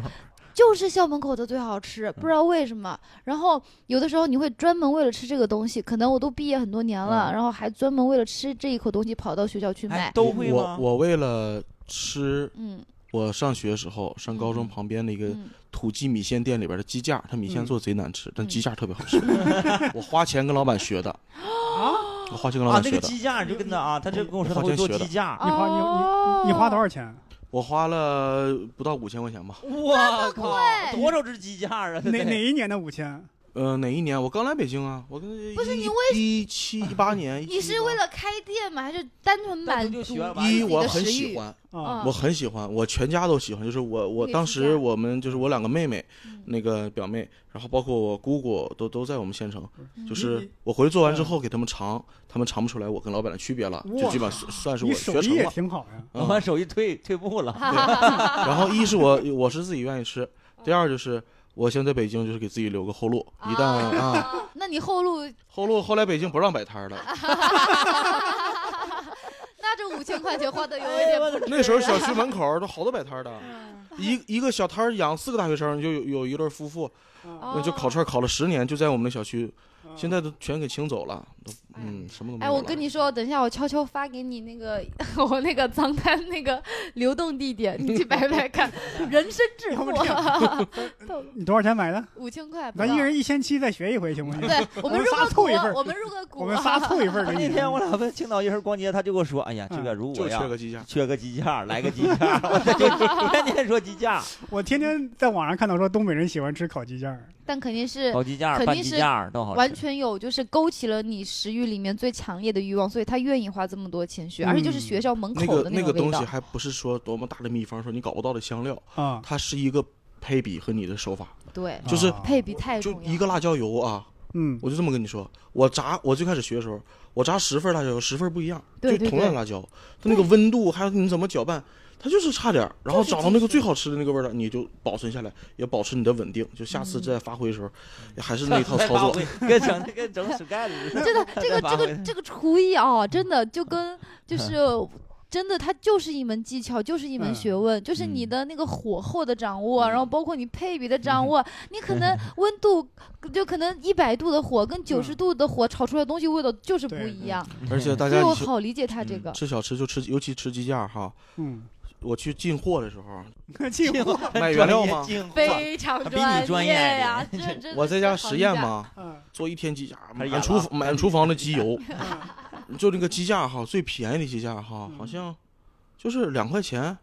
[SPEAKER 4] 就是校门口的最好吃，不知
[SPEAKER 1] 嗯
[SPEAKER 4] 道为什么。然后有的时候你会专门为了吃这个东西，可能我都毕业很多年了，
[SPEAKER 2] 嗯
[SPEAKER 4] 然后还专门为了吃这一口东西跑到学校去买。
[SPEAKER 2] 哎，都会
[SPEAKER 3] 我
[SPEAKER 2] 吗？
[SPEAKER 3] 我为了吃，
[SPEAKER 4] 嗯
[SPEAKER 3] 我上学时候上高中
[SPEAKER 2] 嗯
[SPEAKER 3] 旁边的一
[SPEAKER 1] 呃
[SPEAKER 3] 个
[SPEAKER 4] 嗯，
[SPEAKER 3] 土鸡米线店里边的鸡架，它米线
[SPEAKER 1] 嗯
[SPEAKER 3] 做贼难吃，但
[SPEAKER 4] 嗯
[SPEAKER 3] 鸡架特别好吃。我花钱跟老板学的，我花钱跟老
[SPEAKER 2] 啊，
[SPEAKER 3] 板
[SPEAKER 2] 那
[SPEAKER 3] 学
[SPEAKER 2] 个
[SPEAKER 3] 的，
[SPEAKER 2] 鸡架就跟
[SPEAKER 4] 嗯
[SPEAKER 2] 他啊，他这跟我说他
[SPEAKER 3] 我
[SPEAKER 2] 会
[SPEAKER 3] 好像
[SPEAKER 2] 做
[SPEAKER 3] 学的
[SPEAKER 2] 鸡架，
[SPEAKER 1] 你花你你你花多少钱？
[SPEAKER 3] 我花了不到五千块钱吧。
[SPEAKER 2] 我靠，多少只鸡架啊？这
[SPEAKER 1] 哪
[SPEAKER 2] 得
[SPEAKER 1] 哪一年的五千？
[SPEAKER 3] 呃，哪一年？我刚来北京啊，我跟不是你为一七一八年，
[SPEAKER 4] 你是为了开店吗？还是单纯
[SPEAKER 2] 单
[SPEAKER 4] 满
[SPEAKER 2] 纯就
[SPEAKER 4] 足
[SPEAKER 2] 学
[SPEAKER 4] 自
[SPEAKER 2] 完
[SPEAKER 4] 己
[SPEAKER 3] 一
[SPEAKER 4] 的
[SPEAKER 3] 我很
[SPEAKER 4] 食
[SPEAKER 3] 喜
[SPEAKER 4] 欲？
[SPEAKER 3] 欢，
[SPEAKER 1] 啊
[SPEAKER 4] 嗯
[SPEAKER 3] 我很喜欢，我全家都喜欢。就是我我
[SPEAKER 4] 你
[SPEAKER 3] 当
[SPEAKER 4] 自
[SPEAKER 3] 时
[SPEAKER 4] 家
[SPEAKER 3] 我们就是我两个妹妹，
[SPEAKER 4] 嗯
[SPEAKER 3] 那个表妹，然后包括我姑姑都都在我们县城。
[SPEAKER 4] 嗯
[SPEAKER 1] 你
[SPEAKER 3] 就是我回去做完之后给他们尝，他们尝不出来我跟老板的区别了，就基本算算是
[SPEAKER 1] 你
[SPEAKER 3] 我
[SPEAKER 1] 手
[SPEAKER 3] 学
[SPEAKER 1] 艺
[SPEAKER 3] 成
[SPEAKER 1] 也
[SPEAKER 3] 了。
[SPEAKER 1] 挺好呀。
[SPEAKER 2] 我
[SPEAKER 3] 嗯
[SPEAKER 2] 把手艺退退步了，
[SPEAKER 4] 啊
[SPEAKER 3] 然后一是我我是自己愿 意吃，
[SPEAKER 4] 哦
[SPEAKER 3] 第二就是我现在北京就是给自己留个后路，一旦啊
[SPEAKER 4] 啊，那你后路
[SPEAKER 3] 后路后来北京不让摆摊
[SPEAKER 4] 啊
[SPEAKER 3] 儿了，
[SPEAKER 4] 那这五千块钱花的 有
[SPEAKER 1] 哎
[SPEAKER 4] 一点不值。
[SPEAKER 3] 那时候小区门口儿都好多摆摊儿的，
[SPEAKER 4] 嗯
[SPEAKER 3] 一一个小摊儿养四个大学生，就有有一对儿夫妇，
[SPEAKER 4] 哦
[SPEAKER 3] 那就烤串儿烤了十年，就在我们那小区，现在都全给清走了，都嗯什么都没
[SPEAKER 4] 哎，
[SPEAKER 3] 有了。
[SPEAKER 4] 我跟你说，等一下我悄悄发给你那个 我那个藏单那个流动地点，你去摆 摆看，人生致
[SPEAKER 1] 要
[SPEAKER 4] 富
[SPEAKER 1] 不这， 你多少钱买的？
[SPEAKER 4] 五千块不到。
[SPEAKER 1] 咱一人一千七，再学一回行不行？
[SPEAKER 4] 对我们
[SPEAKER 1] 们
[SPEAKER 4] 入
[SPEAKER 1] 仨
[SPEAKER 4] 个股
[SPEAKER 1] 凑一份儿，
[SPEAKER 4] 我们入个啊股，
[SPEAKER 1] 我们仨凑一份儿
[SPEAKER 2] 他
[SPEAKER 1] 给
[SPEAKER 2] 那
[SPEAKER 1] 你。
[SPEAKER 2] 天我俩在青岛夜市逛街，他就跟我说：“哎呀，这个如
[SPEAKER 3] 嗯就
[SPEAKER 2] 果
[SPEAKER 3] 缺
[SPEAKER 2] 要
[SPEAKER 3] 个鸡架，
[SPEAKER 2] 缺个鸡架，来个鸡 架。”我他就天天说鸡架，
[SPEAKER 1] 我天天在网上看到说东北人喜欢吃烤鸡架儿，
[SPEAKER 4] 但肯定是
[SPEAKER 2] 烤鸡架、
[SPEAKER 4] 肯定
[SPEAKER 2] 拌鸡
[SPEAKER 4] 是
[SPEAKER 2] 架都好
[SPEAKER 4] 完
[SPEAKER 2] 吃。
[SPEAKER 4] 全有，就是勾起了你食欲里面最强烈的欲望，所以他愿意花这么多钱学，而且就是
[SPEAKER 1] 嗯
[SPEAKER 4] 学校门
[SPEAKER 3] 那
[SPEAKER 4] 口
[SPEAKER 3] 个
[SPEAKER 4] 的
[SPEAKER 3] 那
[SPEAKER 4] 种
[SPEAKER 3] 个
[SPEAKER 4] 味
[SPEAKER 3] 东
[SPEAKER 4] 道嗯
[SPEAKER 3] 西。还不是说多么大的秘方，说你搞不到的香料，
[SPEAKER 1] 啊，
[SPEAKER 3] 它是一个配比和你的手法，
[SPEAKER 4] 对，
[SPEAKER 3] 就是
[SPEAKER 1] 啊
[SPEAKER 4] 配比太
[SPEAKER 3] 就
[SPEAKER 4] 重要。
[SPEAKER 3] 一个辣椒油啊，
[SPEAKER 1] 嗯
[SPEAKER 3] 我就这么跟你说，我炸我最开始学的时候，我炸十份辣椒油，十份不一样，
[SPEAKER 4] 对对
[SPEAKER 3] 就同样
[SPEAKER 4] 对
[SPEAKER 3] 的辣椒，它那个温度还有你怎么搅拌，它就是差点儿，然后
[SPEAKER 4] 就是
[SPEAKER 3] 找到那
[SPEAKER 4] 技
[SPEAKER 3] 个
[SPEAKER 4] 术
[SPEAKER 3] 最好吃的那个味儿了，你就保存下来，也保持你的稳定，就下次
[SPEAKER 4] 嗯
[SPEAKER 3] 再发挥 的时候，还是那一套操作。
[SPEAKER 2] 作，跟整的跟整屎盖子似的。
[SPEAKER 4] 真的，这个
[SPEAKER 2] 发
[SPEAKER 4] 这
[SPEAKER 2] 挥
[SPEAKER 4] 个这个厨艺啊，真的就跟就是。真的，它就是一门技巧，就是一门
[SPEAKER 1] 嗯
[SPEAKER 4] 学问，就是你
[SPEAKER 2] 嗯
[SPEAKER 4] 的那个火候的掌握，然后包括你配比的掌
[SPEAKER 2] 嗯
[SPEAKER 4] 握，你可能温度就可能一百度的火跟九十
[SPEAKER 1] 嗯
[SPEAKER 4] 度的火炒出来的东西味道就是不
[SPEAKER 1] 对
[SPEAKER 4] 一样，
[SPEAKER 3] 而且大
[SPEAKER 4] 所
[SPEAKER 3] 家
[SPEAKER 4] 以我
[SPEAKER 3] 以前
[SPEAKER 4] 好理解他这
[SPEAKER 2] 嗯
[SPEAKER 4] 个。
[SPEAKER 3] 吃小吃就吃，尤其吃鸡架哈，
[SPEAKER 1] 嗯，
[SPEAKER 3] 我去进货的时候，
[SPEAKER 1] 进货
[SPEAKER 3] 卖原料吗
[SPEAKER 2] 进化
[SPEAKER 4] 非常
[SPEAKER 2] 他比你
[SPEAKER 4] 专
[SPEAKER 2] 专
[SPEAKER 4] 业
[SPEAKER 2] 业
[SPEAKER 4] 呀、
[SPEAKER 2] 一
[SPEAKER 4] 这
[SPEAKER 2] 点
[SPEAKER 4] 真的
[SPEAKER 3] 我在
[SPEAKER 4] 是
[SPEAKER 3] 家
[SPEAKER 4] 好
[SPEAKER 3] 实
[SPEAKER 4] 理
[SPEAKER 3] 验
[SPEAKER 4] 解？
[SPEAKER 3] 嘛，
[SPEAKER 1] 啊
[SPEAKER 3] 做一天鸡架，
[SPEAKER 2] 还是
[SPEAKER 3] 满
[SPEAKER 2] 演
[SPEAKER 3] 厨
[SPEAKER 2] 了
[SPEAKER 3] 房满厨房的鸡 油，
[SPEAKER 1] 啊
[SPEAKER 3] 就那个鸡架哈，最便宜的鸡架哈，
[SPEAKER 1] 嗯
[SPEAKER 3] 好像就是两块钱，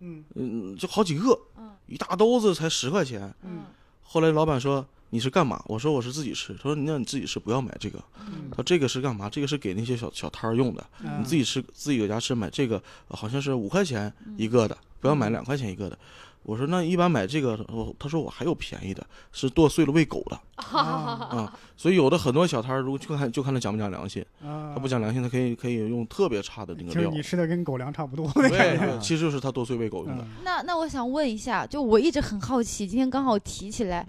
[SPEAKER 1] 嗯
[SPEAKER 3] 嗯，就好几个，
[SPEAKER 4] 嗯
[SPEAKER 3] 一大兜子才十块钱。
[SPEAKER 1] 嗯
[SPEAKER 4] 嗯，
[SPEAKER 3] 后来老板说：“你是干嘛？我说我是自己吃。他说那你自己吃，不要买这个。
[SPEAKER 1] 嗯
[SPEAKER 3] 他这个是干嘛？这个是给那些小小摊儿用的，
[SPEAKER 1] 嗯
[SPEAKER 3] 你自己吃，自己搁家吃买这个、呃好像是五块钱一个的，不要买两块钱一个的。我说那一般买这个，我他说我还有便宜的，是剁碎了喂狗的
[SPEAKER 1] 啊
[SPEAKER 3] 啊、所以有的很多小摊儿，如果就看就看他讲不讲良心，
[SPEAKER 1] 啊
[SPEAKER 3] 他不讲良心，他可以可以用特别差的那
[SPEAKER 1] 就
[SPEAKER 3] 个
[SPEAKER 1] 是
[SPEAKER 3] 料
[SPEAKER 1] 你。 吃的跟狗粮差不多的感
[SPEAKER 3] 对，对
[SPEAKER 1] 觉。
[SPEAKER 3] 其实就是他剁碎喂狗用的。
[SPEAKER 1] 嗯
[SPEAKER 4] 那那我想问一下，就我一直很好奇，今天刚好提起来，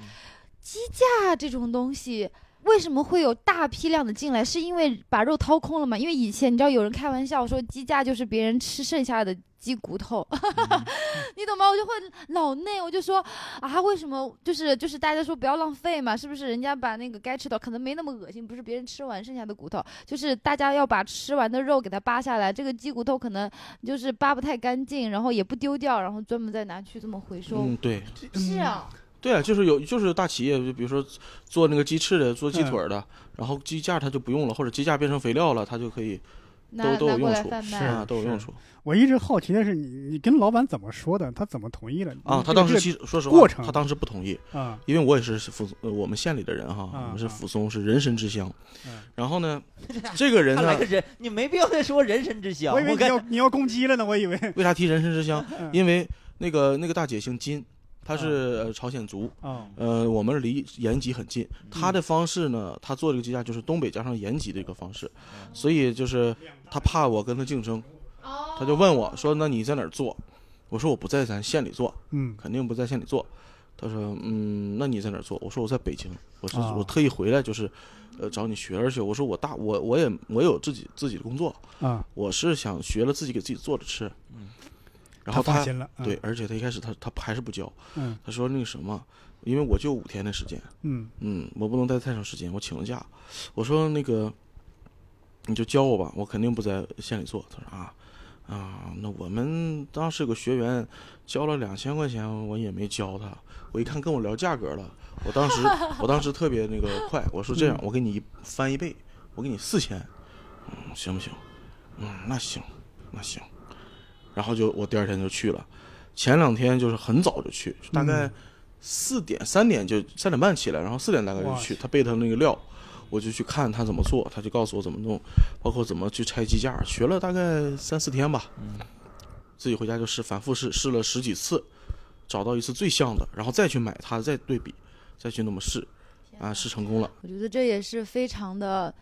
[SPEAKER 4] 鸡架这种东西。为什么会有大批量的进来？是因为把肉掏空了吗？因为以前你知道有人开玩笑说鸡架就是别人吃剩下的鸡骨头， 你懂吗？我就会脑内我就说啊，为什么就是就是大家说不要浪费嘛，是不是？人家把那个该吃的可能没那么恶心，不是别人吃完剩下的骨头，就是大家要把吃完的肉给它扒下来，这个鸡骨头可能就是扒不太干净，然后也不丢掉，然后专门再拿去这么回收。
[SPEAKER 3] 嗯，对，
[SPEAKER 4] 是啊，
[SPEAKER 3] 对啊，就是有就是大企业，就比如说做那个鸡翅的，做
[SPEAKER 1] 嗯
[SPEAKER 3] 鸡腿儿的，然后鸡架它就不用了，或者鸡架变成肥料了，它就可以
[SPEAKER 4] 拿
[SPEAKER 3] 都
[SPEAKER 4] 拿
[SPEAKER 3] 有
[SPEAKER 4] 过
[SPEAKER 3] 用
[SPEAKER 4] 来
[SPEAKER 3] 处
[SPEAKER 4] 贩卖。
[SPEAKER 3] 啊都有用处
[SPEAKER 1] 我一直好奇的是你，你跟老板怎么说的？他怎么同意了？
[SPEAKER 3] 啊。
[SPEAKER 1] 你嗯这个
[SPEAKER 3] 他当时
[SPEAKER 1] 这
[SPEAKER 3] 其实说实
[SPEAKER 1] 过
[SPEAKER 3] 话，
[SPEAKER 1] 程
[SPEAKER 3] 他当时不同意，
[SPEAKER 1] 啊
[SPEAKER 3] 因为我也是抚呃我们县里的人哈，
[SPEAKER 1] 啊
[SPEAKER 3] 我们是
[SPEAKER 1] 啊
[SPEAKER 3] 抚松是人参之乡
[SPEAKER 1] 嗯。
[SPEAKER 3] 然后呢，这个人
[SPEAKER 2] 看来
[SPEAKER 3] 呢
[SPEAKER 2] 个，人，你没必要再说人参之乡。
[SPEAKER 1] 我以为你
[SPEAKER 2] 跟
[SPEAKER 1] 要你要攻击了呢，我 以为
[SPEAKER 3] 为啥提人参之乡？
[SPEAKER 1] 嗯
[SPEAKER 3] 因为那个那个大姐姓金，她是呃朝鲜族，
[SPEAKER 1] 哦
[SPEAKER 3] 呃，我们离延吉很近，他
[SPEAKER 1] 嗯
[SPEAKER 3] 的方式呢，他做这个鸡架就是东北加上延吉的一个方式，
[SPEAKER 1] 哦
[SPEAKER 3] 所以就是他怕我跟他竞争，他就问我说：“那你在哪儿做？”我说：“我不在咱县里做，
[SPEAKER 1] 嗯
[SPEAKER 3] 肯定不在县里做。”他说：“嗯，那你在哪儿做？”我说：“我在北京，我是
[SPEAKER 1] 啊
[SPEAKER 3] 我特意回来就是，呃，找你学，而且我说我大我我也我有自己自己的工作，
[SPEAKER 1] 啊，
[SPEAKER 3] 我是想学了自己给自己做着吃。”
[SPEAKER 2] 嗯，
[SPEAKER 3] 然后
[SPEAKER 1] 放
[SPEAKER 3] 他
[SPEAKER 1] 心了，嗯
[SPEAKER 3] 对，而且他一开始他他还是不教，
[SPEAKER 1] 嗯
[SPEAKER 3] 他说那个什么，因为我就五天的时间。
[SPEAKER 1] 嗯
[SPEAKER 3] 嗯，我不能待太长时间，我请了假。我说那个，你就教我吧，我肯定不在县里做。他说啊啊，那我们当时有个学员交了两千块钱，我也没教他。我一看跟我聊价格了，我当时 我当时特别那个快，我说这样，我给你一翻一倍，我给你四千，嗯，行不行？嗯，那行，那行。然后就我第二天就去了，前两天就是很早就去，大概
[SPEAKER 1] 嗯
[SPEAKER 3] 四点三点就三点半起来，然后四点大概就
[SPEAKER 1] 哇
[SPEAKER 3] 去，
[SPEAKER 1] 塞
[SPEAKER 3] 他备他那个料，我就去看他怎么做，他就告诉我怎么弄，包括怎么去拆鸡架，学了大概三四天吧，
[SPEAKER 1] 嗯
[SPEAKER 3] 自己回家就试，反复试试了十几次，找到一次最像的，然后再去买它，再对比，再去那么试，啊，试成功了。
[SPEAKER 4] 我觉得这也是非常的，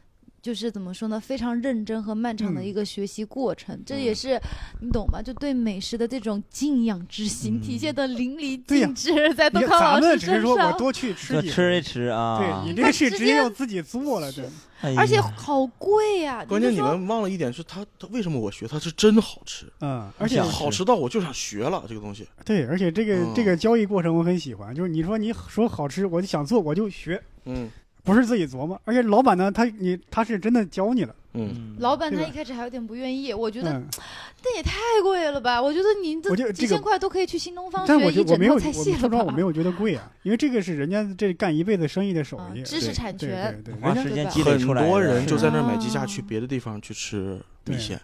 [SPEAKER 4] 就是怎么说呢，非常认真和漫长的
[SPEAKER 1] 嗯
[SPEAKER 4] 一个学习过程。这也是你懂吗？就对美食的这种敬仰之心、体现的淋漓
[SPEAKER 1] 嗯对呀
[SPEAKER 4] 尽致，在东
[SPEAKER 1] 你
[SPEAKER 4] 康老
[SPEAKER 1] 嗯咱们只
[SPEAKER 4] 师
[SPEAKER 1] 是
[SPEAKER 4] 身
[SPEAKER 1] 说我
[SPEAKER 4] 上。
[SPEAKER 1] 多去吃
[SPEAKER 2] 就
[SPEAKER 1] 几
[SPEAKER 2] 吃一
[SPEAKER 1] 次。
[SPEAKER 2] 吃啊
[SPEAKER 1] 对你。这
[SPEAKER 4] 他
[SPEAKER 1] 个是
[SPEAKER 4] 直
[SPEAKER 1] 直
[SPEAKER 4] 接
[SPEAKER 1] 接要自己做了，对，
[SPEAKER 2] 哎呀
[SPEAKER 4] 而
[SPEAKER 1] 嗯
[SPEAKER 4] 且好贵呀、
[SPEAKER 3] 关键
[SPEAKER 4] 就
[SPEAKER 3] 你
[SPEAKER 4] 说
[SPEAKER 3] 们忘了一点是它，它为什么我学它是真好吃，
[SPEAKER 1] 嗯，而且
[SPEAKER 2] 想
[SPEAKER 3] 好吃到我就想嗯学了这个东西。
[SPEAKER 1] 对，而且这个这个交易过程我很喜欢，就是你说你说好吃，我就想做，我就学，
[SPEAKER 3] 嗯
[SPEAKER 1] 不是自己琢磨。而且老板呢，他你他是真的教你了，
[SPEAKER 3] 嗯，
[SPEAKER 2] 嗯
[SPEAKER 4] 老板他
[SPEAKER 1] 对吧
[SPEAKER 4] 一开始还有点不愿意，我觉得
[SPEAKER 1] 嗯，
[SPEAKER 4] 这也太贵了吧！我觉得您
[SPEAKER 1] 我觉得这
[SPEAKER 4] 这几
[SPEAKER 1] 个
[SPEAKER 4] 千块都可以去新东方学
[SPEAKER 1] 但我觉
[SPEAKER 4] 一
[SPEAKER 1] 得我
[SPEAKER 4] 整
[SPEAKER 1] 没有，
[SPEAKER 4] 套
[SPEAKER 1] 我
[SPEAKER 4] 菜系
[SPEAKER 1] 说
[SPEAKER 4] 了
[SPEAKER 1] 实话我
[SPEAKER 4] 吧
[SPEAKER 1] 没？有觉得贵啊，因为这个是人家这干一辈子生意的手
[SPEAKER 4] 啊
[SPEAKER 1] 艺，
[SPEAKER 4] 知识
[SPEAKER 1] 对
[SPEAKER 4] 产
[SPEAKER 1] 对
[SPEAKER 4] 权
[SPEAKER 1] 对对，
[SPEAKER 2] 花
[SPEAKER 1] 人
[SPEAKER 2] 时
[SPEAKER 1] 家
[SPEAKER 2] 间积累
[SPEAKER 3] 很
[SPEAKER 2] 出来的。
[SPEAKER 3] 多人就在那儿买
[SPEAKER 4] 啊
[SPEAKER 3] 鸡架，去别的地方去吃米
[SPEAKER 1] 对
[SPEAKER 3] 线，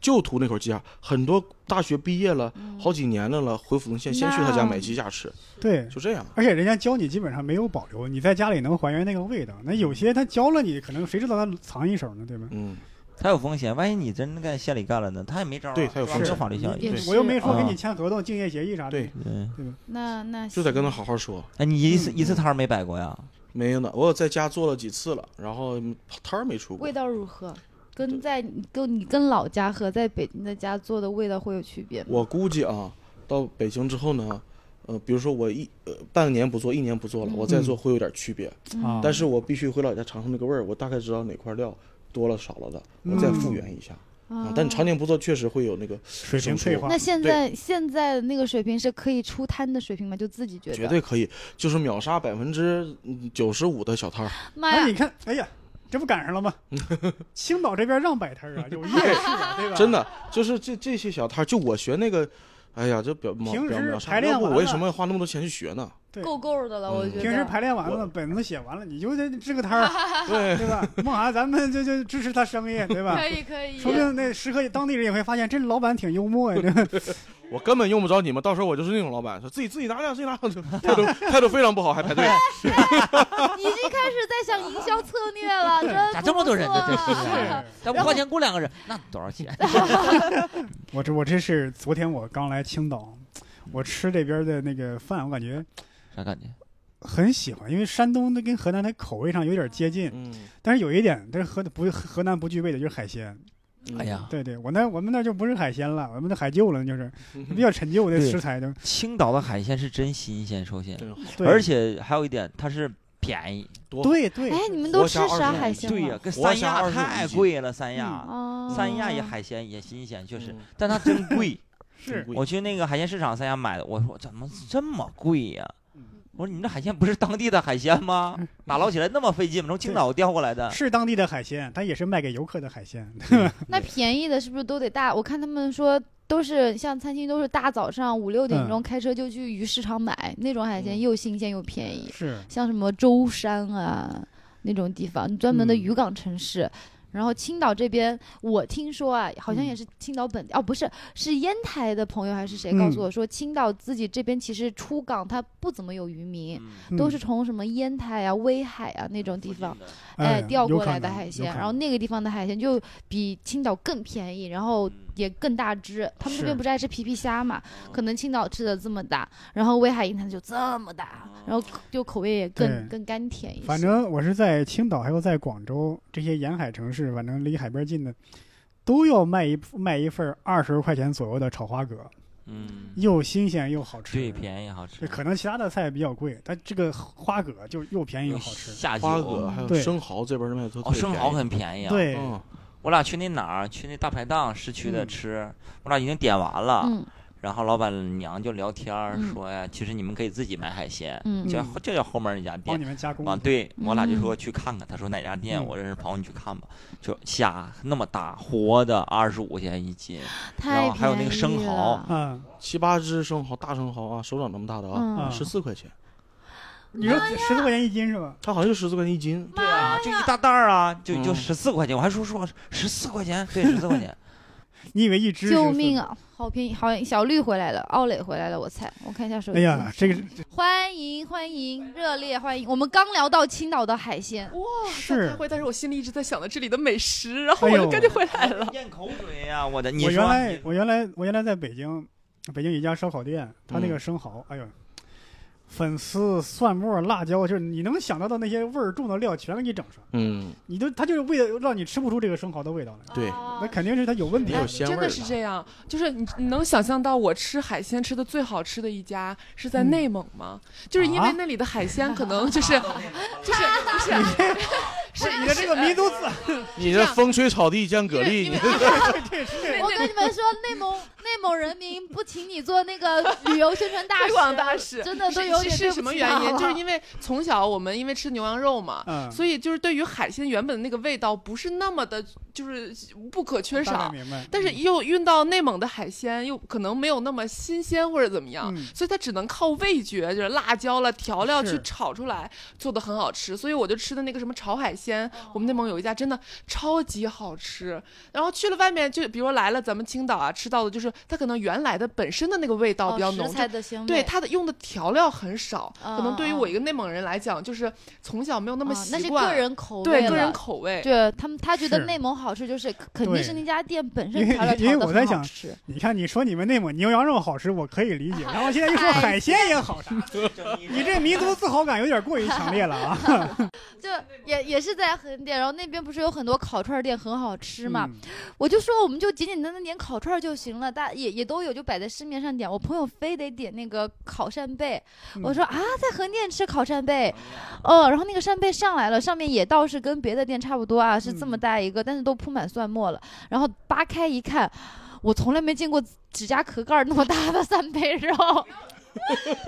[SPEAKER 3] 就图那口鸡架。啊很多大学毕业了
[SPEAKER 4] 嗯
[SPEAKER 3] 好几年了了，回抚顺县先去他家买鸡架吃，
[SPEAKER 1] 对。
[SPEAKER 3] 就这样。
[SPEAKER 1] 而且人家教你基本上没有保留，你在家里能还原那个味道。那有些他教了你，可能谁知道他藏一手呢，对吧？
[SPEAKER 3] 嗯，
[SPEAKER 2] 他有风险，万一你真在县里干了呢，他也没招、啊。
[SPEAKER 3] 对他有
[SPEAKER 2] 是吧没
[SPEAKER 3] 风
[SPEAKER 1] 险
[SPEAKER 2] 法律效
[SPEAKER 4] 也
[SPEAKER 2] 应。
[SPEAKER 4] 是哦
[SPEAKER 1] 我又没说
[SPEAKER 2] 啊
[SPEAKER 1] 跟你签合同、竞业协议啥的。
[SPEAKER 3] 对，
[SPEAKER 2] 对，
[SPEAKER 4] 那那
[SPEAKER 3] 就得跟他
[SPEAKER 4] 行
[SPEAKER 3] 好好说。
[SPEAKER 2] 哎，你一
[SPEAKER 4] 嗯
[SPEAKER 2] 次一次摊儿没摆过呀？
[SPEAKER 3] 没有呢，我有在家做了几次了，然后嗯摊儿没出过
[SPEAKER 4] 味。道如何？跟在你跟你跟老家和在北京的家做的味道会有区别吗？
[SPEAKER 3] 我估计啊，到北京之后呢，呃，比如说我一呃半年不做，一年
[SPEAKER 2] 嗯
[SPEAKER 3] 不做了，我再做会有点区别，
[SPEAKER 4] 嗯
[SPEAKER 1] 啊，
[SPEAKER 3] 但是我必须回老家尝尝那个味儿，我大概知道哪块料多了少了的，
[SPEAKER 1] 嗯
[SPEAKER 2] 嗯
[SPEAKER 3] 我再复原一下。啊
[SPEAKER 4] 啊，
[SPEAKER 3] 但常年不做，确实会有那个
[SPEAKER 1] 水平
[SPEAKER 3] 生
[SPEAKER 1] 退
[SPEAKER 3] 疏
[SPEAKER 1] 化
[SPEAKER 4] 那现
[SPEAKER 3] 对
[SPEAKER 4] 在现在的那个水平是可以出摊的水平吗？就自己觉得？
[SPEAKER 3] 绝对可以，就是秒杀百分之嗯九十五的小摊儿。
[SPEAKER 4] 妈
[SPEAKER 1] 那
[SPEAKER 4] 呀
[SPEAKER 1] 你！看，哎呀，这不赶上了吗？ 青岛这边让摆摊儿啊，有夜市啊，对吧？
[SPEAKER 3] 真的就是这这些小摊儿，就我学那个哎呀，这表表
[SPEAKER 1] 平
[SPEAKER 3] 表
[SPEAKER 1] 时
[SPEAKER 3] 不了啥
[SPEAKER 1] 排练
[SPEAKER 3] 要不
[SPEAKER 1] 完
[SPEAKER 3] 我为
[SPEAKER 1] 了
[SPEAKER 3] 什么要花那么多钱去学呢？
[SPEAKER 1] 对
[SPEAKER 4] 够够的了，
[SPEAKER 3] 嗯
[SPEAKER 4] 我觉得。
[SPEAKER 1] 平时排练完了，本子写完了，你就得支个摊儿，
[SPEAKER 3] 对，
[SPEAKER 1] 对吧？梦涵，咱们就就支持他生意，对吧？
[SPEAKER 4] 可以可以，
[SPEAKER 1] 说不定那食客当地人也会发现，这老板挺幽默呀，这
[SPEAKER 3] 我根本用不着你们，到时候我就是那种老板，说自己自己拿下，自己拿下，就态度态度非常不好，还排队。嗯
[SPEAKER 4] 已经开始在想营销策略 了，真
[SPEAKER 2] 咋
[SPEAKER 4] 不
[SPEAKER 2] 这么多人
[SPEAKER 4] 错
[SPEAKER 2] 呢？这是
[SPEAKER 4] 啊
[SPEAKER 2] 啊，咱不花钱雇两个人，那多少钱？
[SPEAKER 1] 我这我这是昨天我刚来青岛，我吃这边的那个饭，我感觉
[SPEAKER 2] 啥感觉？
[SPEAKER 1] 很喜欢，因为山东的跟河南它口味上有点接近，
[SPEAKER 3] 嗯，
[SPEAKER 1] 但是有一点，但是河不河南不具备的就是海鲜。
[SPEAKER 3] 嗯
[SPEAKER 2] 哎，呀，
[SPEAKER 1] 对对，我那我们那就不是海鲜了，我们那海旧了， 就是比较陈旧的
[SPEAKER 2] 对
[SPEAKER 1] 食材就。
[SPEAKER 2] 青岛的海鲜是真新鲜，首先，
[SPEAKER 3] 真好，
[SPEAKER 1] 对，
[SPEAKER 2] 而且还有一点，它是便宜。
[SPEAKER 3] 多好
[SPEAKER 1] 对对，
[SPEAKER 4] 哎，你们都吃
[SPEAKER 3] 活虾
[SPEAKER 4] 啥
[SPEAKER 3] 25
[SPEAKER 4] 海鲜了？啊
[SPEAKER 2] 对呀，跟
[SPEAKER 3] 活
[SPEAKER 2] 三
[SPEAKER 3] 虾
[SPEAKER 2] 亚
[SPEAKER 3] 25
[SPEAKER 2] 太
[SPEAKER 3] 一斤
[SPEAKER 2] 贵了，三亚，
[SPEAKER 4] 哦，
[SPEAKER 2] 三亚也海鲜也新鲜，确实，
[SPEAKER 3] 嗯
[SPEAKER 2] 但它真 贵。
[SPEAKER 1] 是
[SPEAKER 3] 贵
[SPEAKER 2] 我去那个海鲜市场三亚买的，我说怎么这么贵呀、
[SPEAKER 1] 嗯
[SPEAKER 2] 我说你们这海鲜不是当地的海鲜吗？
[SPEAKER 4] 嗯
[SPEAKER 2] 打捞起来那么费劲吗？从青岛调过来的。
[SPEAKER 1] 是当地的海鲜，它也是卖给游客的海鲜。
[SPEAKER 4] 那便宜的是不是都得大？我看他们说都是像餐厅都是大早上五六点钟开车就去鱼市场买那种海鲜，
[SPEAKER 3] 嗯
[SPEAKER 4] 又新鲜又便宜，
[SPEAKER 1] 是，
[SPEAKER 4] 像什么舟山啊那种地方，专门的
[SPEAKER 1] 嗯
[SPEAKER 4] 渔港城市。然后青岛这边，我听说啊，好
[SPEAKER 1] 嗯
[SPEAKER 4] 像也是青岛本地、哦，不是，是烟台的朋友还是谁告
[SPEAKER 1] 嗯
[SPEAKER 4] 诉我说，青岛自己这边其实出港它不怎么有渔民，
[SPEAKER 2] 嗯
[SPEAKER 4] 都是从什么烟台啊、威海啊那种地方。
[SPEAKER 1] 哎
[SPEAKER 4] 哎调
[SPEAKER 1] 有
[SPEAKER 4] 过
[SPEAKER 1] 可
[SPEAKER 4] 来的
[SPEAKER 1] 能
[SPEAKER 4] 海
[SPEAKER 1] 有
[SPEAKER 4] 鲜，
[SPEAKER 1] 可
[SPEAKER 4] 然后
[SPEAKER 1] 能
[SPEAKER 4] 那个地方的海鲜就比青岛更便宜，然后也更大只。他们这边
[SPEAKER 1] 是
[SPEAKER 4] 不是爱吃皮皮虾嘛，可能青岛吃的这么大，然后威海银滩就这么
[SPEAKER 2] 哦
[SPEAKER 4] 大，然后就口味也更
[SPEAKER 1] 对
[SPEAKER 4] 更甘甜一些。
[SPEAKER 1] 反
[SPEAKER 2] 啊
[SPEAKER 1] 正我是在青岛，还有在广州这些沿海城市，反正离海边近的，都要卖一卖一份二十块钱左右的炒花蛤，
[SPEAKER 2] 嗯，
[SPEAKER 1] 又新鲜又好吃。
[SPEAKER 2] 对，便宜好
[SPEAKER 1] 这
[SPEAKER 2] 吃，
[SPEAKER 1] 可能其他的菜比较贵，但这个花蛤就又便宜又好吃。
[SPEAKER 2] 下酒
[SPEAKER 3] 花蛤还有
[SPEAKER 1] 对
[SPEAKER 3] 生蚝这边儿卖的都特
[SPEAKER 2] 哦，
[SPEAKER 3] 别嗯
[SPEAKER 2] 生蚝很便宜啊。，
[SPEAKER 1] 对，
[SPEAKER 3] 便宜，
[SPEAKER 2] 我俩去那哪儿？去那大排档市区的
[SPEAKER 1] 嗯
[SPEAKER 2] 吃，我俩已经点完了。
[SPEAKER 4] 嗯
[SPEAKER 2] 然后老板娘就聊天儿
[SPEAKER 4] 嗯
[SPEAKER 2] 说呀，其实你们可以自己买海鲜，
[SPEAKER 4] 嗯
[SPEAKER 1] 就
[SPEAKER 2] 叫
[SPEAKER 1] 嗯
[SPEAKER 2] 就叫后面那家店
[SPEAKER 1] 帮。你们加工
[SPEAKER 2] 啊，。对我俩就
[SPEAKER 4] 嗯
[SPEAKER 2] 说去看看，他说哪家店，
[SPEAKER 1] 嗯
[SPEAKER 2] 我认识朋友，你去看吧。就虾那么大，活的二十五块钱一斤，然
[SPEAKER 4] 太
[SPEAKER 2] 后还有那个
[SPEAKER 4] 便宜
[SPEAKER 2] 生蚝啊
[SPEAKER 4] 了，
[SPEAKER 1] 嗯，
[SPEAKER 3] 七八只生蚝，大生蚝啊，手掌那么大的啊，
[SPEAKER 4] 嗯
[SPEAKER 1] 啊
[SPEAKER 3] 十四块钱，
[SPEAKER 1] 你说十四块钱一斤是吧？
[SPEAKER 3] 它好像就十四块钱一斤。
[SPEAKER 2] 对啊，就一大袋儿啊，就就
[SPEAKER 3] 嗯
[SPEAKER 2] 十四块钱，我还说说十四块钱，对，十四块钱，
[SPEAKER 1] 你以为一只？
[SPEAKER 4] 救命！啊！好便宜，好小绿回来了，奥磊回来了，我猜，我看一下手机。
[SPEAKER 1] 哎呀，这个
[SPEAKER 4] 欢迎欢迎，热烈欢迎！我们刚聊到青岛的海鲜，
[SPEAKER 5] 哇，
[SPEAKER 1] 是
[SPEAKER 5] 在开哦会，但是我心里一直在想着这里的美食，然后
[SPEAKER 1] 哎
[SPEAKER 5] 我
[SPEAKER 1] 呦
[SPEAKER 5] 就跟着回来了。
[SPEAKER 2] 咽口水呀，我的，你
[SPEAKER 1] 我
[SPEAKER 2] 说啊
[SPEAKER 1] 原来
[SPEAKER 2] 你
[SPEAKER 1] 我原来我原来在北京，北京有一家烧烤店，他那
[SPEAKER 2] 嗯
[SPEAKER 1] 个生蚝，哎呦，粉丝、蒜末、辣椒，就是你能想到的那些味儿重的料全给你整上，
[SPEAKER 3] 嗯，
[SPEAKER 1] 你都他就是为了让你吃不出这个生蚝的味道来，
[SPEAKER 3] 对
[SPEAKER 4] 啊
[SPEAKER 1] 那 肯定是 它有问题
[SPEAKER 3] 没。有
[SPEAKER 5] 哎
[SPEAKER 3] 鲜
[SPEAKER 5] 真
[SPEAKER 3] 味
[SPEAKER 5] 的
[SPEAKER 3] 儿
[SPEAKER 5] 是
[SPEAKER 3] 了
[SPEAKER 5] 这样，就是你你能想象到我吃海鲜吃的最好吃的一家是在
[SPEAKER 1] 嗯
[SPEAKER 5] 内蒙吗？就是因为
[SPEAKER 1] 啊
[SPEAKER 5] 那里的海鲜可能 就是就是不是
[SPEAKER 1] 不是你的这个民族自
[SPEAKER 3] 你
[SPEAKER 5] 这
[SPEAKER 3] 这
[SPEAKER 5] 样
[SPEAKER 3] 风吹草地见蛤蜊，你
[SPEAKER 5] 因为
[SPEAKER 1] 这是
[SPEAKER 4] 我跟你们说，内蒙内蒙人民不请你做那个旅游宣传大
[SPEAKER 5] 推
[SPEAKER 4] 使，
[SPEAKER 5] 广大使
[SPEAKER 4] 真的都
[SPEAKER 5] 是
[SPEAKER 4] 有
[SPEAKER 5] 是
[SPEAKER 4] 点
[SPEAKER 5] 是什么原因？就是
[SPEAKER 4] 为
[SPEAKER 5] 因为从小我们因为吃牛羊肉嘛。
[SPEAKER 1] 嗯，
[SPEAKER 5] 所以就是对于海鲜原本的那个味道不是那么的，就是不可缺
[SPEAKER 1] 大概
[SPEAKER 5] 少，
[SPEAKER 1] 明白。嗯
[SPEAKER 5] 但是又运到内蒙的海鲜又可能没有那么新鲜或者怎么样，
[SPEAKER 1] 嗯
[SPEAKER 5] 所以它只能靠味觉，就是辣椒了、调料去
[SPEAKER 1] 是
[SPEAKER 5] 炒出来，做的很好吃。所以我就吃的那个什么炒海鲜，
[SPEAKER 4] 哦
[SPEAKER 5] 我们内蒙有一家真的超级好吃。然后去了外面，就比如来了咱们青岛啊，吃到的就是它可能原来的本身的那个味道比较浓，
[SPEAKER 4] 哦食材的腥味，
[SPEAKER 5] 对它的用的调料很少，
[SPEAKER 4] 嗯
[SPEAKER 5] 可能对于我
[SPEAKER 4] 嗯
[SPEAKER 5] 一个内蒙人来讲，就是从小没有那
[SPEAKER 4] 那
[SPEAKER 5] 么
[SPEAKER 4] 那
[SPEAKER 5] 习
[SPEAKER 4] 是
[SPEAKER 5] 惯，
[SPEAKER 4] 个人口味，
[SPEAKER 5] 对个人。口味。
[SPEAKER 4] 对他们，他觉得
[SPEAKER 1] 是
[SPEAKER 4] 内蒙好吃，就是肯定
[SPEAKER 1] 对
[SPEAKER 4] 是那家店本身
[SPEAKER 1] 因为
[SPEAKER 4] 调料
[SPEAKER 1] 因为
[SPEAKER 4] 调的
[SPEAKER 1] 我在
[SPEAKER 4] 很好
[SPEAKER 1] 想
[SPEAKER 4] 吃。
[SPEAKER 1] 你看，你说你们内蒙牛羊肉好吃，我可以理解。然后现在又说海鲜也好吃， 你这民族自豪感有点过于强烈了啊！
[SPEAKER 4] 就也也是在横店，然后那边不是有很多烤串店很好吃嘛，
[SPEAKER 1] 嗯
[SPEAKER 4] 我就说我们就简简单单点烤串就行了，大也也都有，就摆在市面上点。我朋友非得点那个烤扇贝，我说啊，在横店吃烤扇贝，哦，然后那个扇贝上来了，上面也倒是跟别的店差不多啊，是这么
[SPEAKER 1] 嗯
[SPEAKER 4] 大一个，但是都铺满蒜末了。然后扒开一看，我从来没见过指甲壳盖儿那么大的扇贝肉，真的这么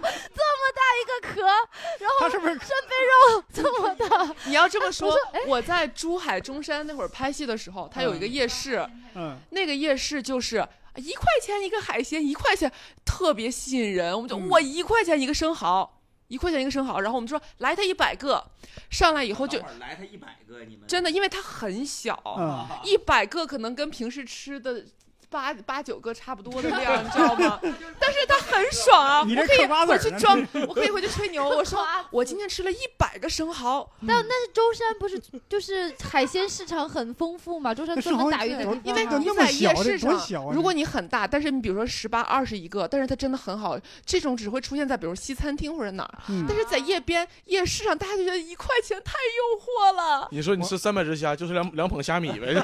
[SPEAKER 4] 大一个壳，然后
[SPEAKER 1] 他是不是
[SPEAKER 4] 扇贝肉这么大，
[SPEAKER 5] 你要这么说
[SPEAKER 4] 哎我说，
[SPEAKER 5] 我
[SPEAKER 4] 嗯
[SPEAKER 5] 在珠海中山那会儿拍戏的时候，它有一个夜市，
[SPEAKER 1] 嗯
[SPEAKER 5] 那个夜市就是一块钱一个海鲜，一块钱特别吸引人。我们就
[SPEAKER 1] 嗯
[SPEAKER 5] 哇，一块钱一个生蚝，一块钱一个生蚝。然后我们说来它一百个，上来以后就
[SPEAKER 2] 来他一百个，你们
[SPEAKER 5] 真的，因为它很小，
[SPEAKER 1] 嗯，
[SPEAKER 5] 一百个可能跟平时吃的。八八九个差不多的 量，你知道吗？但是它很爽啊！
[SPEAKER 1] 你
[SPEAKER 5] 我
[SPEAKER 1] 这
[SPEAKER 5] 可以
[SPEAKER 1] 嗑瓜子
[SPEAKER 5] 回
[SPEAKER 1] 儿
[SPEAKER 5] 去
[SPEAKER 1] 呢
[SPEAKER 5] 装，我可以回去吹牛。我 说
[SPEAKER 4] 哇
[SPEAKER 5] 我今天吃了一百个生蚝，
[SPEAKER 4] 但但是舟山不是就是海鲜市场很丰富嘛？舟山专门打鱼的地方，啊
[SPEAKER 1] 因
[SPEAKER 5] 因
[SPEAKER 1] 为
[SPEAKER 5] 为
[SPEAKER 1] 都
[SPEAKER 5] 啊你
[SPEAKER 1] 那么
[SPEAKER 5] 在
[SPEAKER 1] 小
[SPEAKER 5] 夜
[SPEAKER 1] 这
[SPEAKER 5] 市
[SPEAKER 1] 多
[SPEAKER 5] 上，
[SPEAKER 1] 小啊
[SPEAKER 5] 如果你很大，但是你比如说十八、二十一个，但是它真的很好，这种只会出现在比如西餐厅或者哪儿。
[SPEAKER 1] 嗯
[SPEAKER 5] 但是在夜边夜市上，大家就觉得一块钱太诱惑了。
[SPEAKER 3] 你说你吃三百只虾，就是两两捧虾米呗，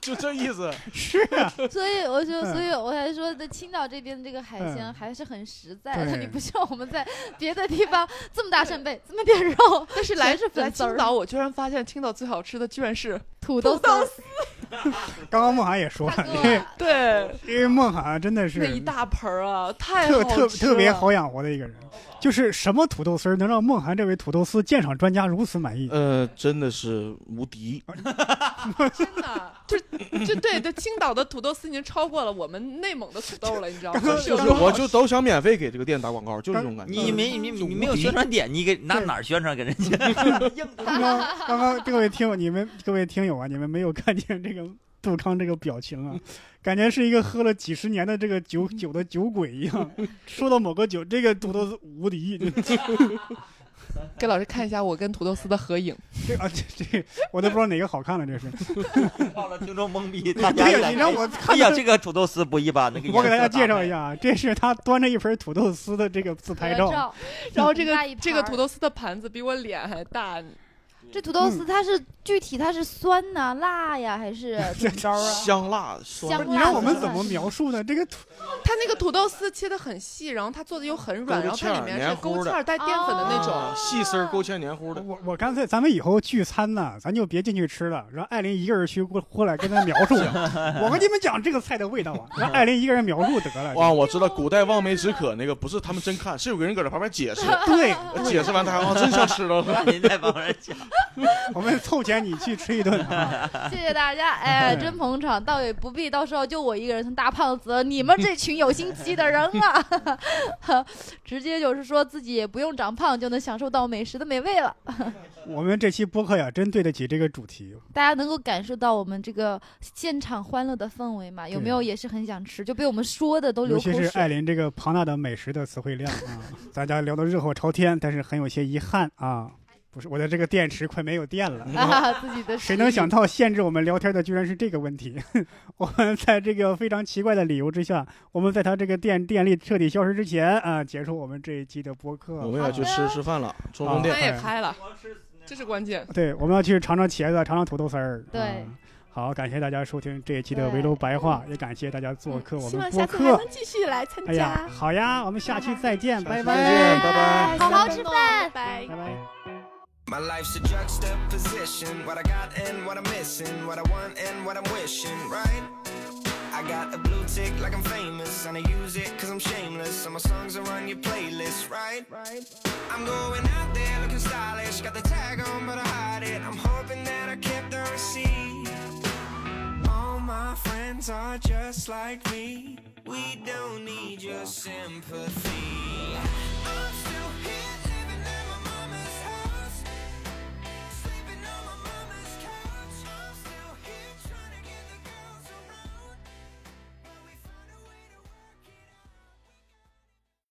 [SPEAKER 3] 就这意思。
[SPEAKER 1] 是啊，
[SPEAKER 4] 所以我就
[SPEAKER 1] 嗯
[SPEAKER 4] 所以我才说，在青岛这边的这个海鲜
[SPEAKER 1] 嗯
[SPEAKER 4] 还是很实在的，
[SPEAKER 1] 对
[SPEAKER 4] 你不像我们在别的地 方这么大扇贝，这么点肉，
[SPEAKER 5] 但是来
[SPEAKER 4] 全是粉
[SPEAKER 5] 来
[SPEAKER 4] 丝儿
[SPEAKER 5] 青岛，我居然发现青岛最好吃的居然是
[SPEAKER 4] 土豆丝儿。
[SPEAKER 1] 刚刚梦涵也说
[SPEAKER 4] 大
[SPEAKER 1] 了，
[SPEAKER 4] 哥
[SPEAKER 1] 因为
[SPEAKER 4] 啊，
[SPEAKER 5] 对
[SPEAKER 1] 因为梦涵真的是
[SPEAKER 5] 那一大盆儿啊，太
[SPEAKER 1] 特
[SPEAKER 5] 好
[SPEAKER 1] 特
[SPEAKER 5] 吃了
[SPEAKER 1] 特别好啊养活的一个人，就是什么土豆丝儿能让梦涵这位土豆丝鉴赏专家如此满 意？
[SPEAKER 3] 呃，真的是无敌。
[SPEAKER 5] 真的，就就对对，青岛的土豆丝已经超过了我们内蒙的土豆了，你知道吗？
[SPEAKER 1] 刚
[SPEAKER 3] 就是
[SPEAKER 1] 刚
[SPEAKER 3] 我就都想免费给这个店打广告，就是这种感觉。
[SPEAKER 2] 你没你
[SPEAKER 1] 就
[SPEAKER 2] 你
[SPEAKER 1] 无
[SPEAKER 2] 没有
[SPEAKER 1] 敌
[SPEAKER 2] 宣传点，你给拿
[SPEAKER 1] 嗯对
[SPEAKER 2] 哪儿宣传给 人家？硬打
[SPEAKER 1] 刚刚刚刚各位听友，你们各位听友啊，你们没有看见这个杜康这个表情啊，感觉是一个喝了几十年的这个酒酒的酒鬼一样，说到某个酒，这个土豆丝无敌。
[SPEAKER 5] 给老师看一下我跟土豆丝的合影。
[SPEAKER 1] 这啊这这，我都不知道哪个好看了，这是。
[SPEAKER 2] 到了听众懵逼，大家
[SPEAKER 1] 对
[SPEAKER 2] 一
[SPEAKER 1] 呀，
[SPEAKER 2] 来
[SPEAKER 1] 你让我看
[SPEAKER 2] 哎呀，
[SPEAKER 1] 到
[SPEAKER 2] 这个土豆丝不一般，那个
[SPEAKER 1] 我给大家
[SPEAKER 2] 颜色
[SPEAKER 1] 介绍
[SPEAKER 2] 搭
[SPEAKER 1] 一
[SPEAKER 2] 配
[SPEAKER 1] 下啊，这是他端着一盆土豆丝的这个自拍照，
[SPEAKER 4] 照，
[SPEAKER 5] 然后这个
[SPEAKER 4] 大一盘儿
[SPEAKER 5] 这个土豆丝的盘子比我脸还大，
[SPEAKER 4] 这
[SPEAKER 1] 嗯
[SPEAKER 4] 土豆丝它是具体它是酸呐、辣呀，还是怎么着啊？
[SPEAKER 3] 香辣
[SPEAKER 1] 不
[SPEAKER 4] 香
[SPEAKER 3] 酸
[SPEAKER 1] 是你让我们怎么 描述呢？这个土
[SPEAKER 5] 它那个土豆丝切的很细，然后它做的又很
[SPEAKER 3] 勾着
[SPEAKER 5] 软，然后它里面是勾芡儿带淀粉的那种。
[SPEAKER 4] 哦
[SPEAKER 3] 啊细丝儿勾芡黏糊的，
[SPEAKER 1] 我我干脆咱们以后聚餐呢，咱就别进去吃了，让艾琳一个人去过过来跟他描述。我跟你们讲这个菜的味道啊，让艾琳一个人描述得了。
[SPEAKER 3] 哇，我知道古代望梅止渴那个不是他们真看，是有个人搁这旁边解释，
[SPEAKER 1] 对，
[SPEAKER 3] 解释完他还啊真想吃了。
[SPEAKER 2] 让您再帮人讲，
[SPEAKER 1] 我们凑钱你去吃一顿啊！
[SPEAKER 4] 谢谢大家， 哎，真捧场，倒也不必，到时候就我一个人成大胖子，你们这群有心机的人啊， 直接就是说自己也不用长胖就能享受到美食的美味了。
[SPEAKER 1] 我们这期播客呀，真对得起这个主题。
[SPEAKER 4] 大家能够感受到我们这个现场欢乐的氛围嘛？有没有也是很想吃，就被我们说的都流
[SPEAKER 1] 啊尤
[SPEAKER 4] 口
[SPEAKER 1] 其是
[SPEAKER 4] 水。
[SPEAKER 1] 艾琳这个庞大的美食的词汇量啊，大家聊得热火朝天，但是很有些遗憾啊，不是我的这个电池快没有电 了。
[SPEAKER 4] 啊，自己的
[SPEAKER 1] 谁能想到限制我们聊天的居然是这个问题？ 我们在这个非常奇怪的理由之下，我们在它这个电电力彻底消失之前啊，结束我们这一期的播客。
[SPEAKER 3] 我们要去吃吃饭了，冲冲
[SPEAKER 1] 对
[SPEAKER 5] 它
[SPEAKER 3] 店。
[SPEAKER 5] 也开了，这是关键。
[SPEAKER 1] 对，我们要去尝尝茄子，尝尝土豆丝儿。
[SPEAKER 4] 对
[SPEAKER 1] 啊好，感谢大家收听这一期的
[SPEAKER 4] 对
[SPEAKER 1] 围炉白话，也感谢大家做客我
[SPEAKER 6] 嗯希
[SPEAKER 1] 们
[SPEAKER 6] 望
[SPEAKER 1] 播
[SPEAKER 6] 下次还
[SPEAKER 1] 客。
[SPEAKER 6] 能继续来参
[SPEAKER 1] 哎
[SPEAKER 6] 加
[SPEAKER 1] 呀，。好呀，我们下期再见，拜
[SPEAKER 3] 下期再见
[SPEAKER 1] 拜，
[SPEAKER 3] 拜拜
[SPEAKER 4] 好好吃饭
[SPEAKER 6] 拜。拜
[SPEAKER 1] 拜。拜。
[SPEAKER 7] My life's a juxtaposition. What I got and what I'm missing. What I want and what I'm wishing, right? I got a blue tick like I'm famous. And I use it cause I'm shameless. And my songs are on your playlist, right? I'm going out there looking stylish. Got the tag on, but I hide it. I'm hoping that I kept the receipt. All my friends are just like me. We don't need your sympathy. I'm still here